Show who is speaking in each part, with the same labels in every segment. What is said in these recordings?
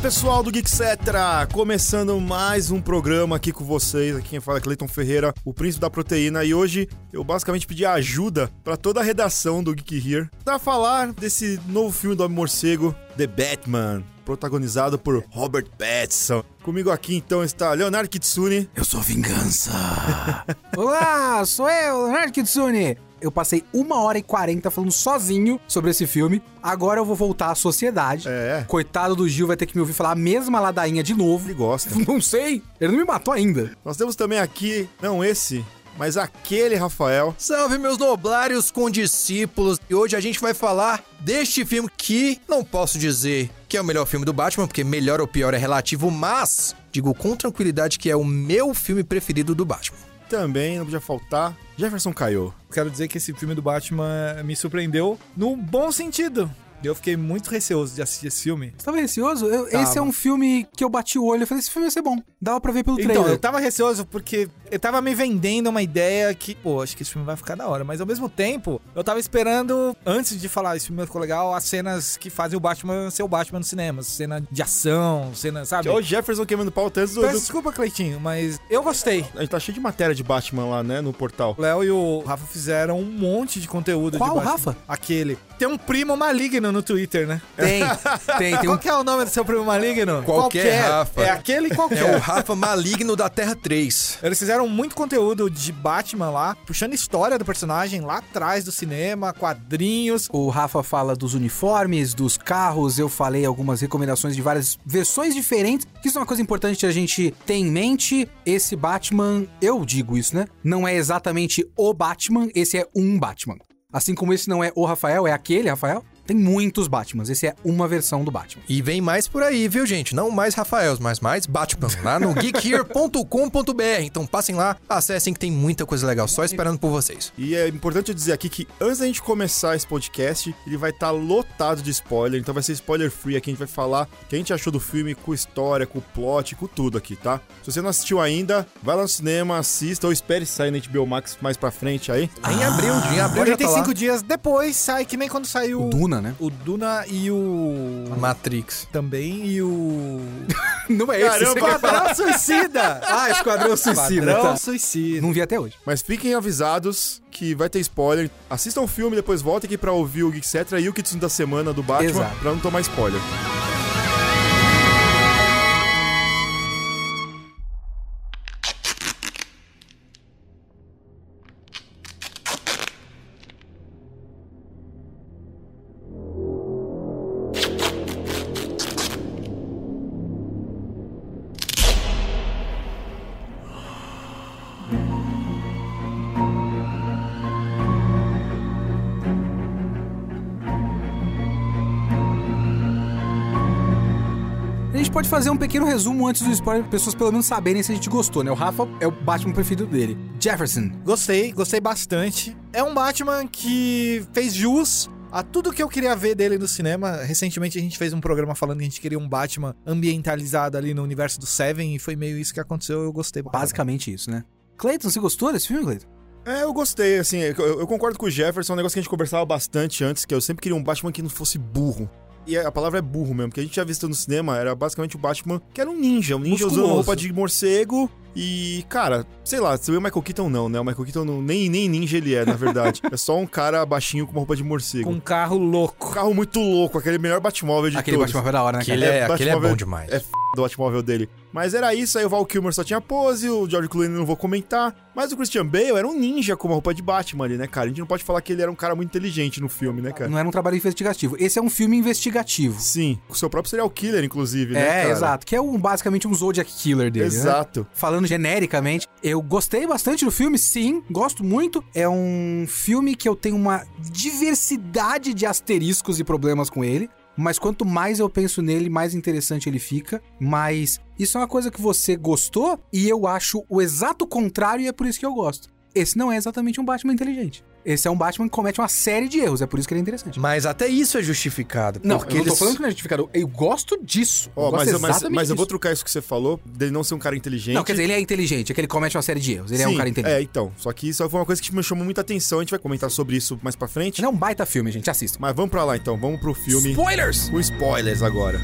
Speaker 1: pessoal do Geeksetra! Começando mais um programa aqui com vocês. Aqui quem fala é Cleiton Ferreira, o príncipe da proteína. E hoje eu basicamente pedi ajuda pra toda a redação do Geek Here pra falar desse novo filme do Homem Morcego, The Batman, protagonizado por Robert Pattinson. Comigo aqui então está Leonardo Kitsune.
Speaker 2: Eu sou vingança.
Speaker 3: Olá, sou eu, Leonardo Kitsune. Eu passei uma hora e 40 falando sozinho sobre esse filme. Agora eu vou voltar à sociedade.
Speaker 1: É.
Speaker 3: Coitado do Gil vai ter que me ouvir falar a mesma ladainha de novo.
Speaker 1: Ele gosta.
Speaker 3: Não sei, ele não me matou ainda.
Speaker 1: Nós temos também aqui, não esse, mas aquele Rafael.
Speaker 2: Salve meus noblários condiscípulos. E hoje a gente vai falar deste filme que não posso dizer que é o melhor filme do Batman, porque melhor ou pior é relativo, mas digo com tranquilidade que é o meu filme preferido do Batman.
Speaker 1: Também, não podia faltar, Jefferson Caio.
Speaker 4: Quero dizer que esse filme do Batman me surpreendeu num bom sentido. E Eu fiquei muito receoso de assistir esse filme.
Speaker 3: Você tava receoso? Eu-
Speaker 4: Tava.
Speaker 3: Esse é um filme que eu bati o olho e falei: esse filme vai ser bom. Dava pra ver pelo
Speaker 4: Então,
Speaker 3: trailer.
Speaker 4: eu tava receoso porque eu tava me vendendo uma ideia que, pô, acho que esse filme vai ficar da hora. Mas ao mesmo tempo, eu tava esperando, antes de falar esse filme ficou legal, as cenas que fazem o Batman ser o Batman no cinema. Cena de ação, cena, sabe?
Speaker 1: Olha o Jefferson queimando pau tá antes do.
Speaker 4: Peço
Speaker 1: do...
Speaker 4: desculpa, Cleitinho, mas eu gostei.
Speaker 1: A gente tá cheio de matéria de Batman lá, né? No portal.
Speaker 4: O Léo e o Rafa fizeram um monte de conteúdo
Speaker 3: Qual
Speaker 4: de Batman.
Speaker 3: Rafa?
Speaker 4: Aquele. Tem um primo maligno no Twitter, né?
Speaker 3: Tem, tem, tem um
Speaker 4: Qual que é o nome do seu primo maligno?
Speaker 2: Qualquer, Rafa.
Speaker 4: É aquele
Speaker 2: É o
Speaker 4: qualquer.
Speaker 2: Rafa Maligno da Terra 3.
Speaker 4: Eles fizeram muito conteúdo de Batman lá, puxando história do personagem lá atrás do cinema, quadrinhos.
Speaker 3: O Rafa fala dos uniformes, dos carros, eu falei algumas recomendações de várias versões diferentes, que isso é uma coisa importante a gente ter em mente. Esse Batman, eu digo isso, né? Não é exatamente o Batman, esse é um Batman. Assim como esse não é o Rafael, é aquele Rafael. Tem muitos Batmans, esse é uma versão do Batman.
Speaker 2: E vem mais por aí, viu, gente? Não mais Rafaels, mas mais Batman, lá no geekhere.com.br. Então passem lá, acessem que tem muita coisa legal, só esperando por vocês.
Speaker 1: E é importante eu dizer aqui que antes da gente começar esse podcast, ele vai estar lotado de spoiler, então vai ser spoiler free aqui, a gente vai falar o que a gente achou do filme, com história, com plot, com tudo aqui, tá? Se você não assistiu ainda, vai lá no cinema, assista ou espere sair na HBO Max mais pra frente aí.
Speaker 2: Em abril, em abril já tá
Speaker 4: 45
Speaker 2: lá.
Speaker 4: dias depois sai que nem quando saiu
Speaker 3: O Duna, né?
Speaker 4: o Duna e o.
Speaker 2: Matrix.
Speaker 4: Também e o.
Speaker 3: Não é
Speaker 1: esse, você quer
Speaker 4: Esquadrão Suicida!
Speaker 3: Ah, Esquadrão Suicida,
Speaker 4: Esquadrão
Speaker 3: tá.
Speaker 4: Suicida.
Speaker 3: Não vi até hoje.
Speaker 1: Mas fiquem avisados que vai ter spoiler. Assistam o filme, depois voltem aqui pra ouvir o etc. e o Kitsune da semana do Batman,
Speaker 3: Exato.
Speaker 1: pra não tomar spoiler.
Speaker 3: A gente pode fazer um pequeno resumo antes do spoiler, pra pessoas pelo menos saberem se a gente gostou, né? O Rafa é o Batman preferido dele. Jefferson,
Speaker 4: Gostei, gostei bastante. É um Batman que fez jus a tudo que eu queria ver dele no cinema. Recentemente a gente fez um programa falando que a gente queria um Batman ambientalizado ali no universo do Seven e foi meio isso que aconteceu. Eu gostei bastante.
Speaker 3: Basicamente isso, né? Cleiton, você gostou desse filme, Cleiton?
Speaker 1: É, eu gostei, assim, eu, eu concordo com o Jefferson, é um negócio que a gente conversava bastante antes, que eu sempre queria um Batman que não fosse burro. E a palavra é burro mesmo, porque a gente tinha visto no cinema, era basicamente o Batman que era um ninja, um ninja usando
Speaker 4: Musculoso.
Speaker 1: roupa de morcego e, cara, sei lá, você vê o Michael Keaton não, né? O Michael Keaton não- nem, nem ninja ele é, na verdade. é só um cara baixinho com uma roupa de morcego.
Speaker 4: Com um carro
Speaker 1: Um
Speaker 4: louco.
Speaker 1: carro muito louco, aquele melhor Batmóvel de
Speaker 3: Aquele
Speaker 1: todos.
Speaker 3: Batman foi da hora, né,
Speaker 2: Que
Speaker 3: cara?
Speaker 2: ele é,
Speaker 1: É,
Speaker 2: aquele é
Speaker 1: Batmóvel
Speaker 2: bom demais.
Speaker 1: é f- do Batmóvel dele. Mas era isso, aí o Val Kilmer só tinha pose, o George Clooney não vou comentar. Mas o Christian Bale era um ninja com uma roupa de Batman ali, né, cara? A gente não pode falar que ele era um cara muito inteligente no filme, né, cara?
Speaker 3: Não era um trabalho investigativo. Esse é um filme investigativo.
Speaker 1: Sim, o seu próprio serial killer, inclusive, né,
Speaker 3: é,
Speaker 1: cara?
Speaker 3: exato. Que é um, basicamente um Zodiac Killer dele, né?
Speaker 1: Exato.
Speaker 3: Falando genericamente, eu gostei bastante do filme, sim, gosto muito. É um filme que eu tenho uma diversidade de asteriscos e problemas com ele. Mas quanto mais eu penso nele, mais interessante ele fica. Mas isso é uma coisa que você gostou e eu acho o exato contrário e é por isso que eu gosto. Esse não é exatamente um Batman inteligente. Esse é um Batman que comete uma série de erros, é por isso que ele é interessante.
Speaker 2: Mas até isso é justificado.
Speaker 3: Não,
Speaker 2: porque
Speaker 3: eu não tô
Speaker 2: eles-
Speaker 3: falando que não é justificado. Eu gosto disso.
Speaker 1: Ó,
Speaker 3: eu gosto
Speaker 1: mas, eu- mas,
Speaker 3: exatamente
Speaker 1: mas eu vou
Speaker 3: disso.
Speaker 1: trocar isso que você falou, dele não ser um cara inteligente.
Speaker 3: Não, quer dizer, ele é inteligente, é que ele comete uma série de erros. Ele é um
Speaker 1: Sim,
Speaker 3: cara inteligente.
Speaker 1: É, então. Só que isso foi uma coisa que me chamou muita atenção, a gente vai comentar sobre isso mais pra frente.
Speaker 3: Ele é um baita filme, gente. Assistam.
Speaker 1: Mas vamos pra lá, então. Vamos pro filme
Speaker 3: Spoilers!
Speaker 1: com spoilers agora.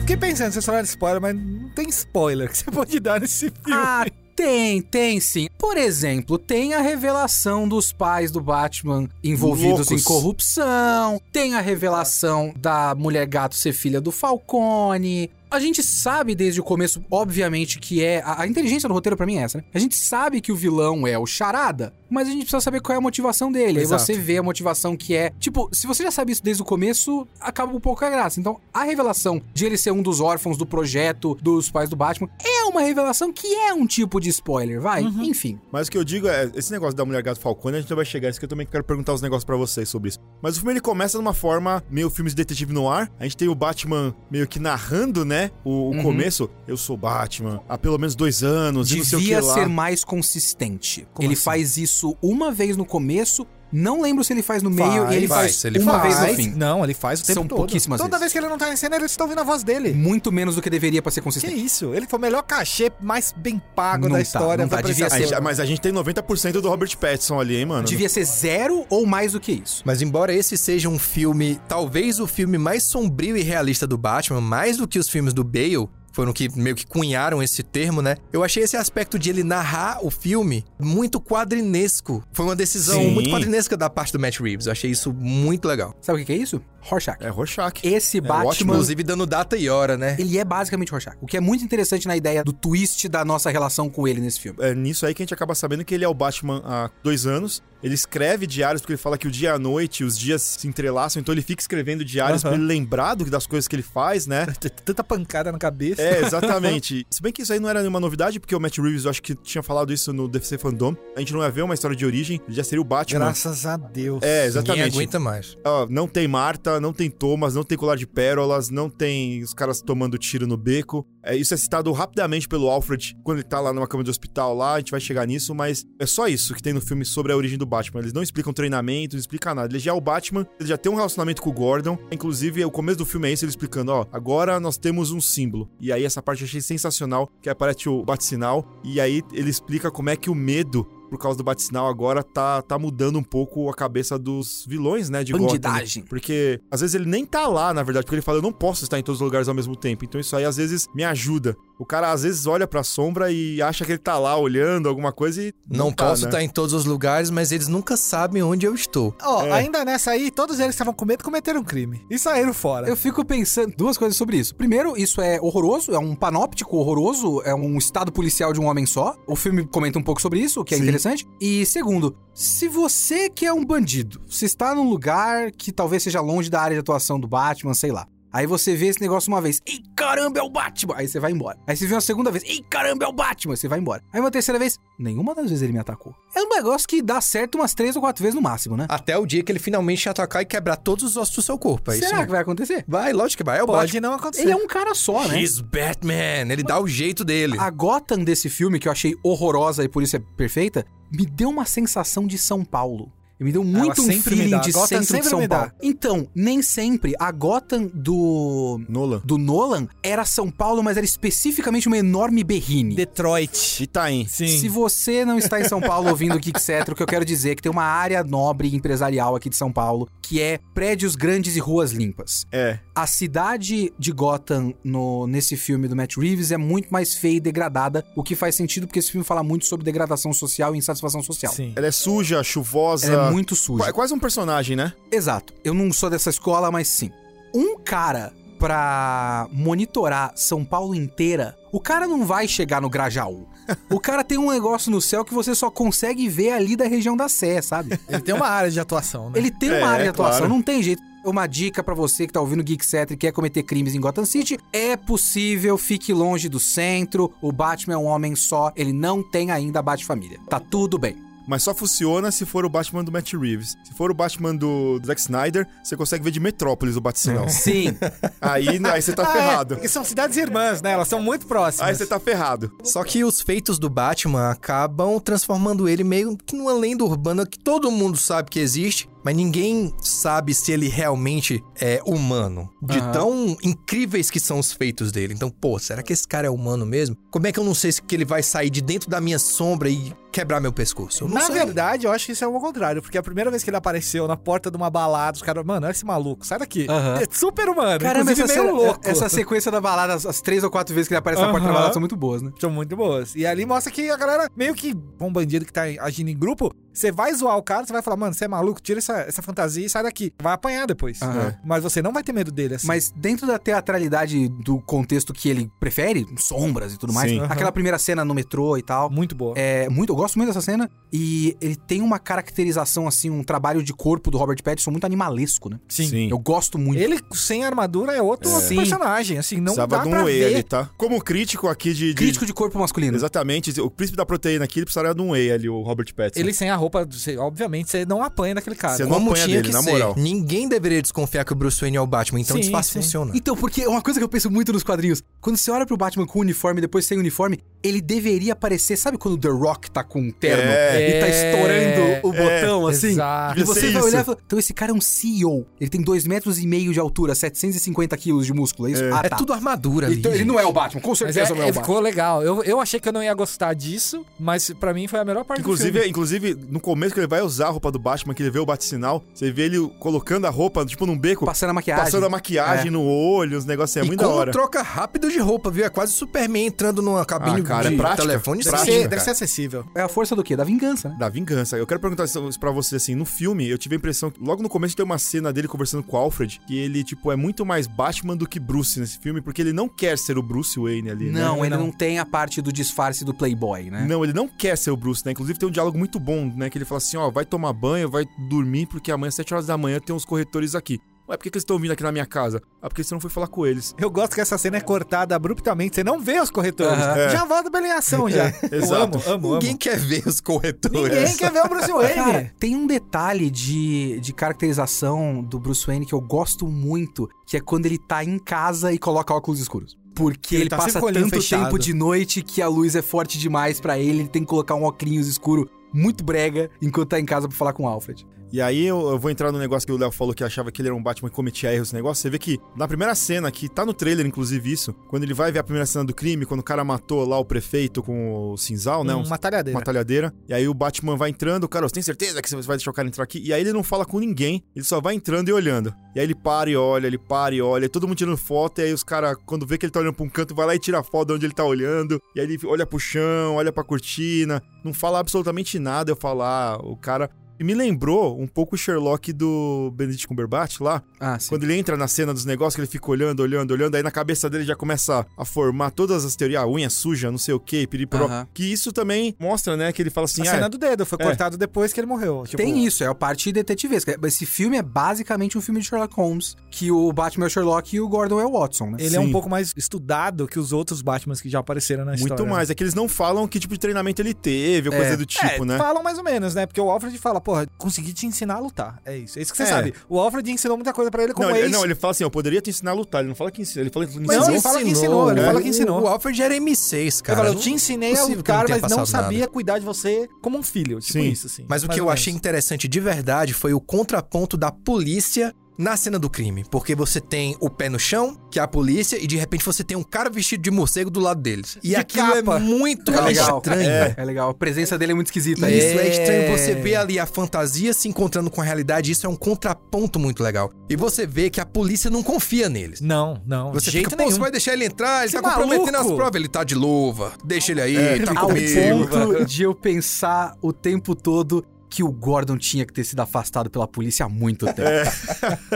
Speaker 4: fiquei pensando, vocês falaram spoiler, mas não tem spoiler que você pode dar nesse filme.
Speaker 3: Ah, tem, tem sim. Por exemplo, tem a revelação dos pais do Batman envolvidos
Speaker 1: Loucos.
Speaker 3: em corrupção, tem a revelação da mulher gato ser filha do Falcone. A gente sabe desde o começo, obviamente, que é. A, a inteligência do roteiro pra mim é essa, né? A gente sabe que o vilão é o Charada, mas a gente precisa saber qual é a motivação dele.
Speaker 4: Exato.
Speaker 3: Aí você vê a motivação que é. Tipo, se você já sabe isso desde o começo, acaba um pouco a graça. Então, a revelação de ele ser um dos órfãos do projeto dos pais do Batman é uma revelação que é um tipo de spoiler, vai? Enfim.
Speaker 1: Mas o que eu digo é, esse negócio da mulher gato falcone, a gente não vai chegar, isso que eu também quero perguntar os negócios pra vocês sobre isso. Mas o filme ele começa de uma forma meio filme de detetive no ar. A gente tem o Batman meio que narrando, né? O, o
Speaker 3: Uhum.
Speaker 1: começo. Eu sou Batman há pelo menos dois anos, e não sei o que
Speaker 3: Devia
Speaker 1: lá.
Speaker 3: ser mais consistente.
Speaker 4: Como
Speaker 3: ele
Speaker 4: assim?
Speaker 3: faz isso uma vez no começo, não lembro se ele faz no meio e ele
Speaker 2: faz,
Speaker 3: faz
Speaker 2: ele
Speaker 3: uma
Speaker 2: faz.
Speaker 3: vez no fim.
Speaker 4: Não, ele faz o tempo
Speaker 3: São
Speaker 4: todo.
Speaker 3: pouquíssimas
Speaker 4: Toda vez que ele não tá em cena, eles estão ouvindo a voz dele.
Speaker 3: Muito menos do que deveria pra ser
Speaker 4: Que
Speaker 3: consistente.
Speaker 4: isso? Ele foi o melhor cachê mais bem pago
Speaker 3: Não
Speaker 4: da
Speaker 3: tá,
Speaker 4: história.
Speaker 3: não
Speaker 4: Vai
Speaker 3: tá,
Speaker 4: pra
Speaker 3: devia
Speaker 4: esse
Speaker 1: A gente-
Speaker 3: ser-
Speaker 1: mas a gente tem 90% do Robert Pattinson ali, hein, mano?
Speaker 3: Devia ser zero ou mais do que isso.
Speaker 2: Mas embora esse seja um filme, talvez o filme mais sombrio e realista do Batman, mais do que os filmes do Bale, foram que meio que cunharam esse termo, né? Eu achei esse aspecto de ele narrar o filme muito quadrinesco. Foi uma decisão
Speaker 1: Sim.
Speaker 2: muito quadrinesca da parte do Matt Reeves. Eu achei isso muito legal.
Speaker 3: Sabe o que que é isso? Rorschach.
Speaker 1: É Rorschach.
Speaker 3: Esse Batman,
Speaker 1: Watchmen.
Speaker 2: Inclusive dando data e hora, né?
Speaker 3: ele é basicamente Rorschach. O que é muito interessante na ideia do twist da nossa relação com ele nesse filme.
Speaker 1: É nisso aí que a gente acaba sabendo que ele é o Batman há dois anos. Ele escreve diários porque ele fala que o dia e a noite, os dias se entrelaçam, então ele fica escrevendo diários
Speaker 4: Aham.
Speaker 1: pra ele lembrar do- das coisas que ele faz, né?
Speaker 4: T- Tanta pancada na cabeça.
Speaker 1: É, exatamente. Se bem que isso aí não era nenhuma novidade, porque o Matt Reeves, eu acho que tinha falado isso no DC Fandom. A gente não ia ver uma história de origem, ele já seria o Batman.
Speaker 4: Graças a Deus.
Speaker 1: É,
Speaker 2: Ninguém
Speaker 1: exatamente.
Speaker 2: aguenta mais.
Speaker 1: Ó, não tem Marta, não tem Thomas, não tem colar de pérolas, não tem os caras tomando tiro no beco. É, isso é citado rapidamente pelo Alfred quando ele tá lá numa cama de hospital lá, a gente vai chegar nisso, mas é só isso que tem no filme sobre a origem do Batman. Eles não explicam treinamento, não explicam nada. Ele já é o Batman, ele já tem um relacionamento com o Gordon. Inclusive, o começo do filme é isso, ele explicando, ó, agora nós temos um símbolo. E aí essa parte eu achei sensacional, que aparece o bate-sinal, e aí ele explica como é que o medo por causa do bate-sinal agora tá, tá mudando um pouco a cabeça dos vilões, né, de Gotham.
Speaker 3: Bandidagem.
Speaker 1: Porque às vezes ele nem tá lá, na verdade, porque ele fala, eu não posso estar em todos os lugares ao mesmo tempo. Então isso aí às vezes me ajuda. O cara às vezes olha pra sombra e acha que ele tá lá olhando alguma coisa e.
Speaker 2: Não,
Speaker 1: tá,
Speaker 2: posso
Speaker 1: né?
Speaker 2: estar em todos os lugares, mas eles nunca sabem onde eu estou.
Speaker 4: Ó,
Speaker 1: É.
Speaker 4: ainda nessa aí, todos eles que estavam com medo cometeram um crime. E saíram fora.
Speaker 3: Eu fico pensando duas coisas sobre isso. Primeiro, isso é horroroso, é um panóptico horroroso, é um estado policial de um homem só. O filme comenta um pouco sobre isso, o que é
Speaker 1: Sim.
Speaker 3: interessante. E segundo, se você que é um bandido, se está num lugar que talvez seja longe da área de atuação do Batman, sei lá. Aí você vê esse negócio uma vez, ei caramba, é o Batman! Aí você vai embora. Aí você vê uma segunda vez, ei caramba, é o Batman! Aí você vai embora. Aí uma terceira vez, nenhuma das vezes ele me atacou. É um negócio que dá certo umas três ou quatro vezes no máximo, né?
Speaker 2: Até o dia que ele finalmente te atacar e quebrar todos os ossos do seu corpo. É isso
Speaker 3: Será
Speaker 2: mesmo.
Speaker 3: que vai acontecer?
Speaker 2: Vai, lógico que vai. É o Batman.
Speaker 4: Pode não acontecer.
Speaker 3: Ele é um cara só, né? Ah,
Speaker 2: He's Batman. Ele dá o jeito dele.
Speaker 3: A Gotham desse filme, que eu achei horrorosa e por isso é perfeita, me deu uma sensação de São Paulo. E Me deu muito um
Speaker 4: sempre me
Speaker 3: feeling
Speaker 4: dá.
Speaker 3: de
Speaker 4: A Gotham
Speaker 3: centro de
Speaker 4: sempre
Speaker 3: São
Speaker 4: me dá.
Speaker 3: Paulo. Então, nem sempre. A Gotham do,
Speaker 1: Nolan.
Speaker 3: do Nolan era São Paulo, mas era especificamente uma enorme berrine.
Speaker 4: Detroit.
Speaker 1: E tá em.
Speaker 4: Sim.
Speaker 3: Se você não está em São Paulo ouvindo o Kick Cetro, o que eu quero dizer é que tem uma área nobre e empresarial aqui de São Paulo, que é prédios grandes e ruas limpas.
Speaker 1: É.
Speaker 3: A cidade de Gotham no- nesse filme do Matt Reeves é muito mais feia e degradada, o que faz sentido porque esse filme fala muito sobre degradação social e insatisfação social.
Speaker 4: Sim.
Speaker 1: Ela é suja, chuvosa.
Speaker 3: Ela é muito
Speaker 1: Qu- É
Speaker 3: suja.
Speaker 1: quase um personagem, né?
Speaker 3: Exato. Eu não sou dessa escola, mas sim. Um cara pra monitorar São Paulo inteira, o cara não vai chegar no Grajaú. O cara tem um negócio no céu que você só consegue ver ali da região da Sé, sabe?
Speaker 4: Ele tem uma área de atuação, né?
Speaker 3: Ele tem
Speaker 1: É,
Speaker 3: uma área de atuação,
Speaker 1: claro.
Speaker 3: não tem jeito. Uma dica pra você que tá ouvindo Geek Set e quer cometer crimes em Gotham City, é possível, fique longe do centro. O Batman é um homem só, ele não tem ainda a Bat-família. Tá tudo bem.
Speaker 1: Mas só funciona se for o Batman do Matt Reeves. Se for o Batman do Zack Snyder, você consegue ver de Metrópolis o Bat-sinal.
Speaker 3: Sim.
Speaker 1: aí, aí você tá
Speaker 4: Ah, é,
Speaker 1: ferrado.
Speaker 4: Porque são cidades irmãs, né? Elas são muito próximas.
Speaker 1: Aí você tá ferrado.
Speaker 2: Só que os feitos do Batman acabam transformando ele meio que numa lenda urbana que todo mundo sabe que existe, mas ninguém sabe se ele realmente é humano. De
Speaker 3: Aham.
Speaker 2: tão incríveis que são os feitos dele. Então, pô, será que esse cara é humano mesmo? Como é que eu não sei se que ele vai sair de dentro da minha sombra e quebrar meu pescoço? Eu não
Speaker 4: Na
Speaker 2: sei.
Speaker 4: verdade, eu acho que isso é o contrário, porque a primeira vez que ele apareceu na porta de uma balada, os caras, mano, olha esse maluco, sai daqui.
Speaker 3: Aham.
Speaker 4: É super humano,
Speaker 3: Caramba, essa,
Speaker 4: inclusive meio
Speaker 3: cena- é
Speaker 4: louco.
Speaker 3: essa sequência da balada, as, as três ou quatro vezes que ele aparece na porta da
Speaker 4: Aham.
Speaker 3: balada são muito boas, né?
Speaker 4: São muito boas. E ali mostra que a galera, meio que um bandido que tá agindo em grupo, você vai zoar o cara, você vai falar, mano, você é maluco, tira essa, essa fantasia e sai daqui. Vai apanhar depois.
Speaker 3: Aham.
Speaker 4: É. Mas você não vai ter medo dele assim.
Speaker 3: Mas dentro da teatralidade do contexto que ele prefere, sombras e tudo mais,
Speaker 1: Sim.
Speaker 3: aquela primeira cena no metrô e tal,
Speaker 4: Muito boa.
Speaker 3: É muito, eu gosto muito dessa cena e ele tem uma caracterização assim, um trabalho de corpo do Robert Pattinson muito animalesco, né?
Speaker 4: Sim.
Speaker 3: Eu gosto muito.
Speaker 4: Ele sem armadura é outro
Speaker 3: É. Sim.
Speaker 4: personagem, assim, não
Speaker 1: Precisava
Speaker 4: dá
Speaker 1: de
Speaker 4: pra
Speaker 1: um E
Speaker 4: ver.
Speaker 1: ali, tá? Como crítico aqui de. de-
Speaker 3: É Crítico de corpo masculino.
Speaker 1: Exatamente. O príncipe da proteína aqui, ele precisaria de um E ali, o Robert Pattinson.
Speaker 4: Ele sem a roupa, você- obviamente, você não apanha daquele cara.
Speaker 1: Você Eu não
Speaker 2: Como
Speaker 1: apanho
Speaker 2: tinha
Speaker 1: dele,
Speaker 2: que
Speaker 1: na
Speaker 2: ser.
Speaker 1: moral.
Speaker 2: Ninguém deveria desconfiar que o Bruce Wayne é o Batman, então
Speaker 4: Sim,
Speaker 2: o disfarce
Speaker 4: sim.
Speaker 2: funciona.
Speaker 3: Então, porque uma coisa que eu penso muito nos quadrinhos, quando você olha pro Batman com uniforme e depois sem uniforme, ele deveria aparecer, sabe quando o The Rock tá com um terno
Speaker 1: É.
Speaker 3: e tá estourando o
Speaker 1: É.
Speaker 3: botão assim?
Speaker 4: Exato.
Speaker 3: E
Speaker 1: Devia
Speaker 3: você
Speaker 1: ser
Speaker 3: vai
Speaker 1: isso.
Speaker 3: olhar e fala, então esse cara é um CEO. Ele tem 2 metros e meio de altura, 750 quilos de músculo, é isso? Ah,
Speaker 2: É
Speaker 3: tá.
Speaker 2: tudo armadura ali.
Speaker 3: Então ele não é o Batman, com
Speaker 4: Mas
Speaker 3: certeza
Speaker 4: é-
Speaker 3: não é o
Speaker 4: é,
Speaker 3: Batman.
Speaker 4: ficou legal. Eu, eu achei que eu não ia gostar disso, mas pra mim foi a melhor parte do um
Speaker 1: Inclusive,
Speaker 4: filme.
Speaker 1: inclusive, no começo que ele vai usar a roupa do Batman, que ele vê o bate-sinal, você vê ele colocando a roupa, tipo, num beco,
Speaker 3: Passando a maquiagem.
Speaker 1: passando a maquiagem no olho, os negócios assim, é
Speaker 2: e
Speaker 1: muito da
Speaker 2: como
Speaker 1: hora.
Speaker 2: troca rápido de roupa, viu? É quase o Superman entrando numa cabine
Speaker 1: Ah, cara,
Speaker 2: de
Speaker 1: é prática,
Speaker 2: telefone.
Speaker 1: prática.
Speaker 2: Sim.
Speaker 1: Prático, cara.
Speaker 4: acessível.
Speaker 3: É a força do quê? Da vingança, né?
Speaker 1: Da vingança. Eu quero perguntar isso isso pra você, assim, no filme, eu tive a impressão que logo no começo tem uma cena dele conversando com o Alfred, que ele, tipo, é muito mais Batman do que Bruce nesse filme, porque ele não quer ser o Bruce Wayne ali, né?
Speaker 3: Não, ele não. tem a parte do disfarce do Playboy, né?
Speaker 1: Não, ele não quer ser o Bruce, né? Inclusive tem um diálogo muito bom, né? Que ele fala assim, ó, vai tomar banho, vai dormir, porque amanhã às 7 horas da manhã tem uns corretores aqui. Ué, por que, que eles estão vindo aqui na minha casa? Ah, porque você não foi falar com eles.
Speaker 4: Eu gosto que essa cena é cortada abruptamente, você não vê os corretores.
Speaker 3: Aham.
Speaker 1: É.
Speaker 4: Já volta pela em ação, já.
Speaker 1: exato.
Speaker 4: Eu amo, amo,
Speaker 2: É, Ninguém
Speaker 4: amo.
Speaker 2: quer ver os corretores.
Speaker 4: Ninguém quer ver o Bruce Wayne.
Speaker 3: Cara, tem um detalhe de, de caracterização do Bruce Wayne que eu gosto muito, que é quando ele tá em casa e coloca óculos escuros. Porque
Speaker 4: Ele
Speaker 3: ele,
Speaker 4: tá
Speaker 3: passa
Speaker 4: sempre com o olhinho
Speaker 3: tanto
Speaker 4: fechado.
Speaker 3: tempo de noite que a luz é forte demais pra ele, ele tem que colocar um óculos escuro muito brega enquanto tá em casa pra falar com o Alfred.
Speaker 1: E aí eu, eu vou entrar no negócio que o Léo falou que achava que ele era um Batman e cometia erros, esse negócio. Você vê que na primeira cena, que tá no trailer, inclusive, isso, quando ele vai ver a primeira cena do crime, quando o cara matou lá o prefeito com o cinzal, né? Um
Speaker 4: Uma talhadeira.
Speaker 1: uma talhadeira. E aí o Batman vai entrando, cara, você tem certeza que você vai deixar o cara entrar aqui? E aí ele não fala com ninguém, ele só vai entrando e olhando. E aí ele para e olha, ele para e olha, todo mundo tirando foto, e aí os caras, quando vê que ele tá olhando pra um canto, vai lá e tira a foto de onde ele tá olhando, e aí ele olha pro chão, olha pra cortina, não fala absolutamente nada, eu falar, o cara... E me lembrou um pouco o Sherlock do Benedict Cumberbatch lá,
Speaker 3: Ah, sim.
Speaker 1: quando ele entra na cena dos negócios, que ele fica olhando, olhando, olhando, aí na cabeça dele já começa a formar todas as teorias, ah, unha suja, não sei o quê, piripó.
Speaker 3: Aham.
Speaker 1: Que isso também mostra, né, que ele fala assim,
Speaker 4: A
Speaker 1: ah,
Speaker 4: cena do dedo foi
Speaker 1: É.
Speaker 4: cortado depois que ele morreu. Tipo,
Speaker 3: Tem isso, é a parte detetivesca. Esse filme é basicamente um filme de Sherlock Holmes, que o Batman é o Sherlock e o Gordon é o Watson, né?
Speaker 4: Ele é um
Speaker 1: Sim.
Speaker 4: pouco mais estudado que os outros Batmans que já apareceram na
Speaker 1: muito
Speaker 4: história. né?"
Speaker 1: mais. É que eles não falam que tipo de treinamento ele teve, ou
Speaker 3: É.
Speaker 1: coisa do tipo,
Speaker 4: é,
Speaker 1: né?
Speaker 4: falam mais ou menos, né? Porque o Alfred fala, porra, consegui te ensinar a lutar. É isso. É isso que você
Speaker 1: É.
Speaker 4: sabe. O Alfred ensinou muita coisa pra ele como
Speaker 1: Não ele,
Speaker 4: ex.
Speaker 1: não, ele fala assim, eu poderia te ensinar a lutar. Ele não fala que ensinou, ele fala que
Speaker 4: Mas é
Speaker 1: ensinou.
Speaker 4: ele fala que ensinou, ele
Speaker 2: né?
Speaker 4: fala que ensinou.
Speaker 2: O, o Alfred era M6,
Speaker 4: Ele
Speaker 2: cara.
Speaker 4: fala, eu
Speaker 2: Não- é
Speaker 4: te ensinei a
Speaker 2: possível que não
Speaker 4: lutar,
Speaker 2: tenha
Speaker 4: mas não
Speaker 2: passado nada.
Speaker 4: sabia cuidar de você como um filho. Tipo
Speaker 1: Sim.
Speaker 4: isso, assim.
Speaker 2: Mas o
Speaker 4: Mais
Speaker 2: que
Speaker 4: ou
Speaker 2: eu
Speaker 4: menos.
Speaker 2: achei interessante de verdade foi o contraponto da polícia na cena do crime. Porque você tem o pé no chão, que é a polícia, e de repente você tem um cara vestido de morcego do lado deles. E
Speaker 4: De
Speaker 2: aquilo
Speaker 4: capa.
Speaker 2: é muito
Speaker 3: É legal.
Speaker 2: estranho.
Speaker 3: É. é legal. A presença dele é muito esquisita.
Speaker 2: Isso é. estranho, você
Speaker 3: vê
Speaker 2: vê ali a fantasia se encontrando com a realidade, isso é um contraponto muito legal. E você vê que a polícia não confia neles.
Speaker 4: Não, não.
Speaker 2: Você
Speaker 4: de jeito
Speaker 2: fica, pô, você
Speaker 4: nenhum.
Speaker 2: vai deixar ele entrar, ele
Speaker 4: Que
Speaker 2: tá comprometendo
Speaker 4: maluco.
Speaker 2: as provas, ele tá de luva, deixa ele aí,
Speaker 1: É,
Speaker 2: tá
Speaker 1: tipo,
Speaker 3: ao
Speaker 2: com medo.
Speaker 3: ponto de eu pensar o tempo todo que o Gordon tinha que ter sido afastado pela polícia há muito tempo.
Speaker 2: É.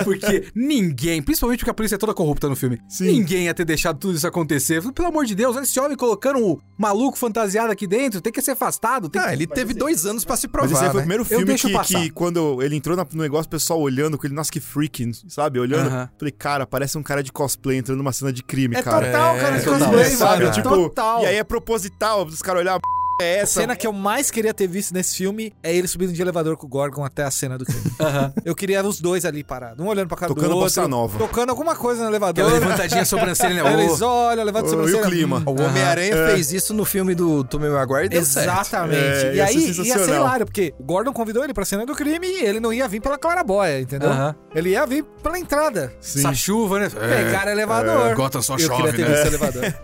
Speaker 3: Porque ninguém, principalmente porque a polícia é toda corrupta no filme,
Speaker 1: Sim.
Speaker 3: ninguém ia ter deixado tudo isso acontecer. Pelo amor de Deus, olha esse homem colocando o maluco fantasiado aqui dentro, tem que ser afastado, tem que...
Speaker 2: Ah, ele teve dois anos pra se provar,
Speaker 1: Mas esse aí foi o
Speaker 2: né?
Speaker 1: primeiro filme
Speaker 3: deixo
Speaker 1: que,
Speaker 3: passar.
Speaker 1: que quando ele entrou na- no negócio, o pessoal olhando com ele, nossa, que freaking, sabe? Olhando.
Speaker 3: Aham.
Speaker 1: Falei, cara, parece um cara de cosplay entrando numa cena de crime,
Speaker 4: É
Speaker 1: cara.
Speaker 4: total, cara,
Speaker 2: É,
Speaker 4: esse
Speaker 3: total.
Speaker 4: cosplay,
Speaker 3: É,
Speaker 4: mano.
Speaker 1: sabe? Tipo,
Speaker 4: total.
Speaker 1: E aí é proposital, os caras olharem, é
Speaker 4: A
Speaker 1: essa?
Speaker 4: cena que eu mais queria ter visto nesse filme é ele subindo de elevador com o Gorgon até a cena do crime.
Speaker 3: Aham.
Speaker 4: Eu queria os dois ali parados, um olhando pra cara
Speaker 1: Tocando
Speaker 4: do outro.
Speaker 1: bossa nova.
Speaker 4: Tocando alguma coisa no elevador.
Speaker 3: Aquela levantadinha sobrancelha, né?
Speaker 4: Aí
Speaker 3: Ô,
Speaker 4: Eles olham, levantam
Speaker 1: Ô,
Speaker 4: a
Speaker 1: e
Speaker 4: sobrancelha.
Speaker 1: o clima?
Speaker 2: O Homem-Aranha
Speaker 1: Aham.
Speaker 2: fez isso no filme do Tommy Maguire e deu certo.
Speaker 4: Exatamente.
Speaker 1: É,
Speaker 4: e
Speaker 1: ia ser
Speaker 4: aí, ia ser
Speaker 1: sensacional.
Speaker 4: hilário, porque o Gordon convidou ele pra cena do crime e ele não ia vir pela clarabóia, entendeu?
Speaker 3: Aham.
Speaker 4: Ele ia vir pela entrada.
Speaker 3: Essa chuva, né?
Speaker 4: Pegar
Speaker 2: É,
Speaker 4: elevador.
Speaker 5: Gotham só
Speaker 4: Eu queria
Speaker 5: chove,
Speaker 4: ter
Speaker 5: né?
Speaker 4: visto o elevador.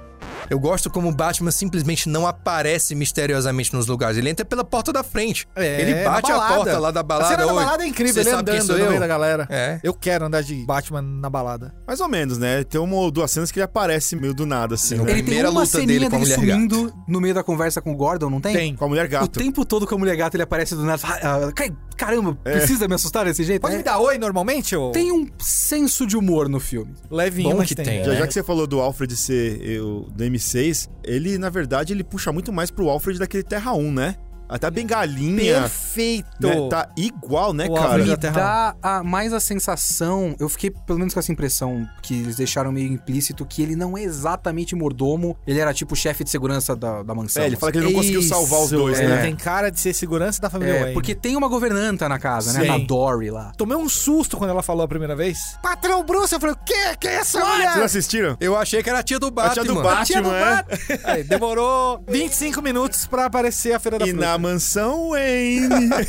Speaker 2: Eu gosto como o Batman simplesmente não aparece misteriosamente nos lugares. Ele entra pela porta da frente.
Speaker 4: É,
Speaker 2: ele bate
Speaker 4: na
Speaker 2: a
Speaker 4: balada.
Speaker 2: porta lá da balada.
Speaker 4: A cena da
Speaker 2: Oi,
Speaker 4: balada é incrível,
Speaker 2: você
Speaker 4: ele
Speaker 2: sabe quem
Speaker 4: andando
Speaker 2: sou
Speaker 4: no
Speaker 2: eu?
Speaker 4: meio da galera.
Speaker 2: É.
Speaker 4: Eu quero andar de Batman na balada.
Speaker 1: Mais ou menos, né? Tem uma ou duas cenas que ele aparece meio do nada, assim. né?
Speaker 2: Sim.
Speaker 3: Ele tem
Speaker 2: Primeira
Speaker 3: uma
Speaker 2: luta
Speaker 3: ceninha
Speaker 2: dele
Speaker 3: dele,
Speaker 2: com a mulher
Speaker 3: sumindo no meio da conversa com o Gordon, não tem?
Speaker 1: Com a mulher
Speaker 3: O
Speaker 1: gato.
Speaker 3: tempo todo que a mulher gata ele aparece do nada. ah, cai- Caramba,
Speaker 2: É.
Speaker 3: precisa me assustar desse jeito?
Speaker 4: Pode
Speaker 3: É.
Speaker 4: me dar oi normalmente, ou...
Speaker 3: Tem um senso de humor no filme.
Speaker 4: Levinho,
Speaker 2: Bom
Speaker 4: mas
Speaker 2: que
Speaker 4: tem.
Speaker 2: tem.
Speaker 1: Já,
Speaker 2: né?
Speaker 1: já que você falou do Alfred ser eu, do M6, ele, na verdade, ele puxa muito mais pro Alfred daquele Terra 1, né? Até a bengalinha
Speaker 4: Perfeito!
Speaker 1: né? tá igual, né,
Speaker 4: O
Speaker 1: cara?
Speaker 4: Alfred
Speaker 3: Me
Speaker 4: da Terra
Speaker 3: dá a- mais a sensação, eu fiquei pelo menos com essa impressão que eles deixaram meio implícito que ele não é exatamente mordomo, ele era tipo o chefe de segurança da, da mansão. assim.
Speaker 1: É, ele fala que ele não conseguiu salvar os dois,
Speaker 4: É,
Speaker 1: né?
Speaker 4: Tem cara de ser segurança da família
Speaker 3: É,
Speaker 4: Wayne.
Speaker 3: porque tem uma governanta na casa, né?
Speaker 4: Sim.
Speaker 3: A Dory lá.
Speaker 4: Tomei um susto quando ela falou a primeira vez. Patrão Bruce, eu falei, o quê? Quem é essa
Speaker 1: Vocês
Speaker 4: mulher?
Speaker 1: assistiram?
Speaker 2: Eu achei que era a tia do Batman.
Speaker 1: A tia do Batman, é?
Speaker 4: Aí, demorou 25 minutos pra aparecer a Feira da
Speaker 1: E
Speaker 4: Fruta.
Speaker 1: na mansão Wayne.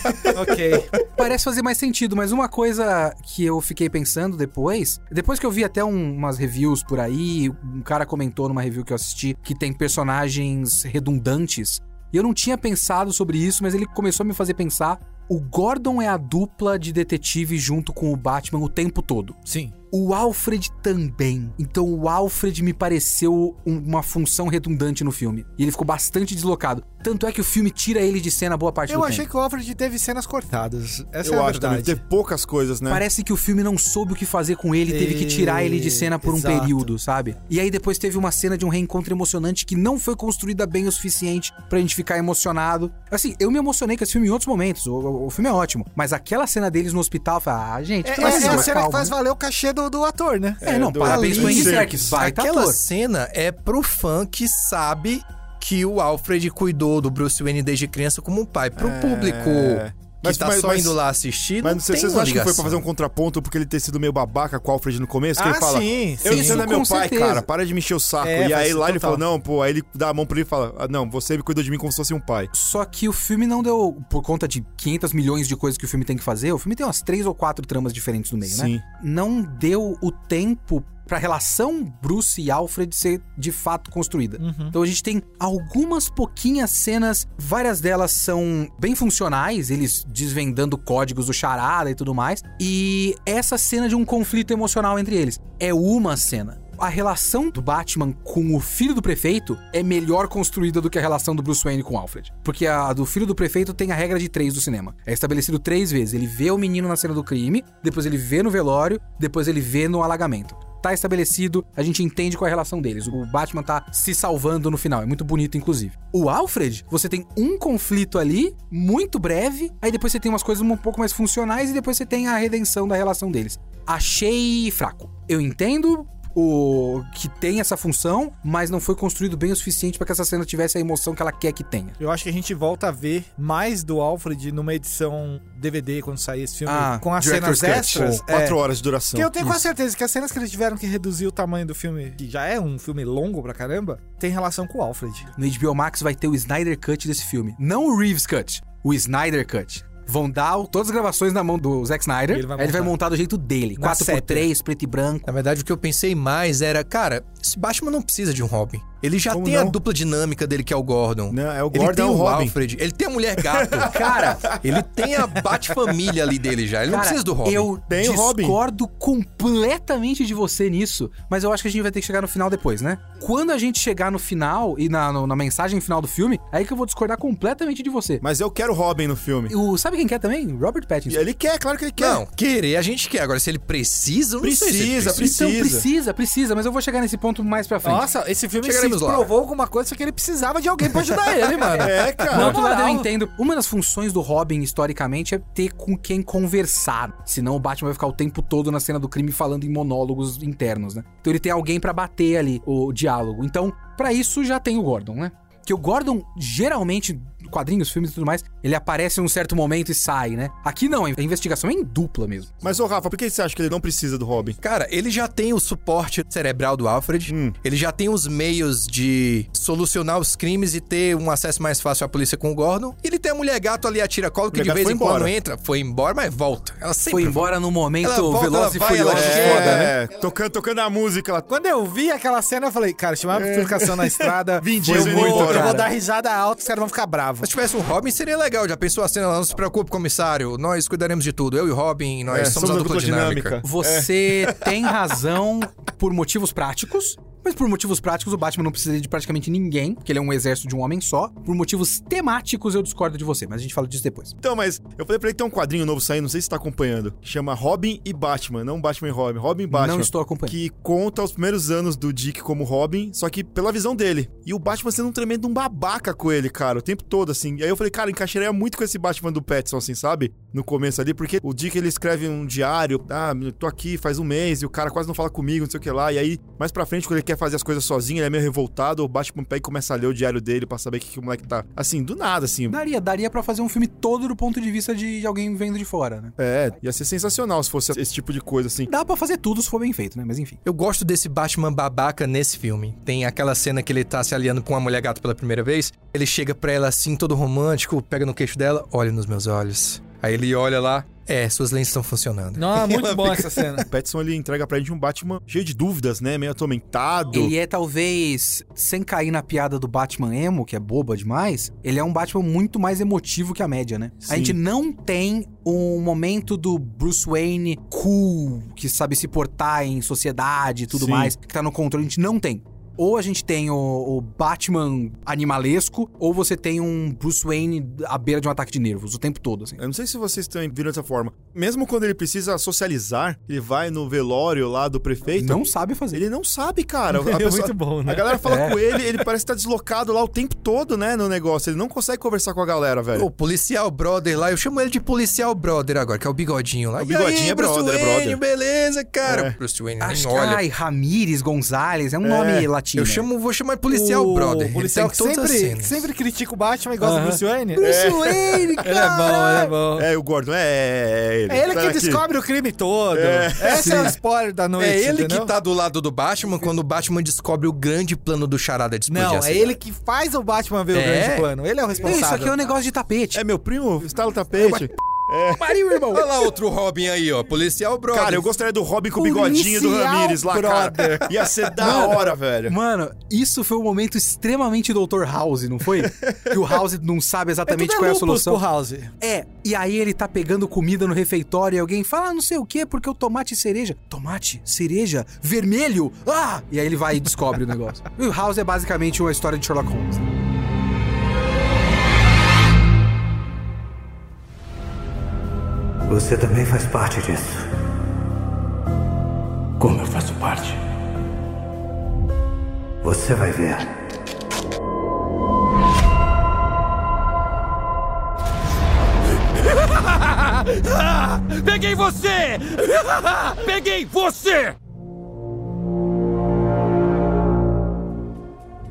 Speaker 4: Ok.
Speaker 3: Parece fazer mais sentido, mas uma coisa que eu fiquei pensando depois, depois que eu vi até um- umas reviews por aí, um cara comentou numa review que eu assisti que tem personagens redundantes. E eu não tinha pensado sobre isso, mas ele começou a me fazer pensar. O Gordon é a dupla de detetive junto com o Batman o tempo todo.
Speaker 4: Sim.
Speaker 3: O Alfred também. Então o Alfred me pareceu um- uma função redundante no filme. E ele ficou bastante deslocado. Tanto é que o filme tira ele de cena boa parte
Speaker 4: Eu
Speaker 3: do
Speaker 4: achei
Speaker 3: tempo.
Speaker 4: que o Alfred teve cenas cortadas. Essa é
Speaker 1: Eu
Speaker 4: a
Speaker 1: acho também.
Speaker 4: verdade.
Speaker 1: Tem poucas coisas, né?
Speaker 3: Parece que o filme não soube o que fazer com ele, teve que tirar ele de cena por um
Speaker 4: Exato.
Speaker 3: período, sabe? E aí depois teve uma cena de um reencontro emocionante que não foi construída bem o suficiente pra gente ficar emocionado. Assim, eu me emocionei com esse filme em outros momentos, o, o- o filme é ótimo, mas aquela cena deles no hospital, eu falei, ah, gente,
Speaker 4: É, é,
Speaker 3: precisa
Speaker 4: é a
Speaker 3: mais
Speaker 4: cena que
Speaker 3: calma,
Speaker 4: faz
Speaker 3: né?
Speaker 4: valer o cachê do, do ator, né?
Speaker 3: É, não,
Speaker 1: do-
Speaker 3: parabéns pro
Speaker 1: Ali
Speaker 3: Andy
Speaker 1: Serkis.
Speaker 3: Serkis, vai tá
Speaker 2: Aquela
Speaker 3: ator.
Speaker 2: cena é pro fã que sabe que o Alfred cuidou do Bruce Wayne desde criança como um pai. Pro público que
Speaker 1: É, Mas-
Speaker 2: tá
Speaker 1: mas-
Speaker 2: só
Speaker 1: mas-
Speaker 2: indo lá assistir,
Speaker 1: Mas
Speaker 2: não
Speaker 1: não sei,
Speaker 2: tem
Speaker 1: vocês
Speaker 2: uma
Speaker 1: não acham que foi
Speaker 2: ligação.
Speaker 1: pra fazer um contraponto porque ele ter sido meio babaca com o Alfred no começo? Que
Speaker 4: Ah,
Speaker 1: ele fala,
Speaker 4: sim,
Speaker 1: eu
Speaker 4: sim.
Speaker 1: você não é
Speaker 3: Isso,
Speaker 1: meu
Speaker 3: com
Speaker 1: pai,
Speaker 3: certeza.
Speaker 1: cara, para de me encher o saco.
Speaker 4: É,
Speaker 1: e aí
Speaker 4: faz
Speaker 1: lá ele
Speaker 4: total.
Speaker 1: fala, não, pô, aí ele dá a mão pra ele e fala, ah, não, você me cuidou de mim como se fosse um pai.
Speaker 3: Só que o filme não deu, por conta de 500 milhões de coisas que o filme tem que fazer, o filme tem umas três ou quatro tramas diferentes no meio, né?
Speaker 1: Sim.
Speaker 3: não deu o tempo pra relação Bruce e Alfred ser de fato construída. Então a gente tem algumas pouquinhas cenas, várias delas são bem funcionais, eles desvendando códigos do charada e tudo mais, e essa cena de um conflito emocional entre eles é uma cena. A relação do Batman com o filho do prefeito é melhor construída do que a relação do Bruce Wayne com o Alfred. Porque a do filho do prefeito tem a regra de três do cinema. É estabelecido três vezes. Ele vê o menino na cena do crime, depois ele vê no velório, depois ele vê no alagamento. Tá estabelecido, a gente entende qual é a relação deles. O Batman tá se salvando no final. É muito bonito, inclusive. O Alfred, você tem um conflito ali, muito breve, aí depois você tem umas coisas um pouco mais funcionais e depois você tem a redenção da relação deles. Achei fraco. Eu entendo o que tem essa função, mas não foi construído bem o suficiente pra que essa cena tivesse a emoção que ela quer que tenha.
Speaker 4: Eu acho que a gente volta a ver mais do Alfred numa edição DVD quando sair esse filme,
Speaker 3: Ah,
Speaker 4: com as
Speaker 3: director's
Speaker 4: cenas
Speaker 3: cut.
Speaker 4: extras. É,
Speaker 1: tipo, Quatro horas de duração.
Speaker 4: que eu tenho quase certeza que as cenas que eles tiveram que reduzir o tamanho do filme, que já é um filme longo pra caramba, tem relação com o Alfred.
Speaker 3: No HBO Max vai ter o Snyder Cut desse filme. Não o Reeves Cut, o Snyder Cut. Vão dar o- todas as gravações na mão do Zack Snyder.
Speaker 4: Ele vai
Speaker 3: aí ele vai
Speaker 4: montar.
Speaker 3: montar do jeito dele.
Speaker 4: Na
Speaker 3: 4x3, preto e branco.
Speaker 2: Na verdade, o que eu pensei mais era, cara, esse Batman não precisa de um Robin. Ele já
Speaker 1: Como
Speaker 2: tem a
Speaker 1: não?
Speaker 2: dupla dinâmica dele que é o Gordon.
Speaker 1: Não, é o
Speaker 2: ele
Speaker 1: Gordon
Speaker 2: tem
Speaker 1: e
Speaker 2: o
Speaker 4: um
Speaker 1: o Robin.
Speaker 2: Alfred, ele tem a mulher gato. Cara, ele tem a Bat-família ali dele já. Ele não
Speaker 3: Cara,
Speaker 2: precisa do Robin.
Speaker 3: Eu
Speaker 1: Tem o Robin.
Speaker 3: discordo completamente de você nisso, mas eu acho que a gente vai ter que chegar no final depois, né? Quando a gente chegar no final e na, no- na mensagem final do filme, é aí que eu vou discordar completamente de você.
Speaker 1: Mas eu quero Robin no filme.
Speaker 3: E O, sabe quem quer também? Robert
Speaker 1: E
Speaker 3: Pattinson.
Speaker 1: Ele quer, claro que ele quer.
Speaker 2: Não, querer a gente quer. Agora, se ele precisa, eu não sei se ele
Speaker 1: Precisa,
Speaker 3: Então
Speaker 1: precisa.
Speaker 3: precisa, precisa, mas eu vou chegar nesse ponto mais pra frente.
Speaker 4: Nossa, esse filme se
Speaker 2: Chegaremos lá.
Speaker 4: provou alguma coisa que ele precisava de alguém pra ajudar ele, mano.
Speaker 1: É, cara.
Speaker 3: Por outro lado, eu
Speaker 4: moral.
Speaker 3: entendo. Uma das funções do Robin, historicamente, é ter com quem conversar. Senão o Batman vai ficar o tempo todo na cena do crime falando em monólogos internos, né? Então ele tem alguém pra bater ali o diálogo. Então, pra isso já tem o Gordon, né? Porque o Gordon, geralmente, quadrinhos, filmes e tudo mais, ele aparece em um certo momento e sai, né? Aqui não, a investigação é em dupla mesmo.
Speaker 1: Mas, ô Rafa, por que você acha que ele não precisa do Robin?
Speaker 2: Cara, ele já tem o suporte cerebral do Alfred,
Speaker 1: Hum.
Speaker 2: ele já tem os meios de solucionar os crimes e ter um acesso mais fácil à polícia com o Gordon. E ele tem a mulher gato ali, a tira-cola, que
Speaker 1: Mulher
Speaker 2: de
Speaker 1: gato
Speaker 2: vez
Speaker 1: foi
Speaker 2: em quando
Speaker 1: embora.
Speaker 2: entra, foi embora, mas volta. Ela sempre
Speaker 3: Foi embora no momento
Speaker 2: Ela volta,
Speaker 3: veloz e
Speaker 2: ela vai, ela
Speaker 3: furioso
Speaker 2: chega.
Speaker 3: foda, né?
Speaker 1: É, tocando, tocando a música lá.
Speaker 4: Quando eu vi aquela cena, eu falei, cara, chamar bifurcação na estrada.
Speaker 1: Vinte
Speaker 4: eu
Speaker 1: dias indo
Speaker 4: vou,
Speaker 1: embora,
Speaker 4: eu vou
Speaker 1: cara.
Speaker 4: dar risada alta, os caras vão ficar
Speaker 2: Se
Speaker 4: bravos.
Speaker 2: tivesse um Robin, seria legal. Já pensou a cena lá? Não se preocupe, comissário. Nós cuidaremos de tudo. Eu e o Robin, nós
Speaker 1: É,
Speaker 2: somos, a dupla, dinâmica.
Speaker 3: Você tem razão por motivos práticos. Mas por motivos práticos, o Batman não precisaria de praticamente ninguém, porque ele é um exército de um homem só. Por motivos temáticos, eu discordo de você, mas a gente fala disso depois.
Speaker 1: Então, mas eu falei pra ele que tem um quadrinho novo saindo, não sei se você tá acompanhando. que Chama Robin e Batman, não Batman e Robin, Robin e Batman.
Speaker 3: Não estou acompanhando.
Speaker 1: Que conta os primeiros anos do Dick como Robin, só que pela visão dele. E o Batman sendo um tremendo um babaca com ele, cara, o tempo todo, assim. E aí eu falei, cara, encaixaria muito com esse Batman do Petson, assim, sabe? No começo ali, porque o Dick ele escreve um diário, ah, eu tô aqui faz um mês e o cara quase não fala comigo, não sei o que lá. E aí, mais pra frente, quando ele quer fazer as coisas sozinho, ele é meio revoltado, o Batman pega e começa a ler o diário dele pra saber o que, que o moleque tá. Assim, do nada, assim.
Speaker 3: Daria, daria pra fazer um filme todo do ponto de vista de, de alguém vendo de fora, né?
Speaker 1: É, ia ser sensacional se fosse esse tipo de coisa, assim.
Speaker 3: Dá pra fazer tudo se for bem feito, né? Mas enfim.
Speaker 2: Eu gosto desse Batman babaca nesse filme. Tem aquela cena que ele tá se aliando com a mulher gato pela primeira vez. Ele chega pra ela assim, todo romântico, pega no queixo dela, olha nos meus olhos. Aí ele olha lá, é, suas lentes estão funcionando.
Speaker 4: Não, é muito bom essa cena.
Speaker 1: O Pattinson, ele entrega pra gente um Batman cheio de dúvidas, né? Meio atormentado.
Speaker 3: Ele é talvez, sem cair na piada do Batman emo, que é boba demais, ele é um Batman muito mais emotivo que a média, né? A
Speaker 1: Sim.
Speaker 3: gente não tem um momento do Bruce Wayne cool, que sabe se portar em sociedade e tudo
Speaker 1: Sim.
Speaker 3: mais, que tá no controle, a gente não tem. Ou a gente tem o, o Batman animalesco, ou você tem um Bruce Wayne à beira de um ataque de nervos o tempo todo, assim.
Speaker 1: Eu não sei se vocês também viram dessa forma. Mesmo quando ele precisa socializar, ele vai no velório lá do prefeito.
Speaker 3: Não sabe fazer.
Speaker 1: Ele não sabe, cara. A,
Speaker 4: É
Speaker 1: pessoa-
Speaker 4: muito bom,
Speaker 1: a
Speaker 4: né?
Speaker 1: galera fala
Speaker 3: É.
Speaker 1: com ele, ele parece estar deslocado lá o tempo todo, né? No negócio. Ele não consegue conversar com a galera, velho.
Speaker 2: O policial brother lá, eu chamo ele de policial brother agora, que é o bigodinho lá.
Speaker 1: O
Speaker 2: E
Speaker 1: bigodinho
Speaker 2: aí,
Speaker 1: é
Speaker 2: Bruce
Speaker 1: brother, é
Speaker 2: Wayne,
Speaker 1: brother.
Speaker 2: beleza, cara.
Speaker 1: É.
Speaker 2: Bruce Wayne, nem
Speaker 3: Acho que,
Speaker 2: olha.
Speaker 3: ai, Ramires, Gonzalez, é um nome latino.
Speaker 2: Eu chamo, vou chamar de policial brother. Ele
Speaker 4: O policial
Speaker 2: tem
Speaker 4: que
Speaker 2: todas as
Speaker 4: sempre,
Speaker 2: cenas.
Speaker 4: que sempre critica o Batman e gosta do Bruce Wayne.
Speaker 3: Bruce Wayne, cara!
Speaker 4: Ele é bom, ele é bom.
Speaker 1: É, o Gordon. É, é, é ele.
Speaker 4: É ele
Speaker 1: Tá
Speaker 4: que
Speaker 1: aqui.
Speaker 4: descobre o crime todo.
Speaker 1: É.
Speaker 4: Esse é o spoiler da noite.
Speaker 2: É ele
Speaker 4: entendeu?
Speaker 2: que tá do lado do Batman quando o Batman descobre o grande plano do Charada de explodir
Speaker 4: Não,
Speaker 2: a
Speaker 4: é
Speaker 2: cidade.
Speaker 4: ele que faz o Batman ver o
Speaker 2: É.
Speaker 4: grande plano. Ele é o responsável.
Speaker 3: Isso aqui é um negócio de tapete.
Speaker 1: É meu primo? Instala o tapete.
Speaker 3: pariu, irmão.
Speaker 2: Olha lá outro Robin aí, ó. Policial Brother.
Speaker 1: Cara, eu gostaria do Robin com o
Speaker 4: Policial
Speaker 1: bigodinho do Ramirez lá, cara. Ia ser da
Speaker 3: Mano.
Speaker 1: hora, velho.
Speaker 3: Mano, isso foi um momento extremamente Dr. House, não foi? Que o House não sabe exatamente
Speaker 4: Tudo é
Speaker 3: qual é a
Speaker 4: lupus
Speaker 3: solução.
Speaker 4: pro House.
Speaker 3: É, e aí ele tá pegando comida no refeitório e alguém fala, ah, não sei o quê, porque o tomate e cereja. Tomate, cereja, vermelho, ah! E aí ele vai e descobre o negócio. E o House é basicamente uma história de Sherlock Holmes. né?
Speaker 5: Você também faz parte disso. Como eu faço parte? Você vai ver.
Speaker 6: Peguei você! Peguei você!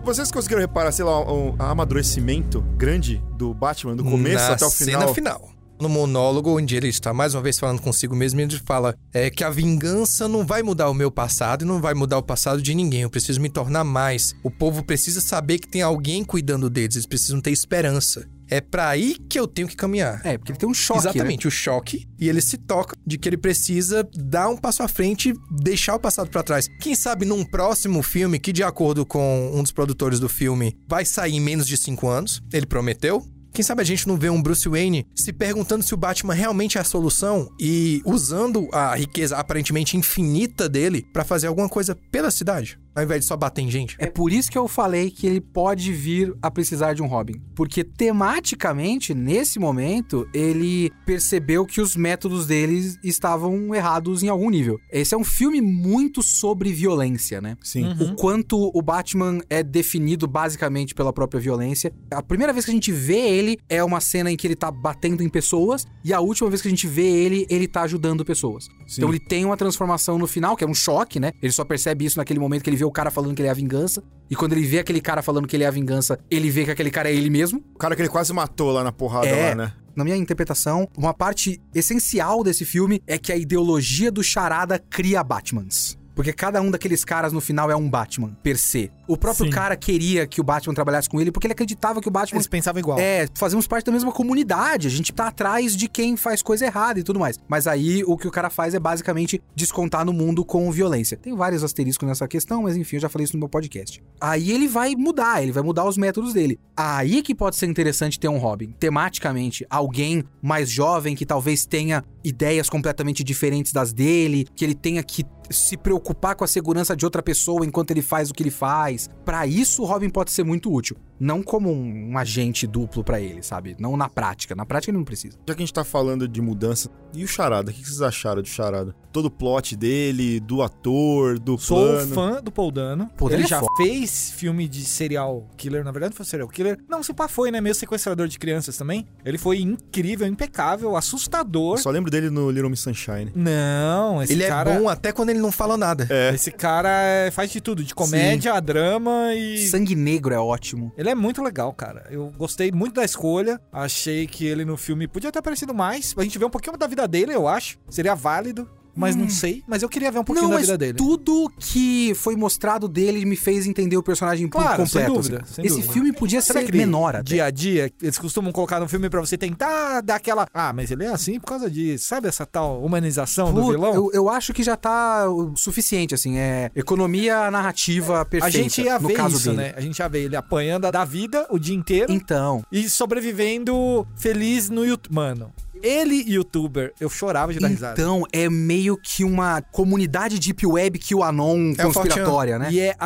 Speaker 1: Vocês conseguiram reparar, sei lá, o o amadurecimento grande do Batman, do começo
Speaker 2: Na
Speaker 1: até o final?
Speaker 2: cena final. No monólogo, onde ele está mais uma vez falando consigo mesmo, ele fala é, que a vingança não vai mudar o meu passado e não vai mudar o passado de ninguém. Eu preciso me tornar mais. O povo precisa saber que tem alguém cuidando deles. Eles precisam ter esperança. É pra aí que eu tenho que caminhar.
Speaker 3: É, porque ele tem um choque, né?
Speaker 2: Exatamente, o choque. E ele se toca de que ele precisa dar um passo à frente, deixar o passado pra trás. Quem sabe num próximo filme, que de acordo com um dos produtores do filme, vai sair em menos de cinco anos, ele prometeu. Quem sabe a gente não vê um Bruce Wayne se perguntando se o Batman realmente é a solução e usando a riqueza aparentemente infinita dele pra fazer alguma coisa pela cidade, ao invés de só bater em gente.
Speaker 3: É por isso que eu falei que ele pode vir a precisar de um Robin. Porque tematicamente, nesse momento, ele percebeu que os métodos deles estavam errados em algum nível. Esse é um filme muito sobre violência, né?
Speaker 1: Sim.
Speaker 3: O quanto o Batman é definido basicamente pela própria violência. A primeira vez que a gente vê ele é uma cena em que ele tá batendo em pessoas, e a última vez que a gente vê ele, ele tá ajudando pessoas.
Speaker 1: Sim.
Speaker 3: Então ele tem uma transformação no final, que é um choque, né? Ele só percebe isso naquele momento que ele vê o o cara falando que ele é a vingança. E quando ele vê aquele cara falando que ele é a vingança, ele vê que aquele cara é ele mesmo.
Speaker 1: O cara que ele quase matou lá na porrada,
Speaker 3: É.
Speaker 1: lá, né?
Speaker 3: Na minha interpretação, uma parte essencial desse filme é que a ideologia do Charada cria Batmans. Porque cada um daqueles caras no final é um Batman, per se. O próprio
Speaker 4: Sim.
Speaker 3: cara queria que o Batman trabalhasse com ele porque ele acreditava que o Batman
Speaker 4: Eles pensavam igual.
Speaker 3: é, fazemos parte da mesma comunidade, a gente tá atrás de quem faz coisa errada e tudo mais. Mas aí o que o cara faz é basicamente descontar no mundo com violência. Tem vários asteriscos nessa questão, mas enfim, eu já falei isso no meu podcast. Aí ele vai mudar, ele vai mudar os métodos dele. Aí que pode ser interessante ter um Robin, tematicamente, alguém mais jovem que talvez tenha ideias completamente diferentes das dele, que ele tenha que se preocupar com a segurança de outra pessoa enquanto ele faz o que ele faz. Pra isso, o Robin pode ser muito útil. Não como um, um agente duplo pra ele, sabe? Não na prática. Na prática ele não precisa.
Speaker 1: Já que a gente tá falando de mudança, e o Charada? O que vocês acharam do Charada? Todo o plot dele, do ator, do
Speaker 4: Sou
Speaker 1: plano.
Speaker 4: fã do Paul Dano.
Speaker 3: Pô,
Speaker 4: ele
Speaker 3: ele é
Speaker 4: já
Speaker 3: foda.
Speaker 4: fez filme de serial killer, na verdade não foi serial killer. Não, se pá foi, né? Mesmo sequestrador de crianças também. Ele foi incrível, impecável, assustador.
Speaker 1: Eu só lembro dele no Little Miss Sunshine.
Speaker 4: Não, esse
Speaker 2: ele
Speaker 4: cara...
Speaker 2: é bom até quando ele não fala nada.
Speaker 3: É.
Speaker 4: Esse cara é- faz de tudo, de comédia a drama e...
Speaker 3: Sangue Negro é ótimo.
Speaker 4: Ele é muito legal, cara. Eu gostei muito da escolha. Achei que ele no filme podia ter aparecido mais. A gente vê um pouquinho da vida dele, eu acho. Seria válido, mas não sei. Mas eu queria ver um pouquinho
Speaker 3: Hum. não,
Speaker 4: da
Speaker 3: mas
Speaker 4: vida dele.
Speaker 3: tudo que foi mostrado dele me fez entender o personagem por
Speaker 4: Claro, sem
Speaker 3: completo.
Speaker 4: dúvida,
Speaker 3: assim.
Speaker 4: sem
Speaker 3: Esse
Speaker 4: dúvida.
Speaker 3: filme podia
Speaker 4: Será
Speaker 3: ser
Speaker 4: que ele-
Speaker 3: menor até.
Speaker 4: Dia a dia, eles costumam colocar no filme pra você tentar dar aquela. Ah, mas ele é assim por causa de. Sabe essa tal humanização do
Speaker 3: Puta,
Speaker 4: vilão?
Speaker 3: Eu, eu acho que já tá o suficiente, assim. É economia narrativa
Speaker 4: a
Speaker 3: perfeita.
Speaker 4: gente ia
Speaker 3: no
Speaker 4: ver
Speaker 3: caso
Speaker 4: isso,
Speaker 3: dele.
Speaker 4: né? A gente ia ver ele apanhando da vida o dia inteiro
Speaker 3: Então,
Speaker 4: e sobrevivendo feliz no YouTube. Mano, ele, youtuber, eu chorava de dar risada.
Speaker 3: Então, é meio que uma comunidade deep web que o Anon
Speaker 2: É o 4chan.
Speaker 3: conspiratória, né?
Speaker 4: E é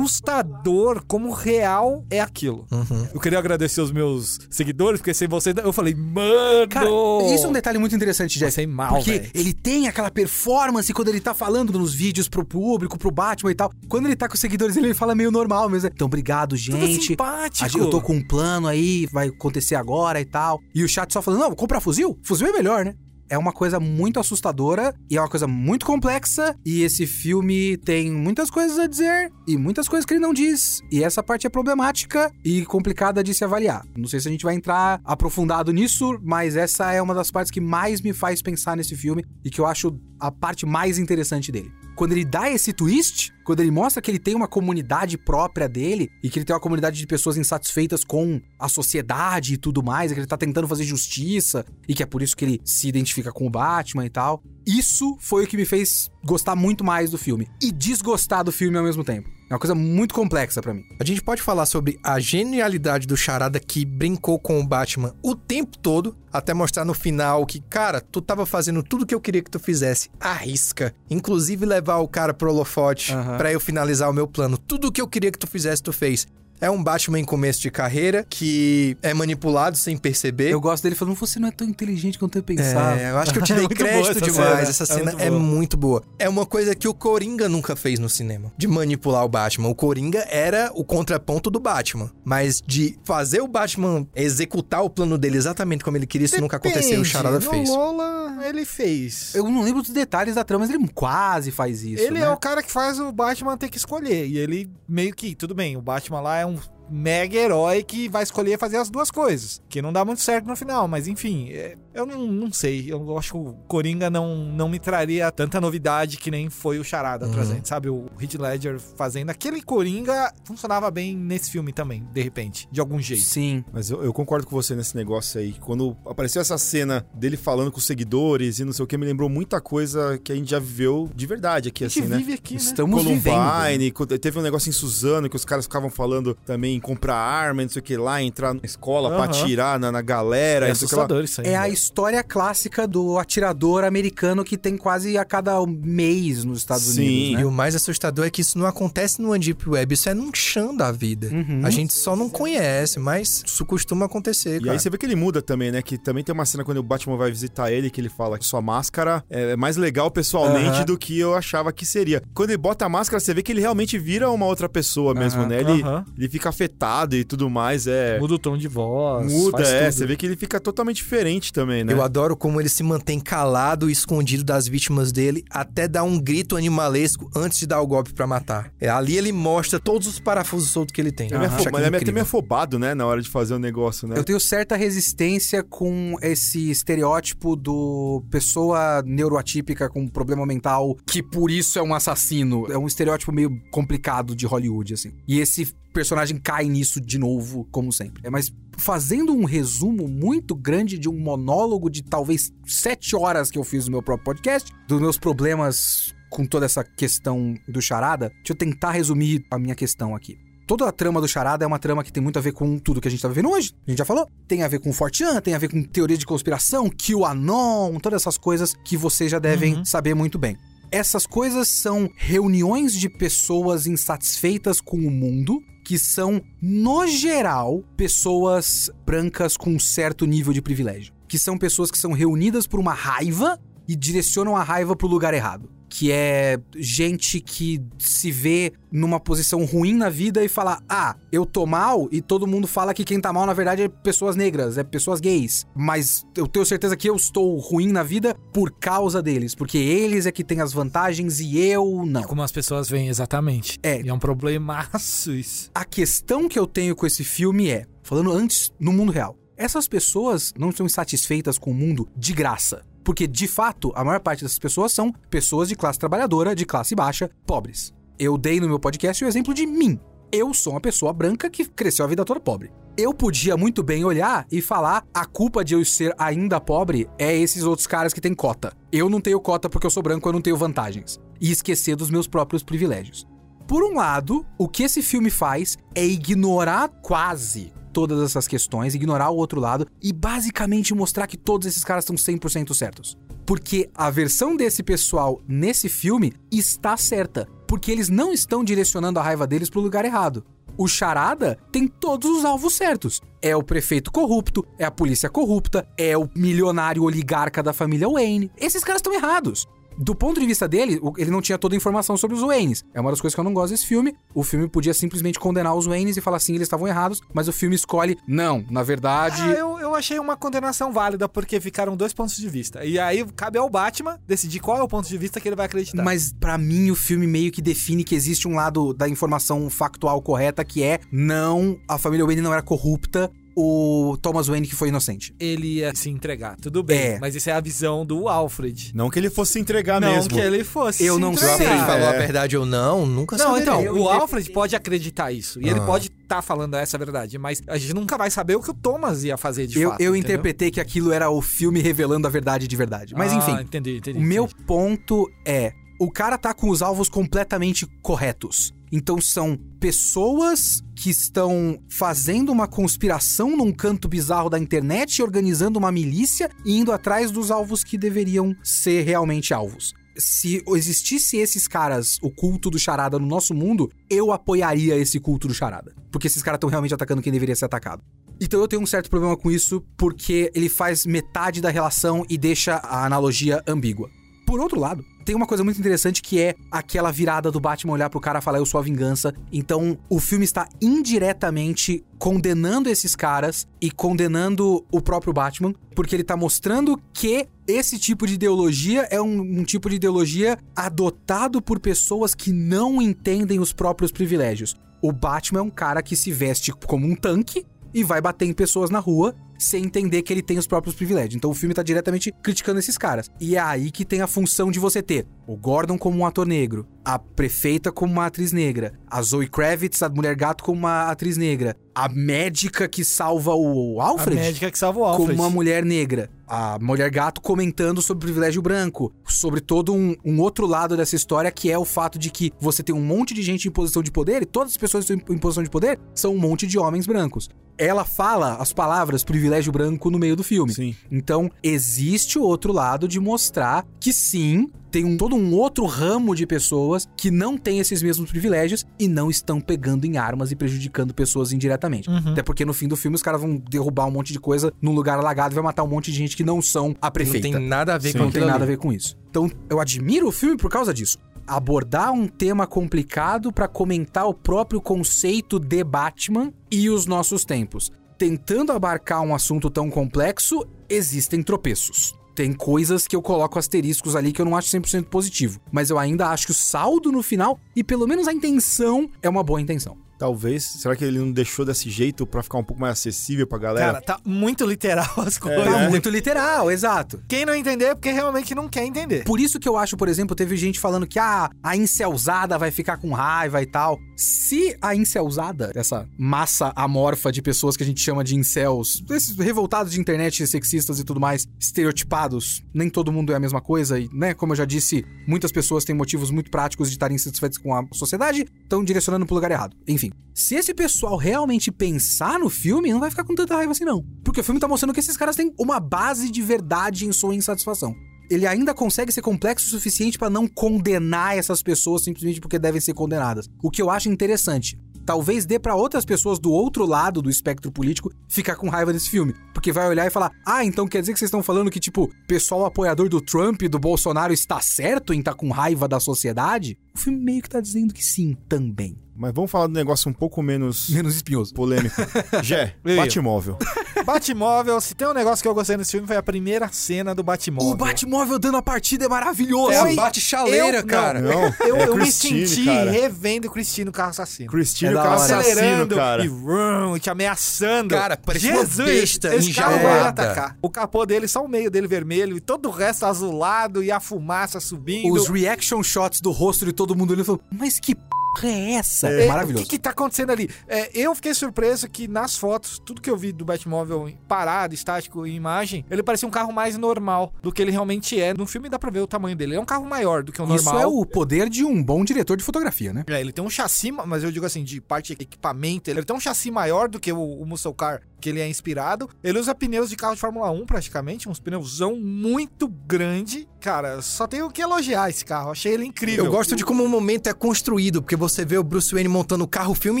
Speaker 4: assustador como real é aquilo.
Speaker 3: Uhum.
Speaker 4: Eu queria agradecer os meus seguidores, porque sem vocês eu falei, mano!
Speaker 3: Cara, isso é um detalhe muito interessante, Jeff.
Speaker 4: Passei mal,
Speaker 3: Porque
Speaker 4: velho.
Speaker 3: ele tem aquela performance quando ele tá falando nos vídeos pro público, pro Batman e tal. Quando ele tá com os seguidores, ele fala meio normal mesmo. né? Então, obrigado, gente.
Speaker 4: simpático.
Speaker 3: A gente- Eu tô com um plano aí, vai acontecer agora e tal. E o chat só falando, não, comprar fuzil? Fuzil é melhor, né? É uma coisa muito assustadora e é uma coisa muito complexa. E esse filme tem muitas coisas a dizer e muitas coisas que ele não diz. E essa parte é problemática e complicada de se avaliar. Não sei se a gente vai entrar aprofundado nisso, mas essa é uma das partes que mais me faz pensar nesse filme e que eu acho a parte mais interessante dele. Quando ele dá esse twist, quando ele mostra que ele tem uma comunidade própria dele e que ele tem uma comunidade de pessoas insatisfeitas com a sociedade e tudo mais, e que ele tá tentando fazer justiça e que é por isso que ele se identifica com o Batman e tal. Isso foi o que me fez gostar muito mais do filme e desgostar do filme ao mesmo tempo. É uma coisa muito complexa pra mim.
Speaker 2: A gente pode falar sobre a genialidade do Charada que brincou com o Batman o tempo todo, até mostrar no final que, cara, tu tava fazendo tudo que eu queria que tu fizesse, arrisca. Inclusive levar o cara pro holofote
Speaker 3: Aham.
Speaker 2: pra eu finalizar o meu plano. Tudo que eu queria que tu fizesse, tu fez. É um Batman em começo de carreira que é manipulado sem perceber.
Speaker 3: Eu gosto dele falando, você não é tão inteligente quanto eu pensava.
Speaker 2: É, eu acho que eu te dei
Speaker 4: Tá. Muito boa
Speaker 2: crédito
Speaker 4: essa
Speaker 2: demais.
Speaker 4: cena.
Speaker 2: Essa
Speaker 4: É
Speaker 2: cena
Speaker 4: muito
Speaker 2: é,
Speaker 4: boa.
Speaker 2: muito boa. É uma coisa que o Coringa nunca fez no cinema, de manipular o Batman. O Coringa era o contraponto do Batman, mas de fazer o Batman executar o plano dele exatamente como ele queria, isso nunca aconteceu. O Charada
Speaker 4: Depende.
Speaker 2: fez.
Speaker 4: No Lola, ele fez.
Speaker 3: Eu não lembro dos detalhes da trama, mas ele quase faz isso. né?
Speaker 4: ele é o cara que faz o Batman ter que escolher. E ele meio que, tudo bem, o Batman lá é um mega herói que vai escolher fazer as duas coisas. Que não dá muito certo no final, mas enfim, é- eu não, não sei. Eu acho que o Coringa não, não me traria tanta novidade que nem foi o Charada trazendo, sabe? O Heath Ledger fazendo. Aquele Coringa funcionava bem nesse filme também, de repente, de algum jeito.
Speaker 3: Sim.
Speaker 1: Mas eu, eu concordo com você nesse negócio aí. que Quando apareceu essa cena dele falando com os seguidores e não sei o que, me lembrou muita coisa que a gente já viveu de verdade aqui,
Speaker 4: A gente
Speaker 1: assim, né?
Speaker 4: vive aqui, né?
Speaker 3: Estamos vivendo.
Speaker 1: Columbine, co- teve um negócio em Suzano que os caras ficavam falando também em comprar arma, e não sei o que lá, entrar na escola pra
Speaker 4: Aham.
Speaker 1: atirar na, na galera,
Speaker 4: É
Speaker 1: não sei o que lá.
Speaker 4: assustador isso aí.
Speaker 3: É a
Speaker 4: né?
Speaker 3: história clássica do atirador americano que tem quase a cada mês nos Estados
Speaker 1: Sim.
Speaker 3: Unidos,
Speaker 2: E
Speaker 3: né?
Speaker 2: o mais assustador é que isso não acontece numa Deep Web, isso é num chão da vida.
Speaker 4: Uhum.
Speaker 2: A gente só não conhece, mas isso costuma acontecer,
Speaker 1: E
Speaker 2: cara.
Speaker 1: aí você vê que ele muda também, né? Que também tem uma cena quando o Batman vai visitar ele, que ele fala que sua máscara é mais legal pessoalmente
Speaker 3: Aham.
Speaker 1: do que eu achava que seria. Quando ele bota a máscara, você vê que ele realmente vira uma outra pessoa mesmo, né? Ele,
Speaker 4: aham.
Speaker 1: ele fica afetada e tudo mais, é.
Speaker 4: Muda o tom de voz.
Speaker 1: Muda,
Speaker 4: faz
Speaker 1: é.
Speaker 4: tudo.
Speaker 1: Você vê que ele fica totalmente diferente também, né?
Speaker 2: Eu adoro como ele se mantém calado e escondido das vítimas dele até dar um grito animalesco antes de dar o golpe pra matar. É, ali ele mostra todos os parafusos soltos que ele tem.
Speaker 1: Ele é meio
Speaker 2: Acho
Speaker 1: afo-
Speaker 2: aquilo
Speaker 1: Ele é meio- até
Speaker 2: incrível.
Speaker 1: meio afobado, né? Na hora de fazer o negócio, né?
Speaker 3: Eu tenho certa resistência com esse estereótipo do pessoa neuroatípica com problema mental que por isso é um assassino. É um estereótipo meio complicado de Hollywood, assim. E esse personagem cai nisso de novo, como sempre. É, mas fazendo um resumo muito grande de um monólogo de talvez sete horas que eu fiz no meu próprio podcast, dos meus problemas com toda essa questão do charada, deixa eu tentar resumir a minha questão aqui. Toda a trama do Charada é uma trama que tem muito a ver com tudo que a gente tá vivendo hoje. A gente já falou. Tem a ver com Fortean, tem a ver com teoria de conspiração, QAnon, todas essas coisas que vocês já devem saber muito bem. Essas coisas são reuniões de pessoas insatisfeitas com o mundo, que são, no geral, pessoas brancas com um certo nível de privilégio. Que são pessoas que são reunidas por uma raiva e direcionam a raiva pro lugar errado. Que é gente que se vê numa posição ruim na vida e fala: Ah, eu tô mal, e todo mundo fala que quem tá mal na verdade é pessoas negras, é pessoas gays. Mas eu tenho certeza que eu estou ruim na vida por causa deles, porque eles é que têm as vantagens e eu não.
Speaker 4: Como as pessoas veem, exatamente.
Speaker 3: É.
Speaker 4: E é um problemaço isso.
Speaker 3: A questão que eu tenho com esse filme é, falando antes no mundo real, essas pessoas não são insatisfeitas com o mundo de graça. Porque, de fato, a maior parte dessas pessoas são pessoas de classe trabalhadora, de classe baixa, pobres. Eu dei no meu podcast o exemplo de mim. Eu sou uma pessoa branca que cresceu a vida toda pobre. Eu podia muito bem olhar e falar: a culpa de eu ser ainda pobre é esses outros caras que têm cota. Eu não tenho cota porque eu sou branco, eu não tenho vantagens. E esquecer dos meus próprios privilégios. Por um lado, o que esse filme faz é ignorar quase todas essas questões, ignorar o outro lado e basicamente mostrar que todos esses caras estão 100% certos. Porque a versão desse pessoal nesse filme está certa, porque eles não estão direcionando a raiva deles pro lugar errado. O Charada tem todos os alvos certos. É o prefeito corrupto, é a polícia corrupta, é o milionário oligarca da família Wayne. Esses caras estão errados. Do ponto de vista dele, o- ele não tinha toda a informação sobre os Waynes. É uma das coisas que eu não gosto desse filme. O filme podia simplesmente condenar os Waynes e falar assim, eles estavam errados, mas o filme escolhe, não, na verdade,
Speaker 4: Ah, eu, eu achei uma condenação válida, porque ficaram dois pontos de vista. E aí cabe ao Batman decidir qual é o ponto de vista que ele vai acreditar.
Speaker 3: Mas pra mim o filme meio que define que existe um lado da informação factual correta que é não, a família Wayne não era corrupta, o Thomas Wayne que foi inocente.
Speaker 4: Ele ia se entregar, tudo bem.
Speaker 3: É.
Speaker 4: Mas essa é a visão do Alfred.
Speaker 1: Não que ele fosse se entregar
Speaker 4: não
Speaker 1: mesmo.
Speaker 4: que ele fosse.
Speaker 3: Eu
Speaker 4: se
Speaker 3: não
Speaker 4: entregar.
Speaker 2: Se ele
Speaker 3: sei.
Speaker 2: falou a
Speaker 1: É.
Speaker 2: verdade ou não, nunca
Speaker 4: Não,
Speaker 2: saberei.
Speaker 4: então,
Speaker 3: eu-
Speaker 4: o
Speaker 3: eu-
Speaker 4: Alfred pode acreditar isso. E ele
Speaker 2: Ah.
Speaker 4: pode estar falando essa verdade, mas a gente nunca vai saber o que o Thomas ia fazer de
Speaker 3: eu
Speaker 4: fato.
Speaker 3: eu
Speaker 4: entendeu?
Speaker 3: interpretei que aquilo era o filme revelando a verdade de verdade. Mas
Speaker 4: Ah,
Speaker 3: enfim,
Speaker 4: Entendi, entendi.
Speaker 3: O meu
Speaker 4: entendi.
Speaker 3: ponto é: o cara tá com os alvos completamente corretos. Então são pessoas que estão fazendo uma conspiração num canto bizarro da internet, organizando uma milícia e indo atrás dos alvos que deveriam ser realmente alvos. Se existisse esses caras, o culto do charada no nosso mundo, eu apoiaria esse culto do charada. Porque esses caras estão realmente atacando quem deveria ser atacado. Então eu tenho um certo problema com isso, porque ele faz metade da relação e deixa a analogia ambígua. Por outro lado, tem uma coisa muito interessante que é aquela virada do Batman olhar pro cara e falar eu sou a vingança. Então, o filme está indiretamente condenando esses caras e condenando o próprio Batman, porque ele tá mostrando que esse tipo de ideologia é um, um tipo de ideologia adotado por pessoas que não entendem os próprios privilégios. O Batman é um cara que se veste como um tanque e vai bater em pessoas na rua sem entender que ele tem os próprios privilégios. Então o filme tá diretamente criticando esses caras. E é aí que tem a função de você ter o Gordon como um ator negro, a prefeita como uma atriz negra, a Zoe Kravitz, a mulher gato como uma atriz negra, a médica que salva o Alfred
Speaker 4: A médica que salva o Alfred.
Speaker 3: como uma mulher negra. A mulher gato comentando sobre o privilégio branco, sobre todo um, um outro lado dessa história, que é o fato de que você tem um monte de gente em posição de poder, e todas as pessoas que estão em- em posição de poder são um monte de homens brancos. Ela fala as palavras privilégio branco no meio do filme.
Speaker 1: Sim.
Speaker 3: Então, existe o outro lado de mostrar que sim, tem um, todo um outro ramo de pessoas que não têm esses mesmos privilégios e não estão pegando em armas e prejudicando pessoas indiretamente. Até porque no fim do filme os caras vão derrubar um monte de coisa num lugar alagado e vai matar um monte de gente que não são a
Speaker 2: Não
Speaker 3: prefeita.
Speaker 2: tem nada a ver
Speaker 1: Sim.
Speaker 2: com
Speaker 3: tá- Não tem
Speaker 2: aquilo
Speaker 3: nada a
Speaker 2: ali.
Speaker 3: ver com isso. Então, eu admiro o filme por causa disso. abordar um tema complicado para comentar o próprio conceito de Batman e os nossos tempos. Tentando abarcar um assunto tão complexo, existem tropeços. Tem coisas que eu coloco asteriscos ali que eu não acho 100% positivo, mas eu ainda acho que o saldo no final e pelo menos a intenção é uma boa intenção.
Speaker 1: Talvez. Será que ele não deixou desse jeito pra ficar um pouco mais acessível pra galera?
Speaker 4: Cara, tá muito literal as coisas.
Speaker 3: Tá muito literal, exato.
Speaker 4: Quem não entender é porque realmente não quer entender.
Speaker 3: Por isso que eu acho, por exemplo, teve gente falando que ah, a incelzada vai ficar com raiva e tal. Se a incelzada, essa massa amorfa de pessoas que a gente chama de incels, esses revoltados de internet, sexistas e tudo mais, estereotipados, nem todo mundo é a mesma coisa e, né, como eu já disse, muitas pessoas têm motivos muito práticos de estarem insatisfeitas com a sociedade, estão direcionando pro lugar errado. Enfim, se esse pessoal realmente pensar no filme, não vai ficar com tanta raiva assim não. Porque o filme tá mostrando que esses caras têm uma base de verdade em sua insatisfação ele ainda consegue ser complexo o suficiente para não condenar essas pessoas simplesmente porque devem ser condenadas. O que eu acho interessante. Talvez dê para outras pessoas do outro lado do espectro político ficar com raiva desse filme, porque vai olhar e falar: "Ah, então quer dizer que vocês estão falando que tipo, pessoal apoiador do Trump e do Bolsonaro está certo em estar com raiva da sociedade?" O filme meio que tá dizendo que sim também.
Speaker 1: Mas vamos falar do negócio um pouco menos
Speaker 3: Menos espinhoso.
Speaker 1: polêmico. Jé,
Speaker 4: Eu.
Speaker 1: Batmóvel.
Speaker 4: Batmóvel, se tem um negócio que eu gostei nesse filme, foi a primeira cena do Batmóvel.
Speaker 3: O Batmóvel dando a partida é maravilhoso.
Speaker 2: É a
Speaker 4: Oi,
Speaker 2: bate-chaleira,
Speaker 4: eu-
Speaker 2: cara.
Speaker 1: Não,
Speaker 4: Eu,
Speaker 1: é
Speaker 4: eu me
Speaker 1: Christine,
Speaker 4: senti
Speaker 1: cara.
Speaker 4: revendo Cristino carro assassino.
Speaker 1: Christine,
Speaker 3: É
Speaker 1: o
Speaker 3: da
Speaker 1: cara
Speaker 3: hora.
Speaker 1: assassino, cara.
Speaker 4: e vrum, te ameaçando.
Speaker 2: Cara, parecia uma besta
Speaker 4: esse carro vai
Speaker 2: enjaulada.
Speaker 4: atacar. O capô dele, só o meio dele vermelho e todo o resto azulado e a fumaça subindo.
Speaker 3: Os reaction shots do rosto de todo mundo olhando e falando: "Mas que porra é essa?"
Speaker 4: É,
Speaker 3: maravilhoso.
Speaker 4: O que, que tá acontecendo ali? É, eu fiquei surpreso que nas fotos, tudo que eu vi do Batmóvel em- parado, estático em imagem, ele parecia um carro mais normal do que ele realmente é. No filme dá pra ver o tamanho dele. Ele é um carro maior do que o normal.
Speaker 3: Isso é o poder de um bom diretor de fotografia, né?
Speaker 4: É, ele tem um chassi, ma- mas eu digo assim, de parte de equipamento, ele tem um chassi maior do que o, o Muscle Car que ele é inspirado. Ele usa pneus de carro de Fórmula 1 praticamente, uns pneuzão muito grande. Cara, só tenho que elogiar esse carro, achei ele incrível.
Speaker 2: Eu gosto de como o momento é construído, porque você vê o Bruce Wayne montando o carro o filme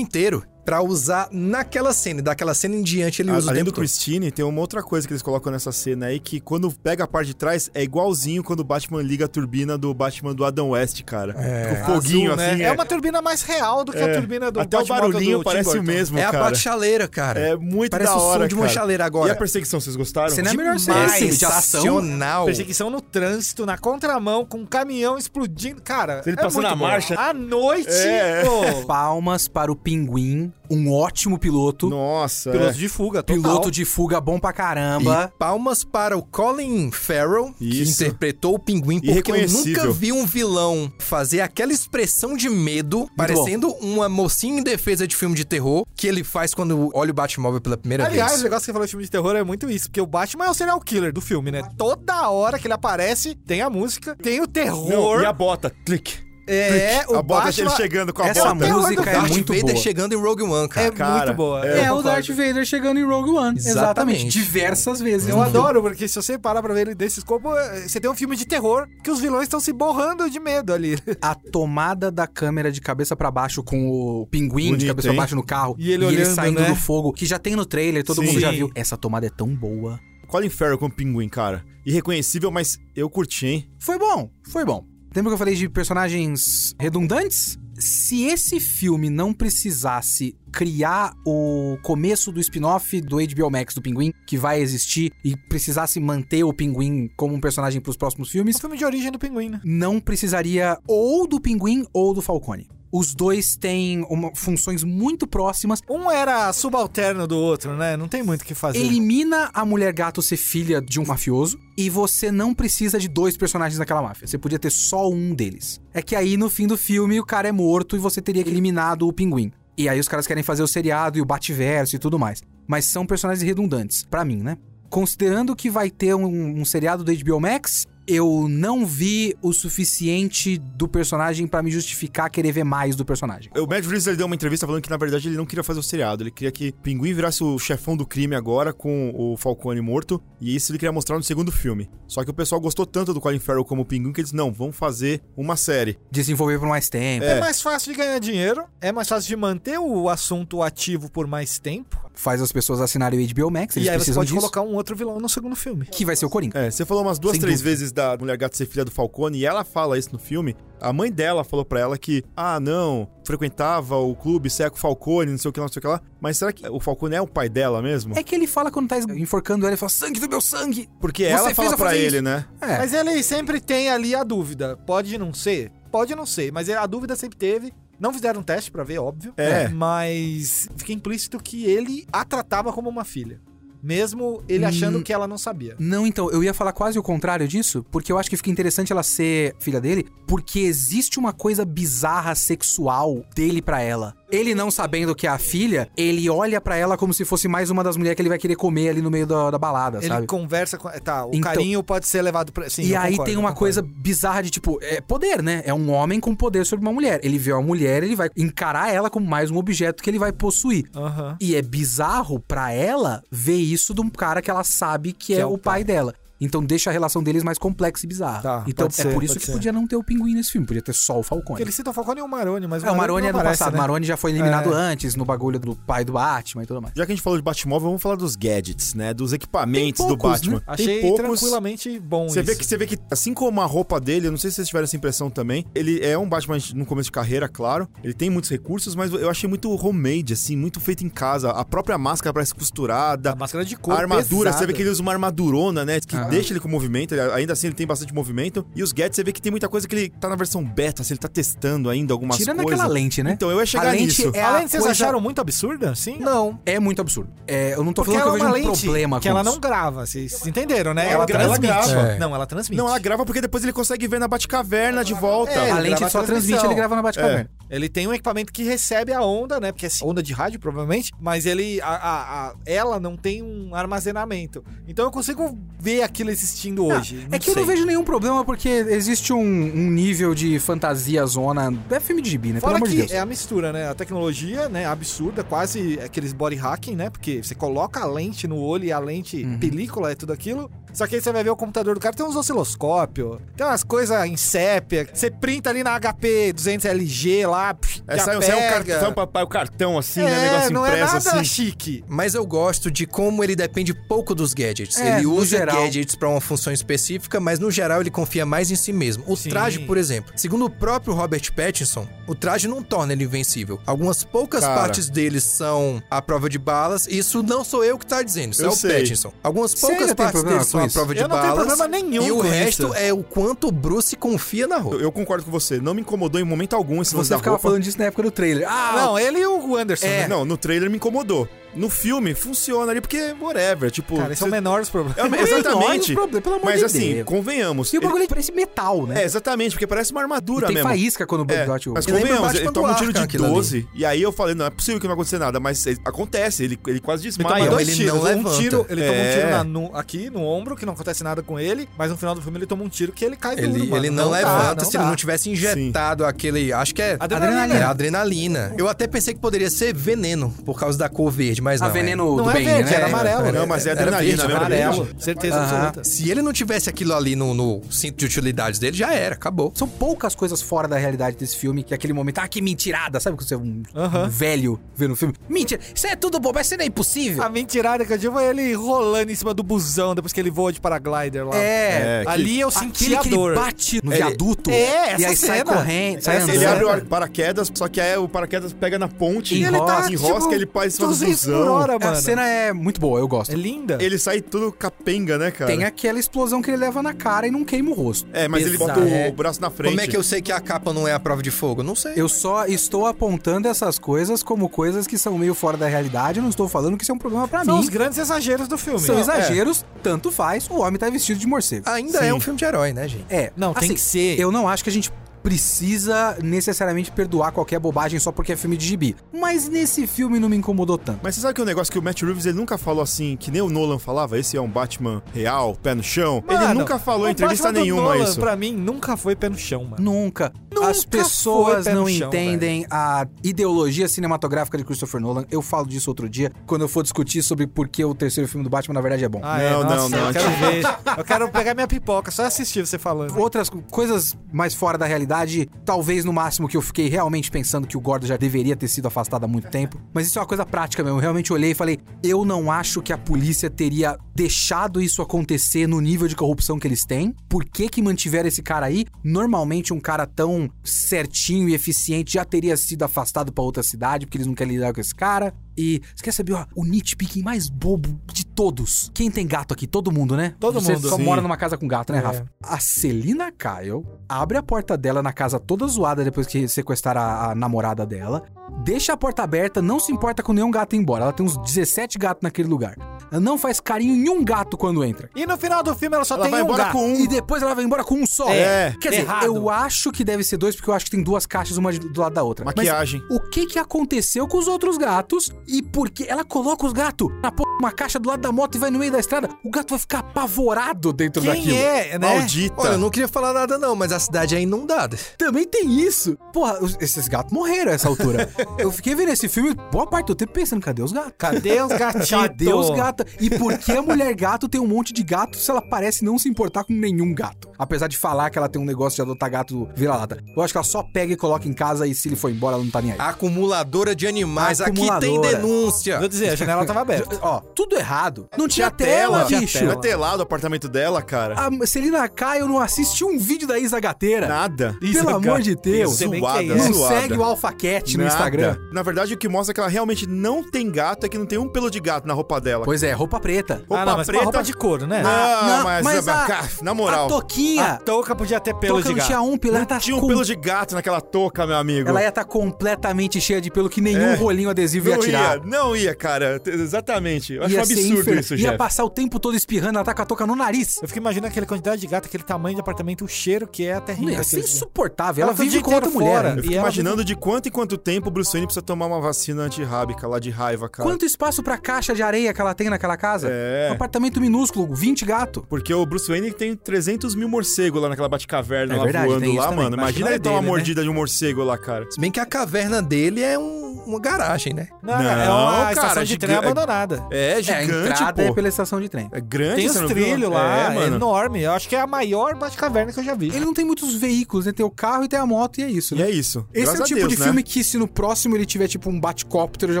Speaker 2: inteiro pra usar naquela cena. E daquela cena em diante ele
Speaker 1: A-
Speaker 2: usa o
Speaker 1: Além
Speaker 2: tempo
Speaker 1: do
Speaker 2: todo.
Speaker 1: Christine, tem uma outra coisa que eles colocam nessa cena aí, que quando pega a parte de trás, é igualzinho quando o Batman liga a turbina do Batman do Adam West, cara. É, o foguinho,
Speaker 4: Azul, né?
Speaker 1: assim. é,
Speaker 4: É. uma turbina mais real do que a turbina do
Speaker 1: Até o
Speaker 4: Batmóvel do
Speaker 1: barulhinho
Speaker 4: Tim
Speaker 1: parece o
Speaker 4: Burton.
Speaker 1: mesmo,
Speaker 2: É a
Speaker 1: cara.
Speaker 2: bate-chaleira, cara.
Speaker 1: É muito
Speaker 2: Parece
Speaker 1: da
Speaker 2: o som
Speaker 1: hora,
Speaker 2: de uma
Speaker 1: cara.
Speaker 2: chaleira agora.
Speaker 1: E a perseguição, vocês gostaram? Tipo,
Speaker 3: Cena é a melhor cena.
Speaker 2: Demais,
Speaker 3: Sim, de ação.
Speaker 2: sensacional.
Speaker 4: Perseguição no trânsito, na contramão, com um caminhão explodindo. Cara, é
Speaker 1: Ele passou
Speaker 4: muito
Speaker 1: na
Speaker 4: bom.
Speaker 1: marcha.
Speaker 4: À noite,
Speaker 1: É.
Speaker 4: pô.
Speaker 3: Palmas para o Pinguim, um ótimo piloto.
Speaker 1: Nossa,
Speaker 4: Piloto
Speaker 1: é.
Speaker 4: de fuga, total.
Speaker 3: Piloto de fuga bom pra caramba.
Speaker 2: E palmas para o Colin Farrell, que
Speaker 1: Isso.
Speaker 2: interpretou o pinguim,
Speaker 1: E
Speaker 2: porque eu nunca
Speaker 1: reconhecível.
Speaker 2: vi um vilão fazer aquela expressão de medo, parecendo uma mocinha em defesa de filme de terror, que ele faz quando olha o Batmóvel pela primeira
Speaker 4: Aliás, o
Speaker 2: vez.
Speaker 4: negócio que você falou de filme de terror é muito isso, porque o Batman é o serial killer do filme, né? Toda hora que ele aparece, tem a música, tem o terror.
Speaker 1: Não, e a bota? Clique.
Speaker 4: É, o
Speaker 1: a bota
Speaker 4: Batman
Speaker 1: dele chegando com a
Speaker 3: Essa
Speaker 1: bota.
Speaker 4: terror
Speaker 3: música
Speaker 4: do
Speaker 3: é
Speaker 2: Darth
Speaker 3: muito
Speaker 2: Vader
Speaker 3: boa.
Speaker 2: chegando em Rogue One,
Speaker 4: é
Speaker 2: cara.
Speaker 1: Cara,
Speaker 4: muito boa.
Speaker 1: é,
Speaker 4: eu
Speaker 3: o
Speaker 4: concordo.
Speaker 3: Darth Vader chegando em Rogue One.
Speaker 2: Exatamente.
Speaker 3: Diversas vezes.
Speaker 4: Eu adoro, porque se você parar pra ver ele desse escopo, eh, você tem um filme de terror que os vilões estão se borrando de medo ali.
Speaker 3: A tomada da câmera de cabeça pra baixo com o pinguim de
Speaker 1: Bonito,
Speaker 3: cabeça
Speaker 1: hein?
Speaker 3: pra baixo no carro.
Speaker 4: E ele olhando,
Speaker 3: saindo
Speaker 4: né?
Speaker 3: do fogo, que já tem no trailer, todo
Speaker 1: Sim.
Speaker 3: mundo já
Speaker 4: Sim.
Speaker 3: viu. Essa tomada é tão boa.
Speaker 1: Colin Farrell como pinguim, cara. Irreconhecível, mas eu curti, hein?
Speaker 3: Foi bom, foi bom. Lembra que eu falei de personagens redundantes? Se esse filme não precisasse criar o começo do spin-off do HBO Max do Pinguim, que vai existir, e precisasse manter o Pinguim como um personagem pros próximos
Speaker 4: Esse
Speaker 3: filmes,
Speaker 4: filme de origem do pinguim, né?
Speaker 3: não precisaria ou do Pinguim ou do Falcone. Os dois têm uma- funções muito próximas.
Speaker 4: Um era subalterno do outro, né? Não tem muito o que fazer.
Speaker 3: Elimina a mulher gato ser filha de um mafioso e você não precisa de dois personagens naquela máfia. Você podia ter só um deles. É que aí no fim do filme o cara é morto e você teria que eliminado o pinguim. E aí os caras querem fazer o seriado e o bativerso e tudo mais. Mas são personagens redundantes, pra mim, né? Considerando que vai ter um, um seriado do HBO Max, eu não vi o suficiente do personagem pra me justificar querer ver mais do personagem.
Speaker 1: O Matt Reeves ele deu uma entrevista falando que, na verdade, ele não queria fazer o seriado. Ele queria que Pinguim virasse o chefão do crime agora, com o Falcone morto. E isso ele queria mostrar no segundo filme. Só que o pessoal gostou tanto do Colin Farrell como Pinguim que eles, não, vamos fazer uma série.
Speaker 3: Desenvolver por mais tempo,
Speaker 4: É mais fácil de ganhar dinheiro, é mais fácil de manter o assunto ativo por mais tempo.
Speaker 3: faz as pessoas assinarem o HBO Max, eles
Speaker 4: e aí você
Speaker 3: precisam
Speaker 4: pode
Speaker 3: disso.
Speaker 4: colocar um outro vilão no segundo filme.
Speaker 3: Que vai ser o Coringa.
Speaker 1: É, você falou umas duas,
Speaker 3: Sem
Speaker 1: três
Speaker 3: dúvida.
Speaker 1: vezes da mulher gata ser filha do Falcone, e ela fala isso no filme, a mãe dela falou pra ela que, ah, não, frequentava o clube Seco Falcone, não sei o que lá, não sei o que lá. Mas será que o Falcone é o pai dela mesmo?
Speaker 3: É que ele fala quando tá enforcando ela, ele fala, sangue do meu sangue!
Speaker 1: Porque
Speaker 3: Você
Speaker 1: ela
Speaker 3: fez
Speaker 1: fala
Speaker 3: eu
Speaker 1: pra
Speaker 3: fazer
Speaker 1: ele,
Speaker 3: isso.
Speaker 1: né?
Speaker 3: É.
Speaker 4: Mas ele sempre tem ali a dúvida. Pode não ser? Pode não ser, mas a dúvida sempre teve. Não fizeram um teste pra ver, óbvio.
Speaker 1: É.
Speaker 4: Mas fica implícito que ele a tratava como uma filha. Mesmo ele achando que ela não sabia.
Speaker 3: Não, então, eu ia falar quase o contrário disso, porque eu acho que fica interessante ela ser filha dele, porque existe uma coisa bizarra sexual dele pra ela. Ele não sabendo que é a filha, ele olha pra ela como se fosse mais uma das mulheres que ele vai querer comer ali no meio da, da balada,
Speaker 4: Ele
Speaker 3: sabe?
Speaker 4: conversa com. Tá, o
Speaker 3: Então-
Speaker 4: carinho pode ser levado pra. Sim,
Speaker 3: e
Speaker 4: eu
Speaker 3: aí
Speaker 4: concordo,
Speaker 3: tem
Speaker 4: eu
Speaker 3: uma
Speaker 4: concordo.
Speaker 3: coisa bizarra de tipo, é poder, né? É um homem com poder sobre uma mulher. Ele vê uma mulher, ele vai encarar ela como mais um objeto que ele vai possuir.
Speaker 4: Aham.
Speaker 3: E é bizarro pra ela ver isso de um cara que ela sabe que, é,
Speaker 4: é o
Speaker 3: o pai, dela. Então deixa a relação deles mais complexa e bizarra.
Speaker 4: Tá,
Speaker 3: então é
Speaker 4: pode ser,
Speaker 3: por isso
Speaker 4: pode
Speaker 3: que
Speaker 4: ser.
Speaker 3: podia não ter o pinguim nesse filme, podia ter só o Falcone.
Speaker 4: Porque ele cita o Falcone e o Maroni, mas
Speaker 3: É, o Maroni
Speaker 4: não
Speaker 3: é do
Speaker 4: aparece,
Speaker 3: passado.
Speaker 4: né?
Speaker 3: Maroni já foi eliminado antes no bagulho do pai do Batman e tudo mais.
Speaker 1: Já que a gente falou de Batmóvel, vamos falar dos gadgets, né? Dos equipamentos
Speaker 3: Tem poucos,
Speaker 1: do Batman.
Speaker 3: né?
Speaker 1: Tem
Speaker 4: Achei
Speaker 1: poucos.
Speaker 4: tranquilamente bom
Speaker 1: Você
Speaker 4: isso.
Speaker 1: vê, que, você vê que, assim como a roupa dele, eu não sei se vocês tiveram essa impressão também, ele é um Batman no começo de carreira, claro. Ele tem muitos recursos, mas eu achei muito homemade, assim, muito feito em casa. A própria máscara parece costurada.
Speaker 4: A
Speaker 3: é
Speaker 4: máscara de couro
Speaker 1: A armadura,
Speaker 4: pesada.
Speaker 1: você vê que ele usa uma armadurona, né? Que
Speaker 3: Ah.
Speaker 1: deixa ele com movimento, ele- ainda assim ele tem bastante movimento. E os gadgets, você vê que tem muita coisa que ele tá na versão beta, assim, ele tá testando ainda algumas
Speaker 3: Tirando
Speaker 1: coisas.
Speaker 3: aquela lente, né?
Speaker 1: Então, eu ia chegar
Speaker 3: a lente
Speaker 1: nisso.
Speaker 3: é
Speaker 4: a
Speaker 3: a
Speaker 4: lente vocês
Speaker 3: coisa...
Speaker 4: acharam muito absurda? Sim?
Speaker 3: Não. É muito absurdo. É, eu não tô
Speaker 4: Porque ela
Speaker 3: falando
Speaker 4: é
Speaker 3: que eu
Speaker 4: uma
Speaker 3: vejo um
Speaker 4: lente
Speaker 3: problema
Speaker 4: que
Speaker 3: com
Speaker 4: ela
Speaker 3: isso.
Speaker 4: não grava, vocês vocês entenderam, né?
Speaker 1: Ela gra- ela grava.
Speaker 4: É. Não, ela transmite.
Speaker 1: Não, ela grava porque depois ele consegue ver na Batcaverna de volta.
Speaker 4: É,
Speaker 3: A
Speaker 4: ele
Speaker 3: lente
Speaker 4: grava
Speaker 3: só
Speaker 4: a
Speaker 3: transmite,
Speaker 4: transmissão.
Speaker 3: ele grava na Batcaverna.
Speaker 4: Ele tem um equipamento que recebe a onda, né? Porque é onda de rádio, provavelmente. Mas ele. A, a- a- ela não tem um armazenamento. Então eu consigo ver aquilo existindo hoje.
Speaker 3: É que eu não
Speaker 4: sei.
Speaker 3: vejo nenhum problema, porque existe um, um nível de fantasia zona. É filme de gibi, né?
Speaker 4: Fora
Speaker 3: Pelo amor
Speaker 4: que
Speaker 3: de Deus.
Speaker 4: é a mistura, né? A tecnologia, né? Absurda, quase aqueles body hacking, né? Porque você coloca a lente no olho e a lente película é tudo aquilo. Só que aí você vai ver o computador do cara, tem uns osciloscópios, tem umas coisas em sépia. Você printa ali na HP 200 LG lá, pff,
Speaker 1: É,
Speaker 4: já
Speaker 1: sai, sai um
Speaker 4: pega.
Speaker 1: cartão, papai, o cartão assim,
Speaker 4: é,
Speaker 1: né? Negócio
Speaker 4: não é
Speaker 1: impresso
Speaker 4: nada
Speaker 1: assim.
Speaker 4: chique.
Speaker 2: Mas eu gosto de como ele depende pouco dos gadgets.
Speaker 3: É,
Speaker 2: ele
Speaker 3: no
Speaker 2: usa
Speaker 3: geral.
Speaker 2: gadgets pra uma função específica, mas no geral ele confia mais em si mesmo. O
Speaker 4: Sim.
Speaker 2: traje, por exemplo, segundo o próprio Robert Pattinson, o traje não torna ele invencível. Algumas poucas
Speaker 1: Cara.
Speaker 2: partes dele são à prova de balas. Isso não sou eu que tá dizendo, isso
Speaker 1: Eu
Speaker 2: é o
Speaker 1: sei.
Speaker 2: Pattinson. Algumas
Speaker 3: Você
Speaker 2: poucas
Speaker 3: ainda tem
Speaker 2: partes
Speaker 3: problema
Speaker 2: dele são
Speaker 3: com
Speaker 2: à
Speaker 3: isso?
Speaker 2: prova de
Speaker 4: Eu não tenho
Speaker 2: balas.
Speaker 4: problema nenhum
Speaker 2: E o
Speaker 4: com
Speaker 2: resto
Speaker 4: isso.
Speaker 2: é o quanto o Bruce confia na roupa.
Speaker 1: Eu, eu concordo com você, não me incomodou em momento algum esse lance
Speaker 3: Você
Speaker 1: da
Speaker 3: ficava
Speaker 1: roupa.
Speaker 3: falando disso na época do trailer. Ah,
Speaker 4: Não, ele e o Anderson. né?
Speaker 1: É. Não, no trailer me incomodou. No filme, funciona ali, porque whatever, tipo...
Speaker 4: Cara, esse é o
Speaker 1: cê-
Speaker 4: menor dos problemas.
Speaker 1: É o-
Speaker 3: menor
Speaker 1: exatamente.
Speaker 3: problema, pelo amor
Speaker 1: Mas
Speaker 3: de
Speaker 1: assim,
Speaker 3: Deus.
Speaker 1: convenhamos.
Speaker 3: E o
Speaker 1: ele-
Speaker 3: bagulho parece metal, né?
Speaker 1: É, exatamente, porque parece uma armadura
Speaker 3: E tem
Speaker 1: mesmo.
Speaker 3: faísca quando o Bob
Speaker 1: É,
Speaker 3: Dot
Speaker 1: mas
Speaker 2: lembra o
Speaker 1: convenhamos,
Speaker 2: Batman
Speaker 1: ele
Speaker 2: do
Speaker 1: toma um tiro
Speaker 2: Arkham,
Speaker 1: de
Speaker 2: aquilo ali.
Speaker 1: 12, e aí eu falei, não é possível que não vai acontecer nada, mas ele- acontece, ele, ele quase desmaia.
Speaker 2: toma
Speaker 4: Mas
Speaker 2: Então,
Speaker 4: dois
Speaker 2: ele
Speaker 4: tiros.
Speaker 2: não
Speaker 4: um
Speaker 2: levanta.
Speaker 4: tiro, ele toma um tiro
Speaker 1: É.
Speaker 4: na nu- aqui no ombro, que não acontece nada com ele, mas no final do filme ele toma um tiro que ele cai duro,
Speaker 2: Ele,
Speaker 4: mano.
Speaker 2: ele não,
Speaker 4: dá,
Speaker 2: levanta se ele
Speaker 4: dá.
Speaker 2: não tivesse injetado aquele. Acho que é.
Speaker 4: Adrenalina.
Speaker 2: É, adrenalina. Eu até pensei que poderia ser veneno por causa da cor verde, mas
Speaker 3: a
Speaker 2: não. é.
Speaker 3: Ah, veneno do
Speaker 4: Não é
Speaker 3: bem,
Speaker 4: verde,
Speaker 3: né?
Speaker 4: era amarelo.
Speaker 1: Não, mas é
Speaker 2: Era
Speaker 1: adrenalina,
Speaker 2: verde,
Speaker 1: né?
Speaker 4: Amarelo, certeza
Speaker 3: Aham.
Speaker 4: absoluta.
Speaker 2: Se ele não tivesse aquilo ali no, no cinto de utilidades dele, já era, acabou.
Speaker 3: São poucas coisas fora da realidade desse filme, que é aquele momento, ah, que mentirada, sabe quando você é um,
Speaker 4: Aham.
Speaker 3: um velho vendo o filme? Mentira, isso é tudo bobo, isso não é impossível.
Speaker 4: A mentirada que eu digo é ele rolando em cima do busão depois que ele voa de paraglider lá.
Speaker 3: é,
Speaker 1: É, que-
Speaker 4: Ali eu senti
Speaker 3: aquele
Speaker 4: a
Speaker 3: que ele
Speaker 4: dor.
Speaker 3: bate no
Speaker 1: Ele-
Speaker 3: viaduto
Speaker 4: É, essa
Speaker 3: e aí sai
Speaker 4: cena.
Speaker 3: correndo, sai
Speaker 4: Essa
Speaker 3: andando.
Speaker 1: Ele
Speaker 4: Exato.
Speaker 1: abre o paraquedas, só que aí o paraquedas pega na ponte,
Speaker 3: E ele tá,
Speaker 1: enrosca, enrosca,
Speaker 4: tipo,
Speaker 1: ele faz em cima do
Speaker 4: 200 por
Speaker 1: busão.
Speaker 4: hora,
Speaker 3: a
Speaker 4: mano.
Speaker 3: cena é muito boa, eu gosto.
Speaker 4: É linda.
Speaker 1: Ele sai todo capenga, né, cara?
Speaker 3: Tem aquela explosão que ele leva na cara e não queima o rosto.
Speaker 1: É, mas ele
Speaker 3: Pesado.
Speaker 1: bota o,
Speaker 3: É.
Speaker 1: o braço na frente.
Speaker 2: Como é que eu sei que a capa não é a prova de fogo? Não sei.
Speaker 3: Eu só estou apontando essas coisas como coisas que são meio fora da realidade. Eu não estou falando que isso é um problema pra
Speaker 4: São
Speaker 3: mim.
Speaker 4: os grandes exageros do filme.
Speaker 3: São
Speaker 4: É.
Speaker 3: exageros, tanto faz. O homem tá vestido de morcego.
Speaker 2: Ainda é um filme de herói, né, gente?
Speaker 3: É.
Speaker 4: Não, tem que ser.
Speaker 3: Eu não acho que a gente precisa necessariamente perdoar qualquer bobagem só porque é filme de gibi. Mas nesse filme não me incomodou tanto.
Speaker 1: Mas você sabe que é um negócio que o Matt Reeves ele nunca falou assim, que nem o Nolan falava, esse é um Batman real, pé no chão.
Speaker 4: Mano,
Speaker 1: ele nunca falou em
Speaker 4: o
Speaker 1: entrevista
Speaker 4: Batman do
Speaker 1: nenhuma
Speaker 4: Nolan,
Speaker 1: isso.
Speaker 4: Pra mim, nunca foi pé no chão, mano.
Speaker 3: Nunca. as pessoas
Speaker 4: foi pé no
Speaker 3: não
Speaker 4: chão,
Speaker 3: entendem a ideologia cinematográfica de Christopher Nolan. Eu falo disso outro dia, quando eu for discutir sobre por que o terceiro filme do Batman, na verdade, é bom.
Speaker 4: Ah, é,
Speaker 1: Não,
Speaker 4: nossa,
Speaker 1: não, não,
Speaker 4: Eu quero ver. Eu quero pegar minha pipoca, só assistir você falando.
Speaker 3: Outras co- coisas mais fora da realidade, talvez no máximo que eu fiquei realmente pensando que o Gordo já deveria ter sido afastado há muito tempo. Mas isso é uma coisa prática mesmo. Eu realmente olhei e falei: eu não acho que a polícia teria deixado isso acontecer no nível de corrupção que eles têm. Por que, que mantiveram esse cara aí? Normalmente, um cara tão certinho e eficiente já teria sido afastado pra outra cidade, porque eles não querem lidar com esse cara. E você quer saber, ó, o nitpicking mais bobo de todos? Quem tem gato aqui? Todo mundo, né?
Speaker 4: Todo
Speaker 3: você
Speaker 4: mundo.
Speaker 3: Só
Speaker 4: Sim.
Speaker 3: mora numa casa com gato, né, Rafa? A Celina Kyle abre a porta dela na casa toda zoada depois que sequestraram a, a namorada dela. Deixa a porta aberta, não se importa com nenhum gato ir embora. Ela tem uns 17 gatos naquele lugar. Ela não faz carinho em nenhum gato quando entra.
Speaker 4: E no final do filme ela só
Speaker 1: Ela
Speaker 4: tem
Speaker 1: vai
Speaker 4: um
Speaker 1: embora
Speaker 4: gato.
Speaker 1: com um.
Speaker 3: Tá. E depois ela vai embora com um só.
Speaker 1: É,
Speaker 3: Quer dizer,
Speaker 4: errado.
Speaker 3: eu acho que deve ser dois, porque eu acho que tem duas caixas, uma de- do lado da outra. Mas
Speaker 1: Maquiagem.
Speaker 3: o que que aconteceu com os outros gatos e por que ela coloca os gatos na porra de uma caixa do lado da moto e vai no meio da estrada. O gato vai ficar apavorado dentro
Speaker 4: Quem
Speaker 3: daquilo.
Speaker 4: é, né?
Speaker 1: Maldita.
Speaker 2: Olha, eu não queria falar nada não, mas a cidade é inundada.
Speaker 3: Também tem isso. Porra, os- esses gatos morreram a essa altura. eu fiquei vendo esse filme boa parte do tempo pensando, cadê os gatos?
Speaker 4: Cadê os gatinhos?
Speaker 3: Cadê os gatos? E por que a mulher gato tem um monte de gato se ela parece não se importar com nenhum gato? Apesar de falar que ela tem um negócio de adotar gato vira-lata. Eu acho que ela só pega e coloca em casa e se ele for embora, ela não tá nem aí.
Speaker 2: Ah, Acumuladora de animais, aqui tem
Speaker 3: Acumuladora.
Speaker 2: denúncia.
Speaker 4: Vou dizer, a janela tava aberta.
Speaker 3: Ó, tudo errado. Não tinha,
Speaker 1: tela,
Speaker 3: tela,
Speaker 1: tinha
Speaker 3: bicho.
Speaker 1: Não é telado o apartamento dela, cara.
Speaker 4: Ah,
Speaker 3: A Celina Caio não assiste um vídeo da Isa Gateira.
Speaker 1: Nada.
Speaker 3: Pelo
Speaker 4: cara.
Speaker 3: amor de Deus.
Speaker 4: Isso. sei nem
Speaker 1: Zoada,
Speaker 4: quem é.
Speaker 3: Não
Speaker 1: zoada.
Speaker 3: segue o AlphaCat no
Speaker 1: Nada.
Speaker 3: Instagram.
Speaker 1: Na verdade, o que mostra é que ela realmente não tem gato é que não tem um pelo de gato na roupa dela.
Speaker 3: Pois é, roupa preta.
Speaker 1: Roupa
Speaker 4: ah, não, mas
Speaker 1: preta.
Speaker 4: roupa de couro, né?
Speaker 1: Não,
Speaker 3: Ah, não,
Speaker 1: mas,
Speaker 3: mas a-
Speaker 1: cara, na moral.
Speaker 3: A toquinha.
Speaker 4: A touca podia ter pelo
Speaker 3: toca
Speaker 4: de
Speaker 3: não
Speaker 4: gato.
Speaker 3: tinha um pelo, ela tá
Speaker 1: Tinha um
Speaker 3: com-
Speaker 1: pelo de gato naquela touca, meu amigo.
Speaker 3: Ela ia estar completamente cheia de pelo que nenhum
Speaker 1: É.
Speaker 3: rolinho adesivo ia
Speaker 1: não
Speaker 3: tirar.
Speaker 1: ia, não ia, cara. T- Exatamente. Eu acho um
Speaker 3: ser
Speaker 1: absurdo
Speaker 3: infernal.
Speaker 1: isso,
Speaker 3: Ia
Speaker 1: Jeff.
Speaker 3: passar o tempo todo espirrando, ela tá com a toca no nariz.
Speaker 4: Eu fico imaginando aquela quantidade de gato, aquele tamanho de apartamento, o cheiro que é a terrinha.
Speaker 3: Ia ser
Speaker 1: assim.
Speaker 4: daqueles-
Speaker 3: insuportável. Ela,
Speaker 4: Ela tá o
Speaker 3: vive
Speaker 4: dia
Speaker 3: com outra
Speaker 4: inteiro
Speaker 3: mulher.
Speaker 4: fora.
Speaker 3: ainda.
Speaker 1: Eu fico
Speaker 4: E ela-
Speaker 1: imaginando de quanto em quanto tempo o Bruce Wayne precisa tomar uma vacina antirrábica lá de raiva, cara.
Speaker 3: Quanto espaço pra caixa de areia que ela tem naquela casa?
Speaker 1: É.
Speaker 3: Um apartamento minúsculo, 20 gato.
Speaker 1: Porque o Bruce Wayne tem 300 mil morcegos lá naquela bate-caverna,
Speaker 3: É
Speaker 1: lá
Speaker 3: verdade,
Speaker 1: voando
Speaker 3: tem isso
Speaker 1: lá,
Speaker 3: também.
Speaker 1: mano.
Speaker 3: Mas
Speaker 1: Imagina
Speaker 3: não é
Speaker 1: ele dar uma
Speaker 3: dele, né?
Speaker 1: mordida de um morcego lá, cara.
Speaker 2: Se bem que a caverna dele é um- uma garagem, né?
Speaker 4: Não,
Speaker 1: Não,
Speaker 4: é uma
Speaker 1: cara,
Speaker 4: estação de
Speaker 1: giga-
Speaker 4: trem abandonada.
Speaker 1: É
Speaker 3: É, a
Speaker 1: gigante,
Speaker 3: entrada
Speaker 1: pô.
Speaker 3: é pela estação de trem.
Speaker 1: É grande,
Speaker 4: Tem
Speaker 1: você
Speaker 4: os
Speaker 1: não viu?
Speaker 4: trilhos lá,
Speaker 1: É,
Speaker 4: é
Speaker 1: mano.
Speaker 4: enorme. Eu acho que é a maior bate-caverna que eu já vi.
Speaker 3: Ele não tem muitos veículos, né? Tem o carro e tem a moto e é isso,
Speaker 1: E
Speaker 3: né?
Speaker 1: é isso.
Speaker 3: Esse
Speaker 1: Graças
Speaker 3: é
Speaker 1: a
Speaker 3: o tipo
Speaker 1: Deus,
Speaker 3: de
Speaker 1: né?
Speaker 3: filme que se no próximo ele tiver tipo um batcóptero, eu já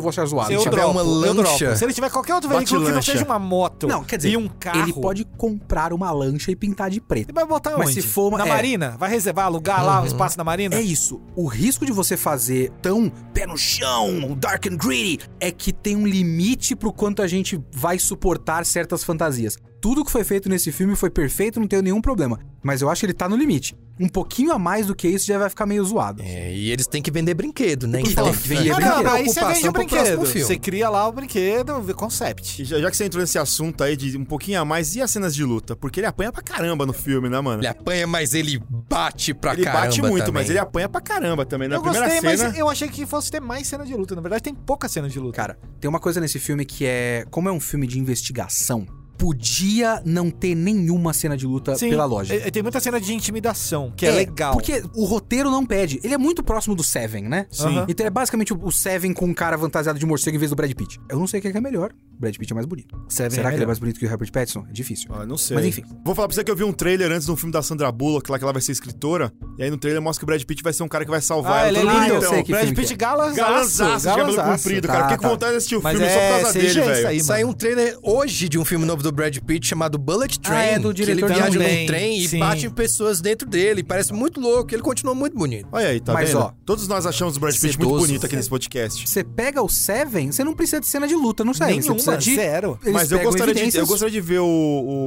Speaker 3: vou achar zoado.
Speaker 4: Se eu
Speaker 3: Tipo,
Speaker 2: tiver
Speaker 4: dropo,
Speaker 2: uma
Speaker 4: eu
Speaker 2: lancha-
Speaker 4: dropo. Se ele tiver qualquer outro veículo que não
Speaker 1: Bate-lancha.
Speaker 4: seja uma moto
Speaker 3: Não, quer dizer,
Speaker 4: e um carro,
Speaker 3: Ele pode comprar uma lancha e pintar de preto.
Speaker 4: Ele vai botar
Speaker 3: Mas se
Speaker 4: onde?
Speaker 3: for uma-
Speaker 4: Na
Speaker 3: é.
Speaker 4: Marina? Vai reservar, alugar lá o espaço na Marina?
Speaker 3: É isso. O risco de você fazer tão pé no chão, dark and gritty, é que tem um limite pro quanto a gente vai suportar certas fantasias. Tudo que foi feito nesse filme foi perfeito, não tenho nenhum problema. Mas eu acho que ele tá no limite. Um pouquinho a mais do que isso já vai ficar meio zoado.
Speaker 2: É, e eles têm que vender brinquedo, né?
Speaker 3: E tem que vender
Speaker 2: fica a
Speaker 3: brinquedo.
Speaker 4: Ah, aí você vende
Speaker 2: preocupação
Speaker 4: o
Speaker 2: pro próximo
Speaker 4: brinquedo.
Speaker 2: filme.
Speaker 4: Você cria lá o brinquedo, o concept.
Speaker 1: E Já já que você entrou nesse assunto aí de um pouquinho a mais, e as cenas de luta? Porque ele apanha pra caramba no filme, né, mano?
Speaker 2: Ele apanha, mas ele bate pra
Speaker 1: Ele
Speaker 2: caramba
Speaker 1: bate muito,
Speaker 2: também.
Speaker 1: mas ele é apanha pra caramba também. Na
Speaker 4: eu
Speaker 1: primeira
Speaker 4: gostei,
Speaker 1: cena.
Speaker 4: mas eu achei que fosse ter mais cena de luta. Na verdade, tem pouca cena de luta.
Speaker 3: Cara, tem uma coisa nesse filme que é. Como é um filme de investigação, podia não ter nenhuma cena de luta pela lógica.
Speaker 4: e- e É, Tem muita cena de intimidação, que é, legal.
Speaker 3: Porque o roteiro não pede. Ele é muito próximo do Seven, né?
Speaker 4: Sim.
Speaker 3: Aham. Então é basicamente o- o Seven com um cara fantasiado de morcego em vez do Brad Pitt. Eu não sei o que é que é melhor. O Brad Pitt é mais bonito.
Speaker 4: Seven
Speaker 3: Será
Speaker 4: é
Speaker 3: que ele
Speaker 4: melhor.
Speaker 3: é mais bonito que o Robert Pattinson? É difícil.
Speaker 1: Ah, não sei.
Speaker 3: Mas enfim.
Speaker 1: Vou falar pra você que eu vi um trailer antes de um filme da Sandra Bullock, lá que ela vai ser escritora. E aí no trailer mostra que o Brad Pitt vai ser um cara que vai salvar
Speaker 4: Ah, ele é
Speaker 1: Todo mundo, então.
Speaker 3: Ah,
Speaker 4: lindo.
Speaker 3: eu sei que
Speaker 4: Brad
Speaker 3: filme
Speaker 4: Pitt Ah,
Speaker 3: que é.
Speaker 4: galanzaço.
Speaker 1: Galanzaço, de cabelo
Speaker 4: galanzaço.
Speaker 1: comprido,
Speaker 3: Tá,
Speaker 1: cara. Fiquei com
Speaker 3: tá.
Speaker 1: vontade de assistir o
Speaker 4: Mas
Speaker 1: filme só por
Speaker 4: é
Speaker 1: causa
Speaker 4: CG
Speaker 1: dele,
Speaker 4: isso
Speaker 1: velho.
Speaker 4: aí, mano.
Speaker 2: Saiu um trailer hoje de um filme novo do Brad Pitt chamado Bullet Train.
Speaker 3: Ah, é do diretor
Speaker 2: que ele viaja
Speaker 4: também,
Speaker 2: num trem e
Speaker 4: sim.
Speaker 2: bate em pessoas dentro dele. Parece muito louco. Ele continua muito bonito.
Speaker 1: Olha aí, tá
Speaker 3: Mas,
Speaker 1: vendo?
Speaker 3: ó,
Speaker 1: Todos nós achamos o Brad Pitt muito
Speaker 2: sedoso.
Speaker 1: bonito aqui nesse podcast.
Speaker 3: Você pega o Seven, você não precisa de cena de luta, não serve. Você precisa
Speaker 4: Nenhuma,
Speaker 3: de.
Speaker 4: zero. é
Speaker 3: Eles
Speaker 1: Mas eu
Speaker 3: pegam
Speaker 1: gostaria, de, eu
Speaker 3: evidências.
Speaker 1: gostaria de ver o,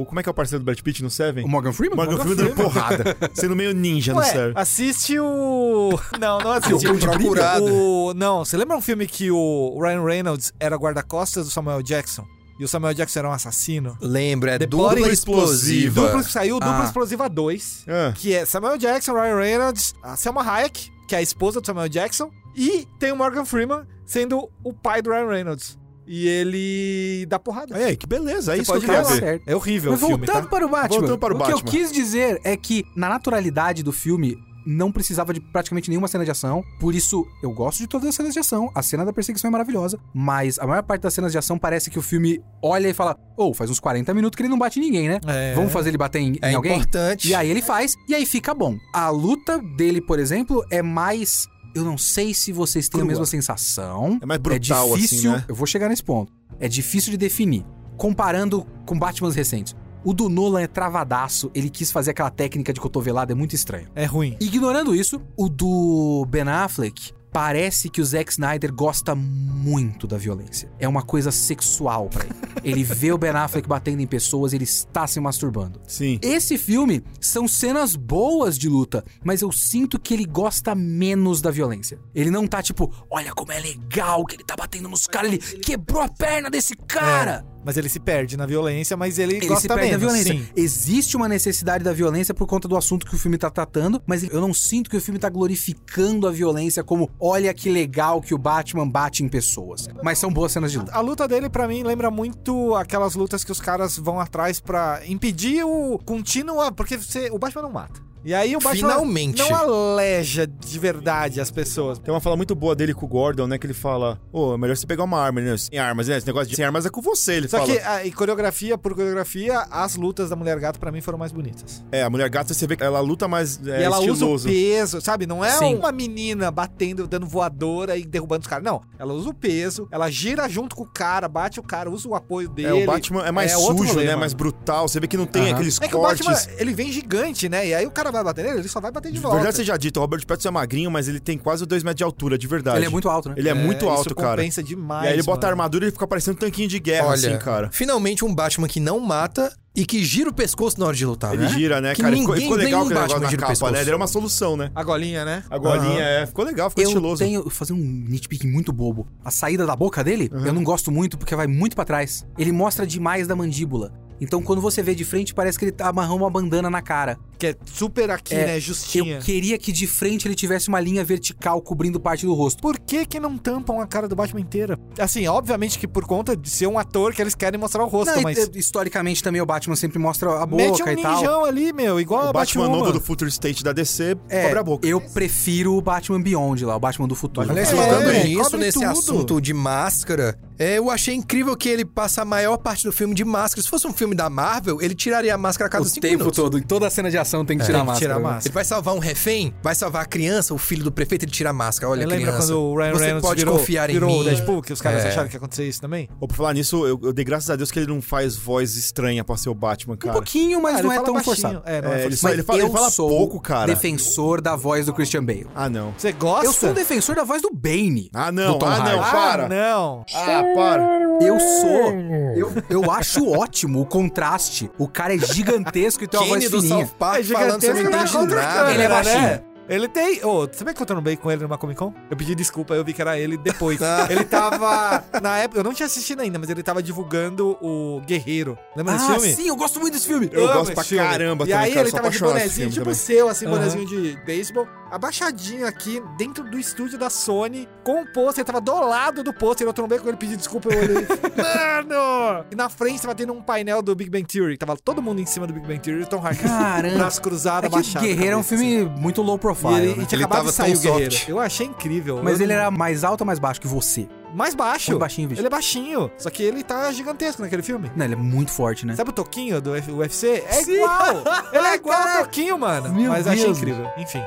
Speaker 1: o- Como é que é o parceiro do Brad Pitt no Seven?
Speaker 3: O Morgan Freeman?
Speaker 1: Morgan Freeman dando porrada. Sendo meio ninja no
Speaker 4: Ué,
Speaker 1: Seven.
Speaker 4: assiste o. Não, não assiste.
Speaker 2: O Procurado.
Speaker 4: O... Não, você lembra um filme que o Ryan Reynolds era guarda-costas do Samuel Jackson? E o Samuel Jackson era um assassino?
Speaker 2: Lembra, é
Speaker 4: The
Speaker 2: dupla
Speaker 4: Body
Speaker 2: explosiva. É
Speaker 4: Dupla que saiu, Dupla
Speaker 3: Ah.
Speaker 4: Explosiva 2,
Speaker 1: Ah.
Speaker 4: que é Samuel Jackson, Ryan Reynolds, a Selma Hayek, que é a esposa do Samuel Jackson, e tem o Morgan Freeman sendo o pai do Ryan Reynolds. E ele dá porrada.
Speaker 1: Olha aí, que beleza. É
Speaker 4: Você
Speaker 1: isso que eu
Speaker 4: pode
Speaker 1: queria
Speaker 4: ver lá.
Speaker 1: ver.
Speaker 3: Certo.
Speaker 4: É horrível
Speaker 3: Mas
Speaker 4: o filme,
Speaker 3: voltando
Speaker 4: tá?
Speaker 3: para o Batman.
Speaker 1: Voltando para o
Speaker 3: O que
Speaker 1: Batman.
Speaker 3: eu quis dizer é que, na naturalidade do filme, não precisava de praticamente nenhuma cena de ação. Por isso, eu gosto de todas as cenas de ação. A cena da perseguição é maravilhosa, mas a maior parte das cenas de ação parece que o filme olha e fala: Ô, faz uns 40 minutos que ele não bate em ninguém, né?
Speaker 4: É.
Speaker 3: Vamos fazer ele bater em,
Speaker 2: É
Speaker 3: em alguém?
Speaker 2: importante.
Speaker 3: E aí ele faz, e aí fica bom. A luta dele, por exemplo, é mais. Eu não sei se vocês têm a
Speaker 1: Crua.
Speaker 3: mesma sensação.
Speaker 1: É mais brutal, assim,
Speaker 3: difícil,
Speaker 1: né?
Speaker 3: Eu vou chegar nesse ponto. É difícil de definir. Comparando com Batmans recentes. O do Nolan é travadaço, ele quis fazer aquela técnica de cotovelada, é muito estranho.
Speaker 4: É ruim.
Speaker 3: Ignorando isso, o do Ben Affleck parece que o Zack Snyder gosta muito da violência. É uma coisa sexual pra ele. Ele vê o Ben Affleck batendo em pessoas, ele está se masturbando.
Speaker 1: Sim.
Speaker 3: Esse filme são cenas boas de luta, mas eu sinto que ele gosta menos da violência. Ele não tá tipo, olha como é legal que ele tá batendo nos caras, ele quebrou a perna desse cara.
Speaker 4: Mas ele se perde na violência, mas ele,
Speaker 3: Ele
Speaker 4: gosta
Speaker 3: se perde
Speaker 4: menos.
Speaker 3: da violência.
Speaker 4: Sim.
Speaker 3: Existe uma necessidade da violência por conta do assunto que o filme tá tratando, mas eu não sinto que o filme tá glorificando a violência como olha que legal que o Batman bate em pessoas. Mas são boas cenas de luta.
Speaker 4: A luta dele, pra mim, lembra muito aquelas lutas que os caras vão atrás pra impedir o contínuo. Porque você, o Batman não mata. E aí o Batman
Speaker 2: Finalmente.
Speaker 4: não aleja de verdade as pessoas.
Speaker 1: Tem uma fala muito boa dele com o Gordon, né? Que ele fala: Ô, é melhor você pegar uma arma, né? Sem armas, né? Esse negócio de sem armas é com você. Ele
Speaker 4: Só
Speaker 1: fala.
Speaker 4: que, ah, e coreografia por coreografia, as lutas da Mulher Gato, pra mim, foram mais bonitas.
Speaker 1: É, a mulher gata, você vê que ela luta mais. É,
Speaker 4: e ela usa
Speaker 1: estiloso.
Speaker 4: o peso, sabe? Não é
Speaker 3: Sim.
Speaker 4: uma menina batendo, dando voadora e derrubando os caras. Não, ela usa o peso, ela gira junto com o cara, bate o cara, usa o apoio dele.
Speaker 1: É, o Batman é mais
Speaker 4: É outro
Speaker 1: sujo,
Speaker 4: rolê,
Speaker 1: né?
Speaker 4: mano.
Speaker 1: Mais brutal. Você vê que não tem
Speaker 3: Aham.
Speaker 1: aqueles
Speaker 4: É que
Speaker 1: cortes.
Speaker 4: o Batman, ele vem gigante, né? E aí o cara vai bater nele, ele só vai bater de
Speaker 1: De
Speaker 4: volta.
Speaker 1: verdade, seja dito, o Robert Pattinson é magrinho, mas ele tem quase 2 metros de altura, de verdade.
Speaker 3: Ele é muito alto, né?
Speaker 1: Ele é, muito alto,
Speaker 4: isso
Speaker 1: cara.
Speaker 4: compensa demais.
Speaker 1: e aí ele bota a
Speaker 4: mano.
Speaker 1: armadura e ele fica parecendo um tanquinho de guerra,
Speaker 2: Olha,
Speaker 1: assim, cara.
Speaker 2: finalmente um Batman que não mata e que gira o pescoço na hora de lutar,
Speaker 1: Ele
Speaker 2: né?
Speaker 1: gira, né,
Speaker 2: Que
Speaker 1: cara? E ficou-
Speaker 2: ninguém-
Speaker 1: ficou legal
Speaker 2: nenhum
Speaker 1: aquele
Speaker 2: Batman
Speaker 1: negócio na
Speaker 2: gira o
Speaker 1: capa, né?
Speaker 2: pescoço.
Speaker 1: Ele era uma solução, né?
Speaker 4: A golinha, né?
Speaker 1: A golinha, é. Ficou legal, ficou
Speaker 3: eu
Speaker 1: estiloso.
Speaker 3: tenho. Vou fazer um nitpick muito bobo. A saída da boca dele, eu não gosto muito porque vai muito pra trás. Ele mostra demais da mandíbula. Então, quando você vê de frente, parece que ele tá amarrou uma bandana na cara.
Speaker 4: Que é super aqui,
Speaker 3: É,
Speaker 4: né? Justinha.
Speaker 3: Eu queria que de frente ele tivesse uma linha vertical cobrindo parte do rosto.
Speaker 4: Por que que não tampam a cara do Batman inteira? Assim, obviamente que por conta de ser um ator que eles querem mostrar o rosto,
Speaker 3: Não,
Speaker 4: mas...
Speaker 3: e- Historicamente também o Batman sempre mostra a boca
Speaker 4: Mete um
Speaker 3: e tal.
Speaker 4: ninjão ali, meu, igual
Speaker 1: O
Speaker 4: a
Speaker 1: Batman novo
Speaker 4: Batwoman.
Speaker 1: do Future State da DC
Speaker 3: É,
Speaker 1: cobre a boca.
Speaker 3: Eu prefiro o Batman Beyond lá, o Batman do futuro.
Speaker 2: Aliás,
Speaker 4: É,
Speaker 2: falando
Speaker 4: cobre
Speaker 2: nisso, nesse
Speaker 4: tudo.
Speaker 2: assunto de máscara, é, eu achei incrível que ele passa a maior parte do filme de máscara. Se fosse um filme da Marvel, ele tiraria a máscara a cada
Speaker 3: o
Speaker 2: cinco
Speaker 3: tempo
Speaker 2: minutos.
Speaker 3: todo, em toda cena de ação tem que tirar
Speaker 4: Tem
Speaker 3: a
Speaker 4: que
Speaker 3: máscara.
Speaker 4: tirar a
Speaker 3: né?
Speaker 4: máscara.
Speaker 2: Ele vai salvar um refém, vai salvar a criança, o filho do prefeito, ele tira a máscara. Olha,
Speaker 4: Olha, lembra
Speaker 2: criança,
Speaker 4: quando o Ryan
Speaker 2: você
Speaker 4: Reynolds
Speaker 2: pode
Speaker 4: virou,
Speaker 2: confiar
Speaker 4: virou
Speaker 2: em
Speaker 4: o
Speaker 2: mim.
Speaker 4: Deadpool, que os caras
Speaker 2: É.
Speaker 4: acharam que ia acontecer isso também?
Speaker 1: Ou por falar nisso, eu, eu dei graças a Deus que ele não faz voz estranha pra ser o Batman,
Speaker 3: Um
Speaker 1: cara.
Speaker 3: pouquinho, mas
Speaker 4: Ah, ele
Speaker 3: não é
Speaker 4: fala
Speaker 3: tão
Speaker 4: baixinho.
Speaker 3: forçado.
Speaker 4: É, não é
Speaker 1: É,
Speaker 4: forçado.
Speaker 1: ele só-
Speaker 3: Mas
Speaker 1: ele fala, ele
Speaker 3: eu
Speaker 1: fala
Speaker 3: sou
Speaker 1: pouco, cara.
Speaker 3: defensor da voz do Christian Bale.
Speaker 1: Ah, não.
Speaker 4: Você gosta?
Speaker 3: Eu sou um defensor da voz do Bane.
Speaker 1: Ah, não.
Speaker 3: Do Tom
Speaker 1: Ah, não.
Speaker 3: Hardy.
Speaker 1: Para.
Speaker 4: Ah, não.
Speaker 1: Ah, para.
Speaker 3: Eu sou. Eu, eu acho ótimo o contraste. O cara é gigantesco e tem uma
Speaker 2: Kenny
Speaker 3: voz
Speaker 2: do
Speaker 4: É,
Speaker 3: fininha.
Speaker 2: South
Speaker 1: Ah,
Speaker 2: Park falando, você não
Speaker 4: Ele
Speaker 1: né?
Speaker 4: tá
Speaker 2: entende
Speaker 4: contra a
Speaker 2: nada.
Speaker 4: câmera,
Speaker 3: Ele é baixinho.
Speaker 4: Né? Ele tem. Ô, sabe que eu trombei com ele numa Comic Con? Eu pedi desculpa, eu vi que era ele depois.
Speaker 2: Ah.
Speaker 4: ele tava. Na época. Eu não tinha assistido ainda, mas ele tava divulgando o Guerreiro. Lembra desse
Speaker 3: Ah,
Speaker 4: filme?
Speaker 3: sim, eu gosto muito desse filme.
Speaker 1: Eu
Speaker 4: Amo
Speaker 1: gosto
Speaker 4: esse
Speaker 1: pra
Speaker 4: filme.
Speaker 1: caramba
Speaker 4: E
Speaker 1: também,
Speaker 4: aí
Speaker 1: cara,
Speaker 4: ele
Speaker 1: sou
Speaker 4: tava de
Speaker 1: apaixonado nesse
Speaker 4: bonezinho,
Speaker 1: filme
Speaker 4: tipo
Speaker 1: também.
Speaker 4: seu, assim,
Speaker 3: Aham.
Speaker 4: bonezinho de beisebol, abaixadinho aqui, dentro do estúdio da Sony, com o pôster, ele tava do lado do pôster, eu trombei com ele, pedi desculpa, eu olhei, mano! E na frente tava tendo um painel do Big Bang Theory, tava todo mundo em cima do Big Bang Theory, o Tom Hardy,
Speaker 3: Caramba.
Speaker 4: braço cruzado,
Speaker 3: É que o
Speaker 4: abaixado.
Speaker 3: Guerreiro é um
Speaker 4: cabeça,
Speaker 3: filme muito low
Speaker 4: assim. E
Speaker 3: profile.
Speaker 4: ele,
Speaker 3: né?
Speaker 4: e tinha
Speaker 2: Ele
Speaker 4: acabado
Speaker 2: tava
Speaker 4: de sair
Speaker 2: tão
Speaker 4: o Guerreiro.
Speaker 2: soft.
Speaker 4: Eu achei incrível.
Speaker 3: Mas
Speaker 4: Eu-
Speaker 3: ele era mais alto ou mais baixo que você?
Speaker 4: mais baixo.
Speaker 3: Muito baixinho, bicho.
Speaker 4: Ele é baixinho, só que ele tá gigantesco naquele filme.
Speaker 3: Não, ele é muito forte, né?
Speaker 4: Sabe o Toquinho do F- UFC? É
Speaker 3: Sim.
Speaker 4: igual! Ele é igual ao
Speaker 3: Caraca.
Speaker 4: Toquinho, mano.
Speaker 3: Meu
Speaker 4: Mas achei
Speaker 3: Deus.
Speaker 4: incrível. Enfim.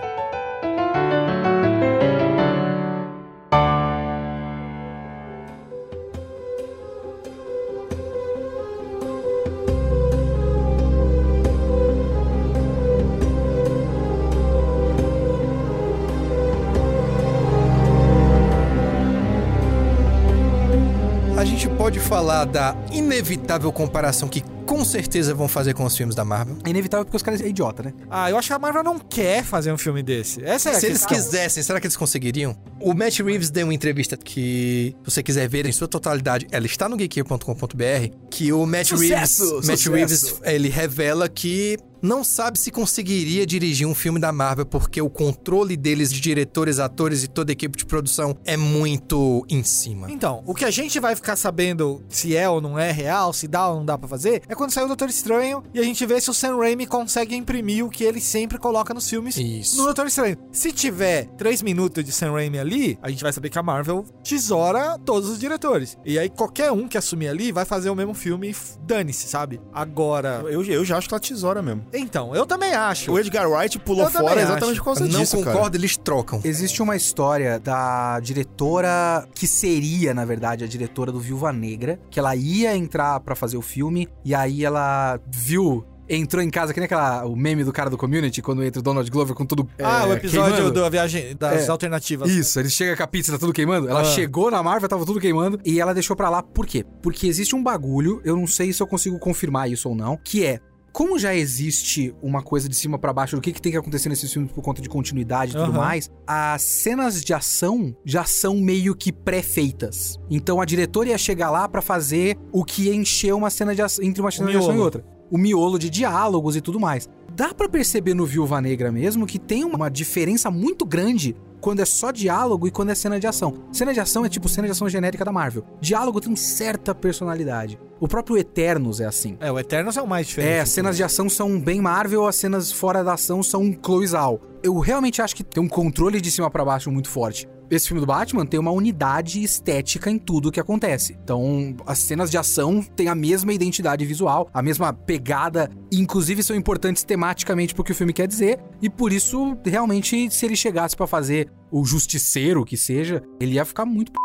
Speaker 2: A gente pode falar da inevitável comparação que com certeza vão fazer com os filmes da Marvel.
Speaker 3: É inevitável porque os caras é idiota, né?
Speaker 4: Ah, eu acho que a Marvel não quer fazer um filme desse. Essa é a
Speaker 2: Se eles
Speaker 4: questão.
Speaker 2: quisessem, será que eles conseguiriam? O Matt Reeves deu uma entrevista que, se você quiser ver em sua totalidade, ela está no geekier.com.br, que o Matt
Speaker 3: Sucesso!
Speaker 2: Reeves, Matt
Speaker 3: Sucesso!
Speaker 2: Reeves, ele revela que não sabe se conseguiria dirigir um filme da Marvel, porque o controle deles, de diretores, atores e toda a equipe de produção, é muito em cima.
Speaker 4: Então, o que a gente vai ficar sabendo se é ou não é real, se dá ou não dá pra fazer, é quando sair o Doutor Estranho e a gente vê se o Sam Raimi consegue imprimir o que ele sempre coloca nos filmes
Speaker 2: Isso.
Speaker 4: no Doutor Estranho. Se tiver 3 minutos de Sam Raimi ali, a gente vai saber que a Marvel tesoura todos os diretores. E aí qualquer um que assumir ali vai fazer o mesmo filme e f- dane-se, sabe? Agora...
Speaker 1: Eu, eu já acho que ela tesoura mesmo.
Speaker 4: Então, eu também acho.
Speaker 1: O Edgar Wright pulou
Speaker 4: Eu também
Speaker 1: fora
Speaker 4: acho.
Speaker 1: exatamente por causa
Speaker 2: não
Speaker 1: disso,
Speaker 2: concordo,
Speaker 1: cara.
Speaker 2: eles trocam.
Speaker 3: Existe uma história da diretora que seria, na verdade, a diretora do Viúva Negra, que ela ia entrar pra fazer o filme e aí ela viu, entrou em casa, que nem aquela, o meme do cara do community, quando entra o Donald Glover com tudo.
Speaker 4: ah,
Speaker 3: é,
Speaker 4: o episódio
Speaker 3: queimando.
Speaker 4: da viagem das
Speaker 3: É.
Speaker 4: alternativas.
Speaker 3: Isso, ele chega com a pizza, tá tudo queimando. Ela
Speaker 4: Ah.
Speaker 3: chegou na Marvel, tava tudo queimando. E ela deixou pra lá, por quê? Porque existe um bagulho, eu não sei se eu consigo confirmar isso ou não, que é. Como já existe uma coisa de cima pra baixo do que, que tem que acontecer nesses filmes por conta de continuidade e tudo
Speaker 4: Aham.
Speaker 3: mais, as cenas de ação já são meio que pré-feitas. Então a diretora ia chegar lá pra fazer o que ia encher uma cena de ação, entre uma cena de ação e
Speaker 4: miolo.
Speaker 3: outra. O miolo de diálogos e tudo mais. Dá pra perceber no Viúva Negra mesmo que tem uma diferença muito grande quando é só diálogo e quando é cena de ação. Cena de ação é tipo cena de ação genérica da Marvel. Diálogo tem certa personalidade. O próprio Eternos é assim.
Speaker 4: É, o Eternos é o mais diferente.
Speaker 3: É, as cenas de ação são bem Marvel, as cenas fora da ação são cloizal. Eu realmente acho que tem um controle de cima pra baixo muito forte. Esse filme do Batman tem uma unidade estética em tudo que acontece. Então, as cenas de ação têm a mesma identidade visual, a mesma pegada, e, inclusive são importantes tematicamente pro que o filme quer dizer, e por isso, realmente, se ele chegasse pra fazer o Justiceiro, que seja, ele ia ficar muito p...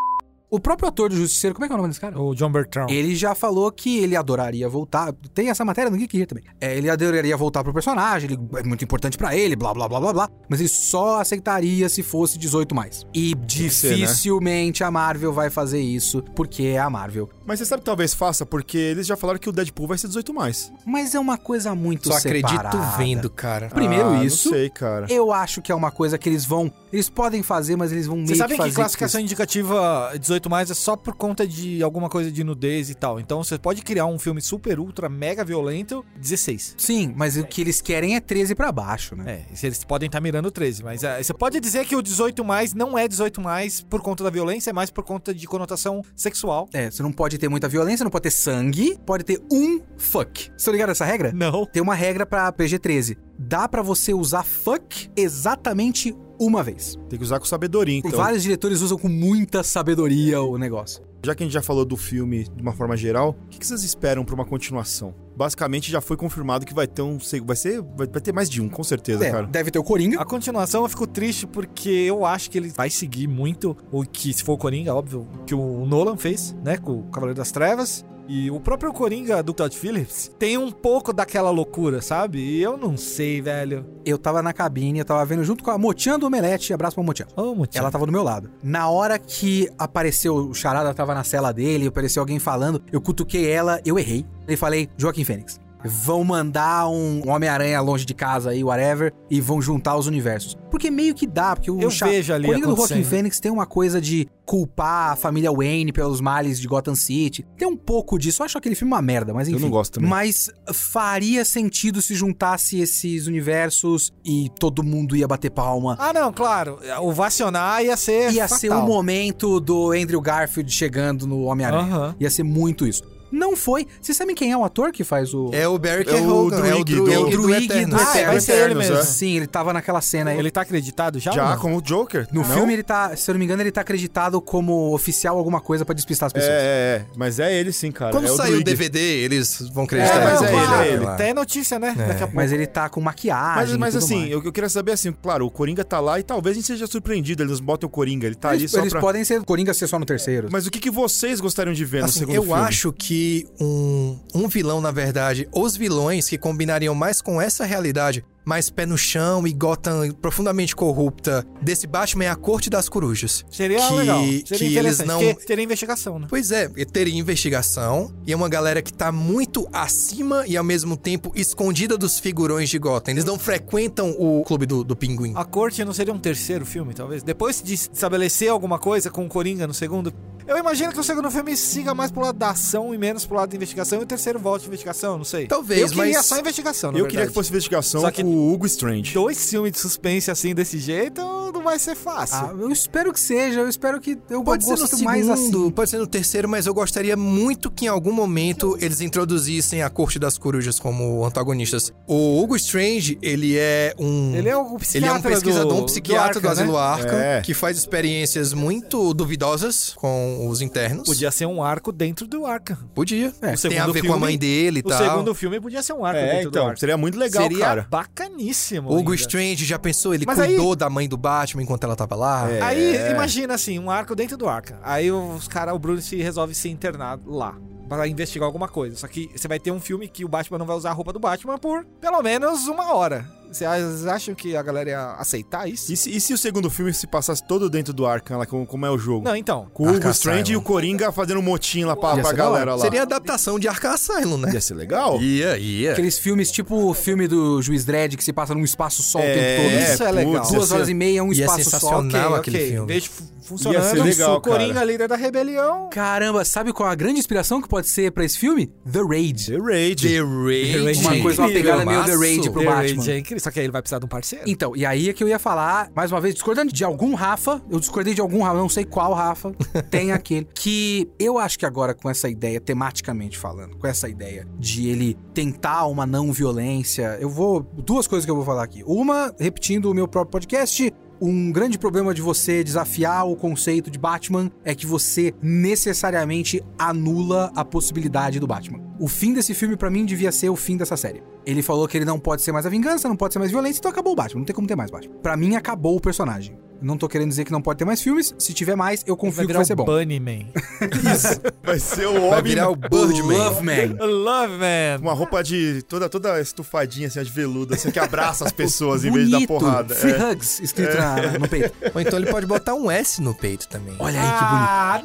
Speaker 3: O próprio ator do Justiceiro, como é que é o nome desse cara?
Speaker 4: O John Bertrand.
Speaker 3: Ele já falou que ele adoraria voltar. Tem essa matéria no Geek Gear também. É, ele adoraria voltar pro personagem, ele é muito importante pra ele, blá blá blá blá blá. Mas ele só aceitaria se fosse 18 mais. E
Speaker 1: ser, né?
Speaker 3: dificilmente a Marvel vai fazer isso, porque é a Marvel.
Speaker 1: Mas você sabe que talvez faça, porque eles já falaram que o Deadpool vai ser 18 mais.
Speaker 3: Mas é uma coisa muito
Speaker 1: é
Speaker 2: Só acredito
Speaker 3: separada.
Speaker 2: vendo, cara.
Speaker 3: Primeiro
Speaker 1: Ah,
Speaker 3: isso.
Speaker 1: Não sei, cara.
Speaker 3: Eu acho que é uma coisa que eles vão. Eles podem fazer, mas eles vão meio
Speaker 4: Vocês
Speaker 3: que
Speaker 4: sabem que
Speaker 3: fazer.
Speaker 4: classificação indicativa 18 mais é só por conta de alguma coisa de nudez e tal. Então você pode criar um filme super ultra mega violento 16.
Speaker 3: Sim, mas o que eles querem é 13 pra baixo, né?
Speaker 4: É, se eles podem estar mirando 13, mas é, você pode dizer que o 18 mais não é 18 mais por conta da violência, é mais por conta de conotação sexual.
Speaker 3: É, você não pode ter muita violência, não pode ter sangue, pode ter um fuck. Você tá ligado essa regra?
Speaker 4: Não.
Speaker 3: Tem uma regra pra PG-13. Dá pra você usar fuck exatamente uma vez.
Speaker 1: Tem que usar com sabedoria, então.
Speaker 3: Vários diretores usam com muita sabedoria o negócio.
Speaker 1: Já que a gente já falou do filme de uma forma geral, o que que vocês esperam pra uma continuação? Basicamente já foi confirmado que vai ter um, seg- vai ser, vai vai ter mais de um, com certeza,
Speaker 3: É,
Speaker 1: cara.
Speaker 3: deve ter o Coringa.
Speaker 4: A continuação eu fico triste porque eu acho que ele vai seguir muito o que, se for o Coringa, óbvio, que o Nolan fez, né, com o Cavaleiro das Trevas. E o próprio Coringa do Todd Phillips tem um pouco daquela loucura, sabe? E eu não sei, velho.
Speaker 3: Eu tava na cabine, eu tava vendo junto com a Motian do Omelete. Abraço pra Motian.
Speaker 4: Ô, motivo.
Speaker 3: Ela tava do meu lado. Na hora que apareceu o Charada, tava na cela dele, apareceu alguém falando, eu cutuquei ela, eu errei. E falei, Joaquim Fênix, vão mandar um Homem-Aranha longe de casa aí, whatever, e vão juntar os universos. Porque meio que dá, porque o
Speaker 4: Eu
Speaker 3: Cha-
Speaker 4: vejo ali
Speaker 3: Coringa do
Speaker 4: acontecendo.
Speaker 3: Joaquim Fênix tem uma coisa de culpar a família Wayne pelos males de Gotham City. Tem um pouco disso. Eu acho aquele filme uma merda, mas enfim.
Speaker 1: Eu não gosto também.
Speaker 3: Mas faria sentido se juntasse esses universos e todo mundo ia bater palma
Speaker 4: Ah, não, claro. Ovacionar ia ser.
Speaker 3: ia
Speaker 4: É fatal.
Speaker 3: ser
Speaker 2: um
Speaker 3: o momento do Andrew Garfield chegando no Homem-Aranha.
Speaker 4: Aham.
Speaker 3: Ia ser muito isso. Não foi. Vocês sabem quem é o ator que faz o.
Speaker 2: É o
Speaker 1: É
Speaker 2: Barry
Speaker 1: o
Speaker 2: Keoghan, é
Speaker 1: Druig
Speaker 2: o
Speaker 1: do-
Speaker 2: Druig,
Speaker 1: é o
Speaker 3: Druig
Speaker 2: Eternos.
Speaker 3: do
Speaker 4: Ah, vai
Speaker 3: Eternos.
Speaker 4: ser ele mesmo.
Speaker 3: Sim, ele tava naquela cena. aí.
Speaker 4: Ele tá acreditado já? ou
Speaker 1: Já
Speaker 4: não?
Speaker 1: como o Joker?
Speaker 3: no
Speaker 1: não?
Speaker 3: filme ele tá, se eu não me engano, ele tá acreditado como oficial alguma coisa pra despistar as
Speaker 1: É,
Speaker 3: pessoas.
Speaker 1: é, é, mas é ele sim, cara.
Speaker 2: Quando
Speaker 1: é
Speaker 2: saiu
Speaker 1: Druig.
Speaker 2: o DVD, eles vão
Speaker 4: É,
Speaker 2: acreditar.
Speaker 1: É, mas
Speaker 4: não,
Speaker 1: é ele,
Speaker 4: claro.
Speaker 1: é ele.
Speaker 2: lá.
Speaker 4: Tem notícia, né? Daqui
Speaker 2: É.
Speaker 4: a pouco.
Speaker 3: Mas ele tá com maquiagem.
Speaker 1: Mas, mas
Speaker 3: e tudo
Speaker 1: assim,
Speaker 3: mais.
Speaker 1: eu, eu queria saber assim, claro, o Coringa tá lá e talvez a gente seja surpreendido, eles botam o Coringa, ele tá ali
Speaker 3: eles,
Speaker 1: só
Speaker 3: eles
Speaker 1: pra...
Speaker 3: podem ser Coringa ser só no terceiro.
Speaker 1: Mas o que, que vocês gostariam de ver É no
Speaker 2: Assim,
Speaker 1: segundo
Speaker 2: eu
Speaker 1: filme?
Speaker 2: acho que um, um vilão, na verdade, os vilões que combinariam mais com essa realidade, mais pé no chão e Gotham profundamente corrupta desse Batman é a Corte das Corujas.
Speaker 4: Seria
Speaker 2: que-
Speaker 4: legal. Seria
Speaker 2: que eles
Speaker 4: interessante.
Speaker 2: não-
Speaker 4: porque teria investigação, né?
Speaker 2: Pois é, e teria investigação e é uma galera que tá muito acima e ao mesmo tempo escondida dos figurões de Gotham. Eles não frequentam o clube do, do pinguim.
Speaker 4: A corte não seria um terceiro filme, talvez? Depois de estabelecer alguma coisa com o Coringa no segundo. Eu imagino que o segundo filme siga mais pro lado da ação e menos pro lado da investigação. E o terceiro volte à investigação, não sei.
Speaker 2: Talvez,
Speaker 4: Eu queria
Speaker 2: mas-
Speaker 4: só investigação, na
Speaker 1: Eu
Speaker 4: verdade.
Speaker 1: queria que fosse investigação
Speaker 4: Só que-
Speaker 1: com o Hugo Strange.
Speaker 4: Dois filmes de suspense assim, desse jeito, não vai ser fácil.
Speaker 3: Ah, eu espero que seja, eu espero que eu
Speaker 2: Pode ser no
Speaker 3: gosto
Speaker 2: segundo,
Speaker 3: mais assim.
Speaker 2: pode ser no terceiro, mas eu gostaria muito que em algum momento eles introduzissem a Corte das Corujas como antagonistas. O Hugo Strange, ele é um...
Speaker 4: Ele é o
Speaker 2: Ele é
Speaker 4: psiquiatra
Speaker 2: um pesquisador,
Speaker 4: do,
Speaker 2: um psiquiatra do,
Speaker 4: Arkham,
Speaker 2: Asilo
Speaker 4: né?
Speaker 2: Arkham,
Speaker 1: É.
Speaker 2: que faz experiências muito duvidosas com os internos.
Speaker 4: Podia ser um arco dentro do Arkham.
Speaker 2: Podia.
Speaker 4: O
Speaker 2: Tem a
Speaker 4: segundo
Speaker 2: ver com a
Speaker 4: filme-
Speaker 2: mãe dele e
Speaker 4: O
Speaker 2: tal.
Speaker 4: segundo filme podia ser um arco
Speaker 1: É,
Speaker 4: dentro do
Speaker 1: então,
Speaker 4: Arkham.
Speaker 1: seria muito legal,
Speaker 2: Seria
Speaker 1: cara.
Speaker 4: bacaníssimo.
Speaker 2: Hugo
Speaker 4: ainda.
Speaker 2: Strange, já pensou? Ele
Speaker 4: Mas
Speaker 2: cuidou da mãe do Batman enquanto ela tava lá.
Speaker 1: É.
Speaker 4: Aí, imagina assim, um arco dentro do arco. Aí os caras, o Bruno se resolve se internar lá. Pra investigar alguma coisa. Só que você vai ter um filme que o Batman não vai usar a roupa do Batman por pelo menos uma hora. Vocês acham que a galera ia aceitar isso?
Speaker 1: E se, e se o segundo filme se passasse todo dentro do Arkham, lá, como, como é o jogo?
Speaker 4: Não, então.
Speaker 1: Com o Hugo
Speaker 2: Arkham
Speaker 1: Strange e o
Speaker 2: Asylum.
Speaker 1: Coringa fazendo um motim lá pra,
Speaker 3: Ia
Speaker 1: pra
Speaker 3: ser da hora.
Speaker 1: galera lá.
Speaker 2: Seria a adaptação de Arkham Asylum, né?
Speaker 1: Ia ser legal?
Speaker 2: Ia, ia.
Speaker 3: Aqueles filmes tipo o filme do Juiz Dredd que se passa num espaço só o tempo todo.
Speaker 4: isso é legal.
Speaker 1: putz, ia
Speaker 3: Duas
Speaker 1: ser-
Speaker 3: horas e meia, um
Speaker 2: E é
Speaker 3: espaço só.
Speaker 2: sensacional.
Speaker 3: ok.
Speaker 2: Não, aquele filme.
Speaker 4: Vejo fu- funcionando.
Speaker 1: Ia ser legal,
Speaker 4: o Coringa,
Speaker 1: cara.
Speaker 4: líder da rebelião.
Speaker 3: Caramba, sabe qual a grande inspiração que pode ser pra esse filme? The Raid.
Speaker 1: The Raid.
Speaker 2: The Raid.
Speaker 3: Uma coisa, uma pegada meio The
Speaker 2: Filmaço.
Speaker 3: Raid pro
Speaker 4: The
Speaker 3: Batman.
Speaker 4: Raid é incrível, Só que aí ele vai precisar de um parceiro.
Speaker 3: Então, e aí é que eu ia falar, mais uma vez, discordando de algum Rafa, eu discordei de algum Rafa, não sei qual Rafa, tem aquele, que eu acho que agora com essa ideia, tematicamente falando, com essa ideia de ele tentar uma não violência, eu vou. Duas coisas que eu vou falar aqui. Uma, repetindo o meu próprio podcast. Um grande problema de você desafiar o conceito de Batman é que você necessariamente anula a possibilidade do Batman. O fim desse filme, pra mim, devia ser o fim dessa série. Ele falou que ele não pode ser mais a vingança, não pode ser mais violência, então acabou o Batman. Não tem como ter mais Batman. Pra mim, acabou o personagem. Não tô querendo dizer que não pode ter mais filmes. Se tiver mais, eu
Speaker 4: Ele
Speaker 3: confio que vai ser bom.
Speaker 4: um Bunnyman.
Speaker 1: Vai ser o
Speaker 2: Vai
Speaker 1: homem
Speaker 2: virar o Birdman.
Speaker 3: Man.
Speaker 4: Love Man.
Speaker 1: com uma roupa de toda toda estufadinha assim, de veludo, assim que abraça as pessoas em vez da
Speaker 3: Bonito.
Speaker 1: porrada.
Speaker 3: Free
Speaker 1: É.
Speaker 3: Hugs, escrito na- no peito.
Speaker 2: Ou então ele pode botar um S no peito também.
Speaker 3: Olha aí que bonito.
Speaker 4: Ah,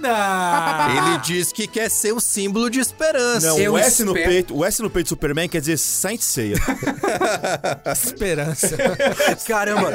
Speaker 4: não!
Speaker 2: Ele diz que quer ser um símbolo de esperança.
Speaker 1: Não,
Speaker 3: Eu
Speaker 1: o S no
Speaker 3: espero-
Speaker 1: peito, o S no peito do Superman quer dizer Saint Seiya.
Speaker 4: Esperança.
Speaker 3: Caramba,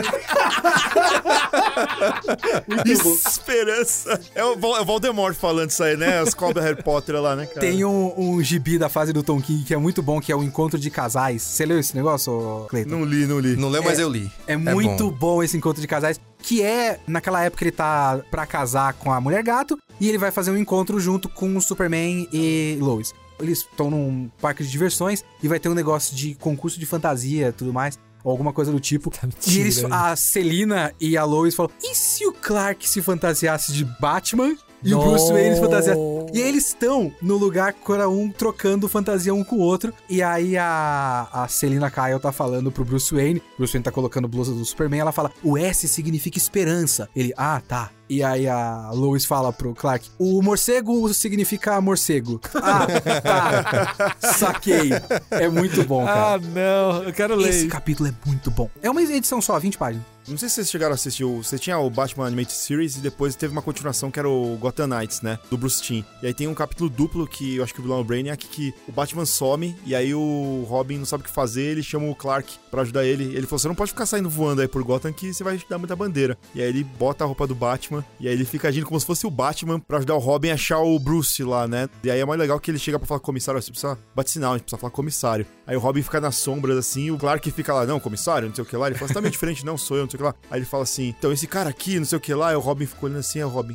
Speaker 1: Esperança. É o, Val- é o Voldemort falando isso aí, né? As cobras Harry Potter lá, né, cara?
Speaker 3: tem um, um gibi da fase do Tom King que é muito bom, que é o Encontro de Casais. Você leu esse negócio, ô, Cleiton?
Speaker 1: Não li, não li.
Speaker 2: Não leu, mas eu li.
Speaker 3: É muito
Speaker 2: bom.
Speaker 3: bom. esse encontro de casais. Que é, naquela época, ele tá pra casar com a mulher gato e ele vai fazer um encontro junto com o Superman e Lois. Eles estão num parque de diversões e vai ter um negócio de concurso de fantasia e tudo mais. Ou alguma coisa do tipo. e eles,
Speaker 4: tirando.
Speaker 3: a Celina e a Lois falam: e se o Clark se fantasiasse de Batman? E o Bruce Wayne se fantasiasse. E aí eles estão no lugar cada um trocando fantasia um com o outro. E aí a, a Selina Kyle tá falando pro Bruce Wayne. Bruce Wayne tá colocando blusa do Superman. Ela fala: O S significa esperança. Ele, ah, tá. E aí a Lois fala pro Clark: O morcego significa morcego. Ah, tá. Saquei. É muito bom,
Speaker 4: Ah,
Speaker 3: cara.
Speaker 4: não. Eu quero ler.
Speaker 3: Esse capítulo é muito bom. É uma edição só, 20 páginas.
Speaker 1: Não sei se vocês chegaram a assistir. o- Você tinha o Batman Animated Series e depois teve uma continuação que era o Gotham Knights, né? Do Bruce Timm. E aí tem um capítulo duplo que eu acho que o vilão é o Brainiac, que o Batman some e aí o Robin não sabe o que fazer, ele chama o Clark pra ajudar ele. Ele falou, você não pode ficar saindo voando aí por Gotham que você vai dar muita bandeira. E aí ele bota a roupa do Batman e aí ele fica agindo como se fosse o Batman pra ajudar o Robin a achar o Bruce lá, né? E aí é mais legal que ele chega pra falar com o comissário, "Ó, você precisa bate sinal, a gente precisa falar com o comissário. Aí o Robin fica nas sombras assim, e o Clark fica lá, não, comissário, não sei o que lá. Ele fala, você tá meio diferente, não sou eu, não sei o que lá. Aí ele fala assim, então esse cara aqui, não sei o que lá, e o Robin ficou olhando assim, é o Robin.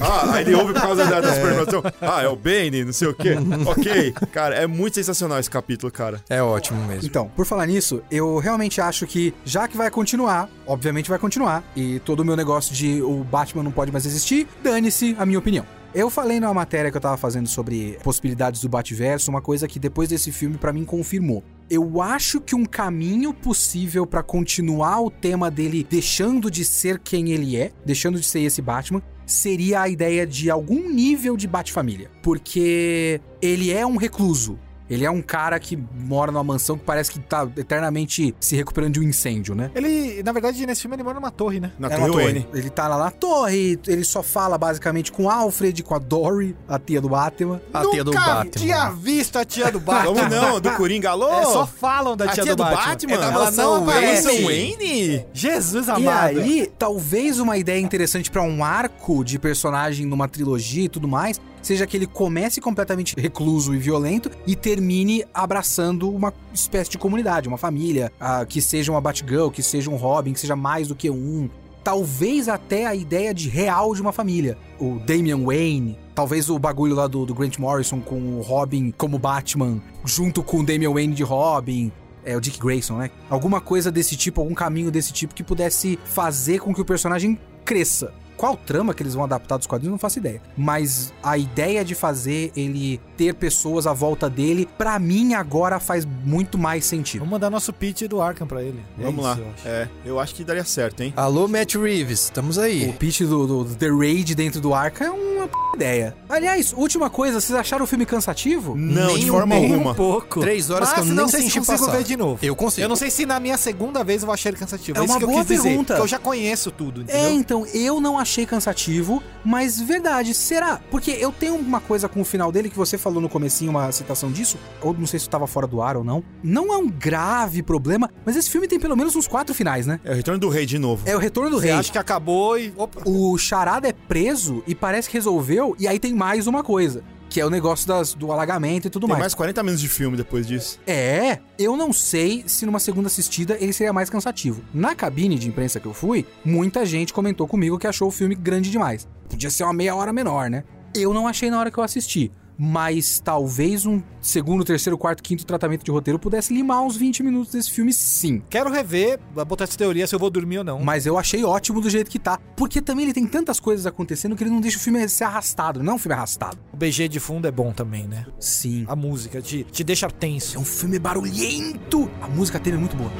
Speaker 1: Ah, aí ele ouve por causa da, da superprodução. Ah, é o Bane, não sei o quê. ok. Cara, é muito sensacional esse capítulo, cara.
Speaker 2: É ótimo mesmo.
Speaker 3: Então, por falar nisso, eu realmente acho que, já que vai continuar, obviamente vai continuar, e todo o meu negócio de o Batman não pode mais existir, dane-se a minha opinião. Eu falei numa matéria que eu tava fazendo sobre possibilidades do Bativerso, uma coisa que depois desse filme pra mim confirmou. Eu acho que um caminho possível pra continuar o tema dele deixando de ser quem ele é, deixando de ser esse Batman, seria a ideia de algum nível de Batfamília, porque ele é um recluso, ele Ele é um cara que mora numa mansão que parece que tá eternamente se recuperando de um incêndio, né?
Speaker 4: Ele, na verdade, nesse filme ele mora numa torre, né?
Speaker 1: Na
Speaker 3: É uma
Speaker 1: Torre Wayne.
Speaker 3: Ele tá lá na torre, ele só fala basicamente com o Alfred, com a Dory, a tia do Batman.
Speaker 2: A tia do
Speaker 4: Nunca
Speaker 2: Batman.
Speaker 4: tinha visto a tia do Batman.
Speaker 1: Vamos não, do Coringa. Alô?
Speaker 4: É, só falam da
Speaker 1: a
Speaker 4: tia, do, Batman.
Speaker 1: Ela
Speaker 4: Ela
Speaker 1: não
Speaker 4: não
Speaker 1: aparece.
Speaker 4: aparece.
Speaker 1: Mansão Wayne?
Speaker 4: Jesus
Speaker 3: E
Speaker 4: amado.
Speaker 3: aí, talvez uma ideia interessante pra um arco de personagem numa trilogia e tudo mais, seja que ele comece completamente recluso e violento e termine abraçando uma espécie de comunidade, uma família, ah, que seja uma Batgirl, que seja um Robin, que seja mais do que um. Talvez até a ideia de real de uma família. O Damian Wayne, talvez o bagulho lá do, do Grant Morrison com o Robin como Batman, junto com o Damian Wayne de Robin. É o Dick Grayson, né? Alguma coisa desse tipo, algum caminho desse tipo que pudesse fazer com que o personagem cresça. Qual trama que eles vão adaptar dos quadrinhos, não faço ideia. Mas a ideia de fazer ele ter pessoas à volta dele, pra mim agora faz muito mais sentido.
Speaker 4: Vamos mandar nosso pitch do Arkham pra ele. É
Speaker 1: Vamos lá.
Speaker 4: isso, eu acho.
Speaker 1: É, eu acho que daria certo, hein?
Speaker 2: Alô, Matt Reeves, estamos
Speaker 3: O
Speaker 2: aí.
Speaker 3: pitch do, do- do The Raid dentro do arca é uma p... ideia. Aliás, última coisa, vocês acharam o filme cansativo?
Speaker 1: Não,
Speaker 2: Nem
Speaker 1: de
Speaker 2: um
Speaker 1: forma
Speaker 2: pouco.
Speaker 1: alguma.
Speaker 6: Pouco.
Speaker 2: Três horas
Speaker 4: Mas
Speaker 2: que eu
Speaker 4: não
Speaker 2: nem
Speaker 4: sei se
Speaker 2: senti
Speaker 4: consigo
Speaker 2: passar.
Speaker 4: ver de novo.
Speaker 2: Eu consigo.
Speaker 4: Eu não sei se na minha segunda vez eu achei ele cansativo.
Speaker 3: É
Speaker 4: isso
Speaker 3: uma
Speaker 4: que eu
Speaker 3: boa
Speaker 4: quis dizer,
Speaker 3: pergunta.
Speaker 4: porque eu já conheço tudo,
Speaker 3: É,
Speaker 4: entendeu?
Speaker 3: então, eu não achei cansativo, mas verdade, será? Porque eu tenho uma coisa com o final dele que você falou no comecinho, uma citação disso, ou não sei se tava fora do ar ou não. Não é um grave problema, mas esse filme tem pelo menos uns quatro finais, né?
Speaker 1: É o Retorno do Rei de novo.
Speaker 3: É o Retorno do
Speaker 4: Você
Speaker 3: Rei.
Speaker 4: acha que acabou e. Opa.
Speaker 3: O Charada é preso e parece que resolveu, e aí tem mais uma coisa, que é o negócio das- do alagamento e tudo
Speaker 1: Tem
Speaker 3: mais.
Speaker 1: mais 40 minutos de filme depois disso.
Speaker 3: É, eu não sei se numa segunda assistida ele seria mais cansativo. Na cabine de imprensa que eu fui, muita gente comentou comigo que achou o filme grande demais. Podia ser uma meia hora menor, né? Eu não achei na hora que eu assisti. Mas talvez um segundo, terceiro, quarto, quinto tratamento de roteiro pudesse limar uns 20 minutos desse filme, sim.
Speaker 4: Quero rever, botar essa teoria se eu vou dormir ou não.
Speaker 3: Mas eu achei ótimo do jeito que tá. Porque também ele tem tantas coisas acontecendo que ele não deixa o filme ser arrastado. Não é um filme arrastado.
Speaker 4: O BG de fundo é bom também, né?
Speaker 3: Sim.
Speaker 4: A música te, te deixa
Speaker 3: É
Speaker 4: tenso.
Speaker 3: um filme barulhento. A música tema é muito boa.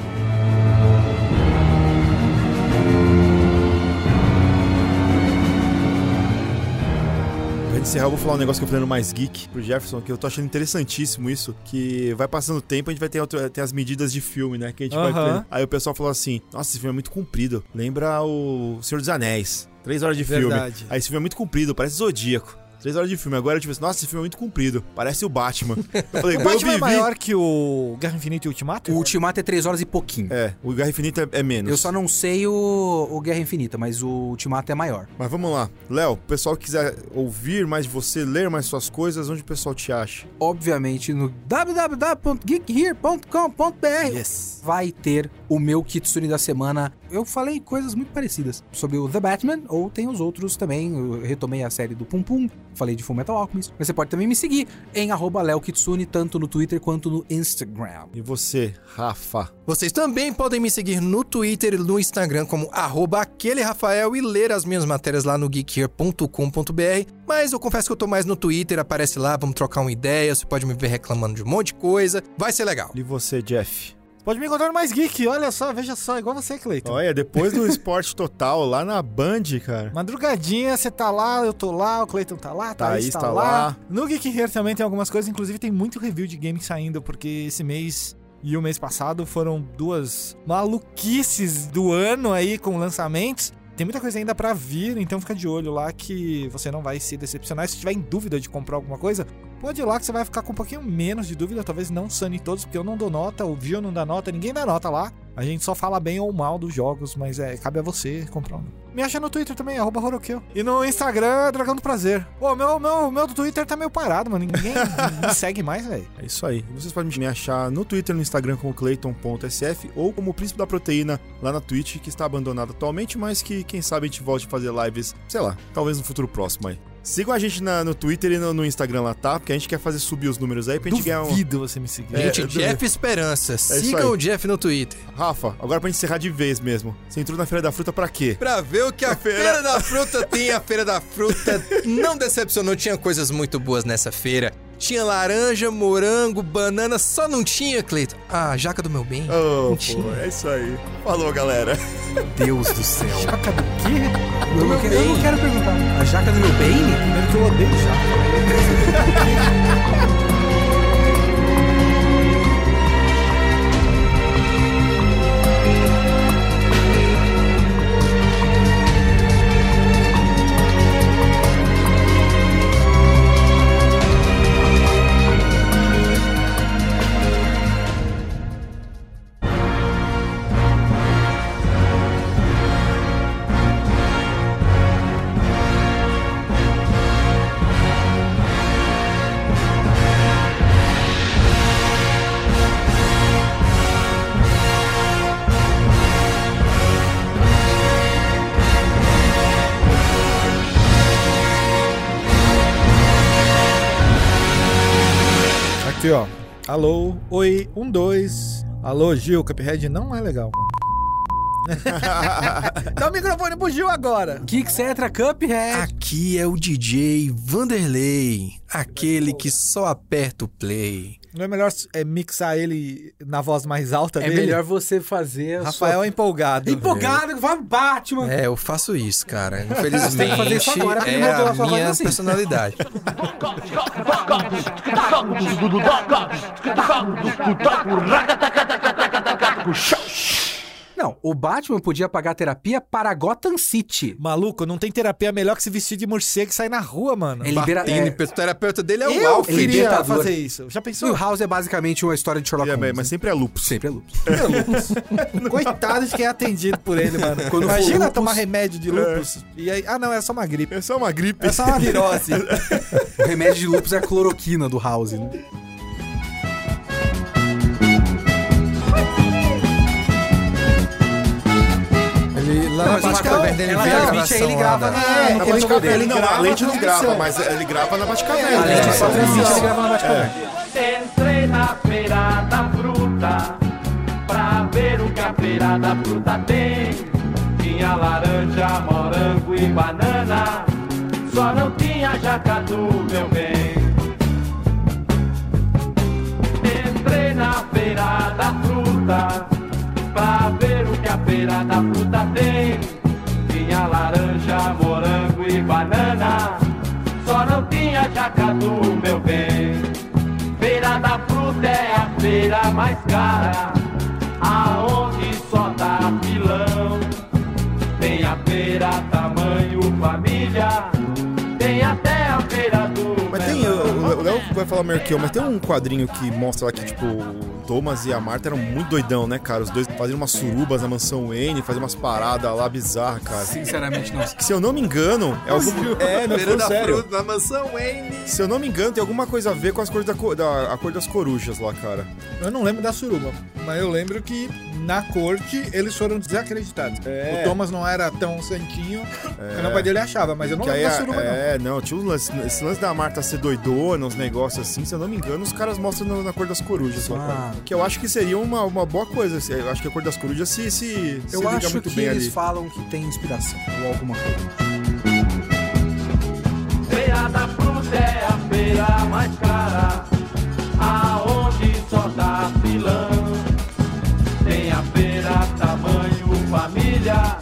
Speaker 1: Pra gente encerrar, eu vou falar um negócio que eu falei no Mais Geek pro Jefferson, que eu tô achando interessantíssimo isso, que vai passando o tempo, a gente vai ter, outro- ter as medidas de filme, né? Que a gente vai
Speaker 4: Aham.
Speaker 1: ter. Aí o pessoal falou assim, nossa, esse filme é muito comprido. Lembra o Senhor dos Anéis. Três horas de filme.
Speaker 4: Verdade.
Speaker 1: Aí esse filme é muito comprido, parece Zodíaco. Três horas de filme. Agora eu tive assim, nossa, esse filme é muito comprido. Parece o Batman. Eu falei,
Speaker 4: O
Speaker 1: "Bom, eu
Speaker 4: Batman é
Speaker 1: vivi."
Speaker 4: maior que o Guerra Infinita e Ultimato?
Speaker 3: O Ultimato é 3 horas e pouquinho.
Speaker 1: É, o Guerra Infinita é, é menos.
Speaker 3: Eu só não sei o, o Guerra Infinita, mas o Ultimato é maior.
Speaker 1: Mas vamos lá. Léo, o pessoal que quiser ouvir mais de você, ler mais suas coisas, onde o pessoal te acha?
Speaker 3: Obviamente, no www.geekhere.com.br
Speaker 4: Yes.
Speaker 3: vai ter o meu Kitsune da semana. Eu falei coisas muito parecidas sobre o The Batman, ou tem os outros também. Eu retomei a série do Pum Pum, falei de Full Metal Alchemist. Mas você pode também me seguir em arroba Léo Kitsune, tanto no Twitter quanto no Instagram.
Speaker 1: E você, Rafa?
Speaker 2: Vocês também podem me seguir no Twitter e no Instagram como arroba aquele Rafael e ler as minhas matérias lá no geekhere.com.br. Mas eu confesso que eu tô mais no Twitter, aparece lá, vamos trocar uma ideia, você pode me ver reclamando de um monte de coisa, vai ser legal.
Speaker 1: E você, Jeff?
Speaker 4: Pode me encontrar no mais geek, olha só, veja só, igual você, Cleiton.
Speaker 1: Olha, depois do esporte total lá na Band, cara.
Speaker 4: Madrugadinha, você tá lá, eu tô lá, o Cleiton tá lá, tá
Speaker 1: Thaís
Speaker 4: Thaís tá,
Speaker 1: tá
Speaker 4: lá.
Speaker 1: lá.
Speaker 4: No Geek Here também tem algumas coisas, inclusive tem muito review de game saindo, porque esse mês e o mês passado foram duas maluquices do ano aí com lançamentos. Tem muita coisa ainda pra vir, então fica de olho lá que você não vai se decepcionar. Se tiver em dúvida de comprar alguma coisa, pode ir lá que você vai ficar com um pouquinho menos de dúvida, talvez não sane todos, porque eu não dou nota, o Gio não dá nota, ninguém dá nota lá. A gente só fala bem ou mal dos jogos, mas é, cabe a você comprar um. Me acha no Twitter também, arroba Horokeu. E no Instagram, Dragão do Prazer. Pô, meu, meu, meu do Twitter tá meio parado, mano. Ninguém me segue mais, velho.
Speaker 1: É isso aí. Vocês podem me achar no Twitter, no Instagram como clayton.sf ou como o Príncipe da Proteína lá na Twitch, que está abandonado atualmente, mas que quem sabe a gente volte a fazer lives, sei lá, talvez no futuro próximo aí. Sigam a gente na- no Twitter e no, no Instagram lá, tá? Porque a gente quer fazer subir os números aí pra gente ganhar um.
Speaker 4: Duvido você me seguir.
Speaker 2: Gente,
Speaker 1: eu-
Speaker 2: Jeff Esperança,
Speaker 1: aí.
Speaker 2: sigam o Jeff no Twitter.
Speaker 1: Rafa, agora pra gente encerrar de vez mesmo. Você entrou na Feira da Fruta pra quê?
Speaker 2: Pra ver o que a Feira da Fruta tem, a Feira da Fruta não decepcionou, tinha coisas muito boas nessa feira. Tinha laranja, morango, banana, só não tinha, Cleiton. Ah, jaca do meu bem.
Speaker 1: Oh, pô, é isso aí. Falou, galera.
Speaker 3: Deus do céu.
Speaker 4: Jaca do quê?
Speaker 3: Eu não, quero, eu não quero perguntar. A jaca do meu bem?
Speaker 4: Primeiro que eu odeio jaca. aqui, ó. Alô, oi, um, dois. Alô, Gil, Cuphead não é legal. Dá o microfone pro Gil agora.
Speaker 3: Kick Cetra Cuphead.
Speaker 2: Aqui é o DJ Vanderlei, aquele que só aperta o play.
Speaker 4: Não é melhor é, mixar ele na voz mais alta
Speaker 3: é
Speaker 4: dele?
Speaker 3: melhor você fazer a
Speaker 4: Rafael é empolgado.
Speaker 3: sua... Empolgado, vai Batman.
Speaker 2: É, eu faço isso, cara.
Speaker 3: Você tem que fazer
Speaker 2: Infelizmente,
Speaker 3: isso agora, porque
Speaker 2: é
Speaker 3: mudou
Speaker 2: a
Speaker 3: a sua voz
Speaker 2: minha
Speaker 3: assim.
Speaker 2: personalidade.
Speaker 3: Não, o Batman podia pagar terapia para Gotham City.
Speaker 4: Maluco, não tem terapia melhor que se vestir de morcego e sair na rua, mano.
Speaker 3: É libera-
Speaker 2: Batendo,
Speaker 3: é-
Speaker 2: em- o terapeuta dele é o
Speaker 4: Eu
Speaker 2: Alfred.
Speaker 4: queria
Speaker 1: tá
Speaker 3: libertador.
Speaker 4: fazer isso. Já
Speaker 3: E o
Speaker 4: pensou?
Speaker 3: House é basicamente uma história de Sherlock
Speaker 1: É,
Speaker 3: Holmes.
Speaker 1: mas sempre é lupus.
Speaker 3: Sempre é lupus.
Speaker 4: Coitado de quem é atendido por ele, mano.
Speaker 3: Quando for
Speaker 4: Imagina
Speaker 3: lupus-
Speaker 4: tomar remédio de lupus. E aí, ah, não, é só uma gripe.
Speaker 1: É só uma gripe.
Speaker 4: É só uma virose.
Speaker 3: O remédio de lupus é a cloroquina do House, né?
Speaker 2: Ele, lá na
Speaker 3: mas
Speaker 2: parte
Speaker 3: o Batman-
Speaker 2: caverna ele
Speaker 3: ela
Speaker 2: vê a
Speaker 3: grava,
Speaker 2: gravação
Speaker 3: ele
Speaker 2: lá
Speaker 3: grava
Speaker 2: da-
Speaker 3: na-
Speaker 1: É,
Speaker 3: na
Speaker 1: ele
Speaker 3: Batcaverna.
Speaker 1: grava- ele não, a
Speaker 4: grava
Speaker 1: Lente
Speaker 4: na
Speaker 1: não grava,
Speaker 4: transmissão.
Speaker 1: mas ele grava na é Batcaverna.
Speaker 3: A Lente só transmite, ele grava na Batcaverna.
Speaker 7: Entrei na feira da fruta pra ver o que a feira da fruta tem. Tinha laranja, morango e banana, só não tinha jacatu, meu bem. Entrei na feira da fruta pra ver o que a feira da fruta tem. Tinha laranja, morango e banana, só não tinha jacatu, meu bem. Feira da fruta é a feira mais cara, aonde só dá pilão. Tem a feira tamanho família, tem até a feira do
Speaker 1: Mas tem,
Speaker 7: melão.
Speaker 1: o o Léo vai falar Merkel, mas tem um quadrinho que mostra lá que, tipo, o Thomas e a Marta eram muito doidão, né, cara? Os dois faziam umas surubas na mansão Wayne, faziam umas paradas lá bizarras, cara.
Speaker 3: Sinceramente, não.
Speaker 1: Que, se eu não me engano, é algum. É, não,
Speaker 2: Feira
Speaker 1: falando
Speaker 2: da
Speaker 1: sério.
Speaker 2: fruta, Na mansão Wayne.
Speaker 1: Se eu não me engano, tem alguma coisa a ver com as cores da, co- da a cor das corujas lá, cara.
Speaker 4: É. Eu não lembro da suruba, mas eu lembro que na corte eles foram desacreditados.
Speaker 1: É.
Speaker 4: O Thomas não era tão santinho, o meu pai dele achava, mas eu não
Speaker 1: Que
Speaker 4: lembro
Speaker 1: aí,
Speaker 4: da
Speaker 1: a-
Speaker 4: suruba, não.
Speaker 1: é, não, tinha um lance, esse lance da Marta ser doidona, uns negócios assim, se eu não me engano, os caras mostram no- na cor das corujas lá,
Speaker 3: Ah.
Speaker 1: cara. Que eu acho que seria uma, uma boa coisa. assim, Eu acho que a cor das corujas se, se, se
Speaker 3: Eu
Speaker 1: liga
Speaker 3: acho
Speaker 1: muito
Speaker 3: que
Speaker 1: bem
Speaker 3: eles
Speaker 1: ali.
Speaker 3: falam que tem inspiração ou alguma coisa.
Speaker 7: Feira da fruta é a feira mais cara, aonde só dá pilão. Tem a feira tamanho família,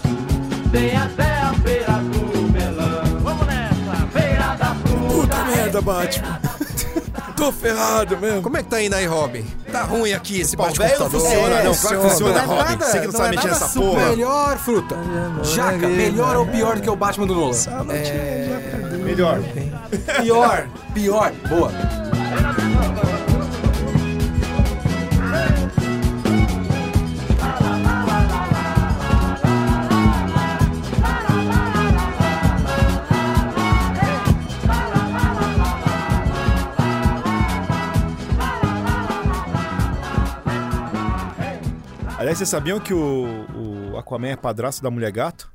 Speaker 7: tem até a feira do melão. Vamos nessa, feira da fruta.
Speaker 1: Puta merda, Batman.
Speaker 2: Tô ferrado mesmo. Como é que tá indo aí, Robin? Tá ruim aqui esse
Speaker 1: Pau velho
Speaker 2: bate-computador.
Speaker 1: funciona, não, claro que funciona,
Speaker 4: Não é
Speaker 1: Robin.
Speaker 4: nada-
Speaker 1: Você que não,
Speaker 4: não
Speaker 1: sabe
Speaker 4: é
Speaker 1: mexer
Speaker 4: nada
Speaker 1: nessa
Speaker 4: super-
Speaker 1: porra.
Speaker 3: Melhor fruta. Jaca, melhor ou pior do que o Batman do Nolan?
Speaker 1: Melhor.
Speaker 3: Pior. Pior. Boa.
Speaker 1: Aliás, vocês sabiam que o, o Aquaman é padrasto da mulher gato?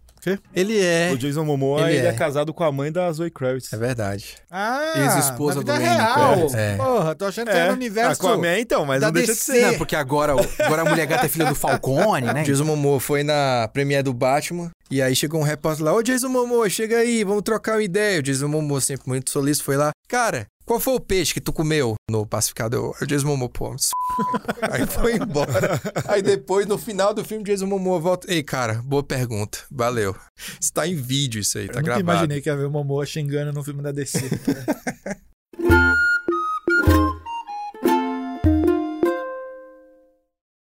Speaker 2: Ele é.
Speaker 1: O Jason Momoa
Speaker 2: Ele
Speaker 1: ele é.
Speaker 2: é.
Speaker 1: casado com a mãe da Zoe Kravitz.
Speaker 2: É verdade.
Speaker 4: Ah,
Speaker 3: Ex-esposa
Speaker 4: na vida
Speaker 3: do Wayne,
Speaker 4: real.
Speaker 2: é.
Speaker 4: Porra, tô achando que era no universo.
Speaker 1: Aquaman então, mas
Speaker 4: da
Speaker 1: não deixa
Speaker 4: DC.
Speaker 1: de ser.
Speaker 3: Não, porque agora, o- agora a mulher gata é filha do Falcone, né?
Speaker 2: Jason Momoa foi na premiere do Batman. E aí chegou um repórter lá, ô Jason Momoa, chega aí, vamos trocar uma ideia. O Jason Momoa, sempre muito solícito, foi lá. Cara, qual foi o peixe que tu comeu no pacificador? O Jason Momoa, pô, me s***. aí foi embora. Aí depois, no final do filme, Jason Momoa volta. Ei, cara, boa pergunta, valeu. Está em vídeo isso aí, tá
Speaker 4: Eu nunca
Speaker 2: gravado.
Speaker 4: imaginei que ia ver o Momoa xingando no filme da DC.